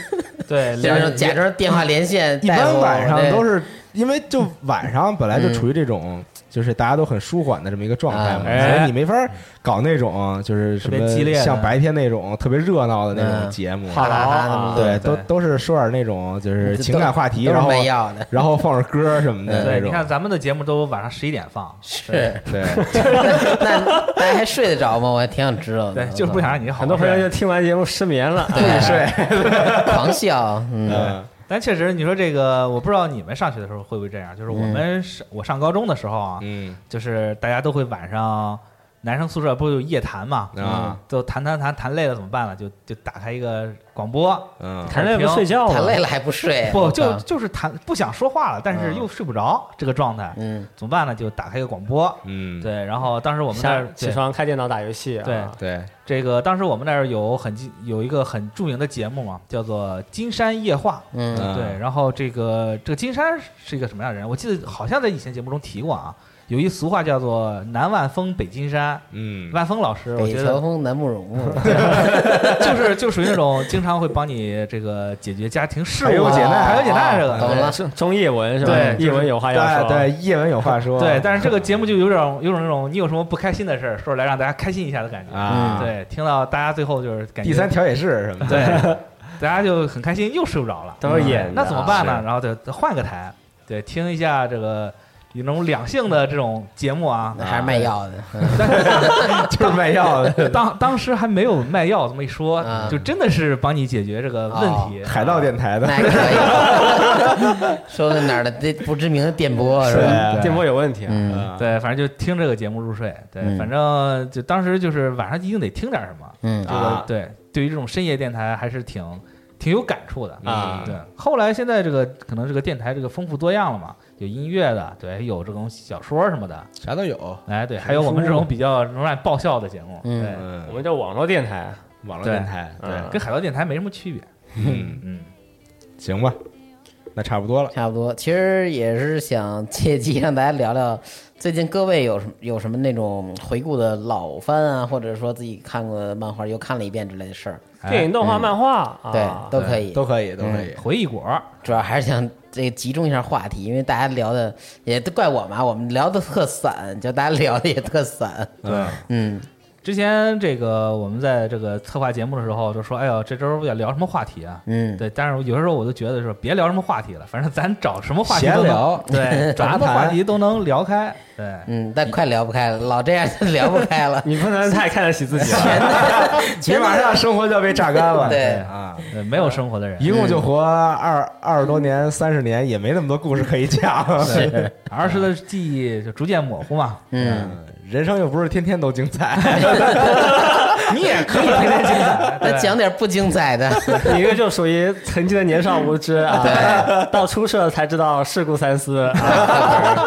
Speaker 4: 对，
Speaker 1: 就是那种假装电话连线，
Speaker 2: 一般晚上都
Speaker 1: 是
Speaker 2: 是因为就晚上本来就处于这种就是大家都很舒缓的这么一个状态嘛，
Speaker 3: 哎
Speaker 2: 所以你没法搞那种就是什
Speaker 4: 特别激烈
Speaker 2: 么
Speaker 4: 的
Speaker 2: 像白天那种特别热闹的那种
Speaker 1: 嗯
Speaker 2: 节目，
Speaker 1: 哈啦哈
Speaker 3: 啊
Speaker 1: 那
Speaker 2: 对，
Speaker 1: 么
Speaker 2: 都
Speaker 4: 对
Speaker 2: 都是说点那种就是情感话题，
Speaker 1: 都
Speaker 2: 然
Speaker 1: 是
Speaker 2: 后
Speaker 1: 卖药的，
Speaker 2: 然后放着歌什么的
Speaker 4: 对，
Speaker 2: 那
Speaker 4: 你
Speaker 2: 种，
Speaker 4: 看咱们的节目都晚上十一点放，
Speaker 1: 是。
Speaker 2: 对，
Speaker 1: 那大家还睡得着吗？我还挺想知道的。
Speaker 4: 对，就是不想让你好好
Speaker 3: 很多朋友
Speaker 4: 睡
Speaker 3: 就听完节目失眠了，哎
Speaker 1: 对睡，狂笑，嗯，
Speaker 2: 嗯
Speaker 4: 但确实，你说这个，我不知道你们上学的时候会不会这样。就是我们上、我上高中的时候啊，
Speaker 2: 嗯
Speaker 4: 就是大家都会晚上，男生宿舍不是有夜谈嘛，
Speaker 2: 啊
Speaker 4: 就谈谈谈谈累了怎么办呢？就就打开一个广播，
Speaker 2: 嗯
Speaker 3: 谈累不睡觉
Speaker 1: 太
Speaker 3: 吗？
Speaker 1: 累了还不睡，啊
Speaker 4: 不
Speaker 1: 我
Speaker 4: 就
Speaker 1: 靠
Speaker 4: 就是谈不想说话了，但
Speaker 2: 嗯
Speaker 4: 是又睡不着、这个状态，
Speaker 1: 嗯
Speaker 4: 怎么办呢？就打开一个广播，
Speaker 2: 嗯，
Speaker 4: 对。然后当时我们那
Speaker 3: 下
Speaker 4: 儿
Speaker 3: 起
Speaker 4: 对
Speaker 3: 床开电脑打游戏啊，
Speaker 4: 对
Speaker 2: 对，
Speaker 4: 这个当时我们那儿有很记有一个很著名的节目嘛，叫做《金山夜话》。
Speaker 1: 嗯
Speaker 2: 嗯
Speaker 4: 对，然后这个这个金山是一个什么样的人？我记得好像在以前节目中提过啊，有一俗话叫做“南万峰北金山”。
Speaker 2: 嗯
Speaker 4: 万峰老师，我
Speaker 1: 北
Speaker 4: 觉
Speaker 1: 乔
Speaker 4: 得
Speaker 1: 峰南慕容，
Speaker 4: 就是就属于那种经常会帮你这个解决家庭事务、啊
Speaker 2: 排忧解难啊
Speaker 4: 排忧解难这
Speaker 1: 哦懂
Speaker 4: 个。
Speaker 1: 了，
Speaker 3: 中中译文是吧？
Speaker 4: 对就是
Speaker 3: 译文有话要
Speaker 2: 对
Speaker 3: 说。
Speaker 2: 对，叶文有话说，
Speaker 4: 对，但是这个节目就有种有种那种你有什么不开心的事儿说出来让大家开心一下的感觉。
Speaker 2: 啊，
Speaker 4: 嗯对，听到大家最后就是感觉
Speaker 2: 第三调解室什么的，
Speaker 4: 对，大家就很开心，又睡不着了。
Speaker 3: 都是演的啊
Speaker 4: 那怎么办呢？然后得换个台，对，听一下这个有那种两性的这种节目啊。
Speaker 1: 还是卖药的，嗯
Speaker 2: 就是卖药的。
Speaker 4: 当当时还没有卖药这么一说
Speaker 1: 啊，
Speaker 4: 就真的是帮你解决这个问题。
Speaker 2: 嗯哦海盗电台的，
Speaker 1: 那还可以， 说的哪儿的这不知名的电波是吧？
Speaker 2: 对
Speaker 3: 电波有问题啊！
Speaker 1: 嗯
Speaker 2: 嗯
Speaker 4: 对，反正就听这个节目入睡。对，
Speaker 1: 嗯
Speaker 4: 反正就当时就是晚上一定得听点什么。
Speaker 1: 嗯
Speaker 4: 这
Speaker 2: 啊
Speaker 4: 个对，对于这种深夜电台还是挺挺有感触的
Speaker 2: 啊
Speaker 4: 对，后来现在这个可能这个电台这个丰富多样了嘛，有音乐的，对，有这种小说什么的，
Speaker 2: 啥都有。
Speaker 4: 哎，对，还有我们这种比较容易爆笑的节目，
Speaker 1: 嗯
Speaker 4: 对，
Speaker 2: 嗯
Speaker 3: 我们叫网络电台，
Speaker 2: 网络
Speaker 4: 对
Speaker 2: 电台，
Speaker 3: 嗯
Speaker 4: 跟海盗电台没什么区别。
Speaker 2: 嗯，
Speaker 4: 嗯，
Speaker 2: 行吧，那差不多了。
Speaker 1: 差不多，其实也是想借机让大家聊聊最近各位有什么有什么那种回顾的老番啊，或者说自己看过的漫画又看了一遍之类的事儿，
Speaker 4: 哎
Speaker 3: 电影、动画、漫画
Speaker 1: 对
Speaker 3: 啊，，。
Speaker 1: 都可以，
Speaker 2: 都可以，都可以。
Speaker 4: 回忆果儿，
Speaker 1: 主要还是想这集中一下话题，因为大家聊的也都怪我嘛，我们聊的特散，就大家聊的也特散。
Speaker 2: 嗯，
Speaker 1: 嗯，
Speaker 4: 之前这个我们在这个策划节目的时候就说，哎呦，这周要聊什么话题啊？
Speaker 1: 嗯
Speaker 4: 对，但是有时候我就觉得说，别聊什么话题了，反正咱找什么话题
Speaker 2: 闲
Speaker 4: 都能
Speaker 2: 聊
Speaker 4: 对，找什么
Speaker 2: 杂
Speaker 4: 话
Speaker 2: 谈
Speaker 4: 题都能聊开，对，
Speaker 1: 嗯，但快聊不开了，老这样就聊不开了
Speaker 3: 你不能太看得起自己啊了。
Speaker 2: 你马上生活就要被榨干了。
Speaker 1: 对
Speaker 2: 啊，
Speaker 4: 对，没有生活的人，
Speaker 2: 一共就活二二十多年、三十年，也没那么多故事可以讲。
Speaker 4: 对儿时的记忆就逐渐模糊 嘛。
Speaker 1: 嗯，
Speaker 2: 嗯，人生又不是天天都精彩。
Speaker 4: 你也可以天天精彩，
Speaker 1: 那讲点不精彩的。
Speaker 3: 你这就属于曾经的年少无知啊， 到出社才知道世故三思啊。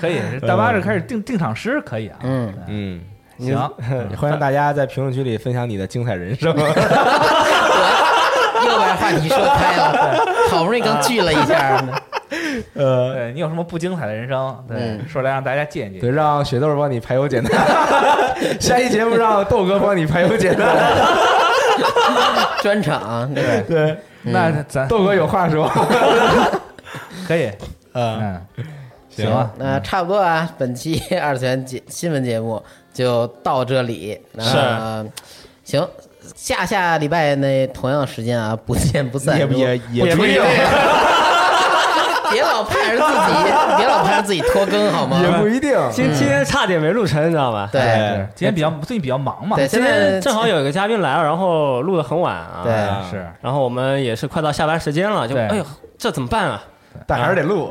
Speaker 4: 可以。大巴这开始定定场诗，可以啊。
Speaker 1: 嗯，
Speaker 2: 嗯，
Speaker 4: 行，
Speaker 2: 欢迎大家在评论区里分享你的精彩人 生。
Speaker 1: 又把话题说开了，好不容易刚聚了一下，
Speaker 2: 呃，
Speaker 4: 对你有什么不精彩的人生，对，
Speaker 1: 嗯
Speaker 4: 说来让大家见
Speaker 2: 对，
Speaker 4: 见。
Speaker 2: 让雪豆帮你排忧解 难。下一节目让豆哥帮你排忧解难。
Speaker 1: 专场这个
Speaker 2: 对，嗯
Speaker 4: 那咱
Speaker 2: 豆哥有话说。
Speaker 4: 可以，
Speaker 2: 嗯，
Speaker 4: 嗯，
Speaker 2: 行
Speaker 4: 吧，
Speaker 1: 那差不多啊，本期 二次元节新闻节目就到这里。那行，下下礼拜那同样时间啊，不见不散。
Speaker 2: 也
Speaker 1: 如果
Speaker 2: 也也注意
Speaker 3: 也不一定
Speaker 1: 别老盼着自己，别老盼着自己拖更好吗？
Speaker 2: 也不一定。
Speaker 3: 今今天差点没录成，你知道吗？
Speaker 1: 对
Speaker 2: 哎
Speaker 4: 对，今天比较最近比较忙嘛，
Speaker 1: 对，现
Speaker 3: 今
Speaker 1: 在
Speaker 3: 天正好有一个嘉宾来了，然后录的很晚啊。
Speaker 1: 对
Speaker 4: 啊是
Speaker 3: 然后我们也是快到下班时间了，就
Speaker 4: 对
Speaker 3: 哎呦，这怎么办啊？
Speaker 2: 但还是得录。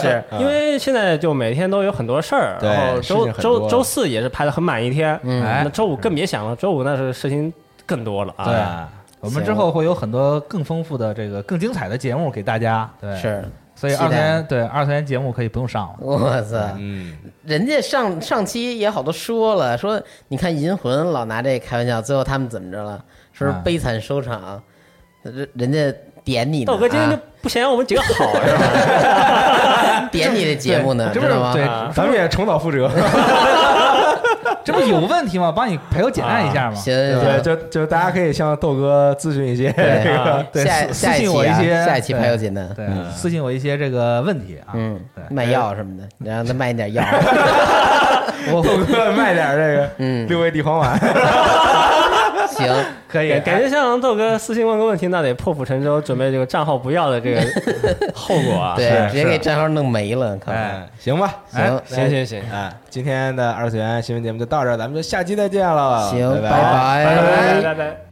Speaker 1: 是
Speaker 3: 因为现在就每天都有很多事儿，
Speaker 2: 对
Speaker 3: 然后
Speaker 2: 事情
Speaker 3: 周
Speaker 2: 很多
Speaker 3: 周周四也是排的很满一天，
Speaker 1: 嗯
Speaker 3: 那周五更别想了，周五那是事情更多了啊。
Speaker 4: 对，我们之后会有很多更丰富的这个更精彩的节目给大家。对，，
Speaker 1: 是，
Speaker 4: 所以
Speaker 1: 期
Speaker 4: 二
Speaker 1: 待
Speaker 4: 次元对二次元节目可以不用上了。
Speaker 1: 我操！
Speaker 2: 嗯，
Speaker 1: 人家上上期也好多说了，说你看银魂老拿这开玩笑，最后他们怎么着了？是不是
Speaker 4: 嗯
Speaker 1: 悲惨收场？人人家点你呢，
Speaker 3: 豆哥今天就
Speaker 1: 啊
Speaker 3: 不嫌我们几个好是吧？
Speaker 1: 点你的节目呢，知
Speaker 4: 这不是
Speaker 1: 道吗？
Speaker 4: 对，
Speaker 2: 咱们也重蹈覆辙。
Speaker 4: 这不有问题吗？帮你排忧解难一下嘛。
Speaker 1: 啊行
Speaker 4: 对
Speaker 1: 行
Speaker 4: 吧
Speaker 1: 行
Speaker 2: 对，就就大家可以向豆哥咨询一些
Speaker 1: 对
Speaker 2: 这个对
Speaker 1: 啊下
Speaker 2: 私
Speaker 1: 下
Speaker 4: 私
Speaker 1: 一
Speaker 4: 信
Speaker 1: 期
Speaker 4: 我一
Speaker 1: 啊
Speaker 4: 些
Speaker 1: 下一期
Speaker 4: 对
Speaker 1: 排忧解难。
Speaker 2: 嗯
Speaker 4: 对，私信我一些这个问题啊。
Speaker 1: 嗯
Speaker 4: 对，
Speaker 1: 卖药什么的，你让他卖你点 药。
Speaker 4: 我
Speaker 2: 豆哥卖点这个
Speaker 1: 嗯
Speaker 2: 六味地黄丸。
Speaker 1: 行，
Speaker 4: 可以
Speaker 3: 感感觉像豆哥私信问个问题，那得破釜沉舟，准备这个账号不要的这个后果啊。
Speaker 1: 对，直接
Speaker 2: 是
Speaker 1: 给账号弄没了，靠！
Speaker 2: 哎，行吧，
Speaker 1: 行
Speaker 3: 行行行，
Speaker 2: 哎，今天的二次元新闻节目就到这儿，咱们就下期再见了。
Speaker 1: 行，
Speaker 2: 拜
Speaker 1: 拜
Speaker 3: 拜拜拜拜。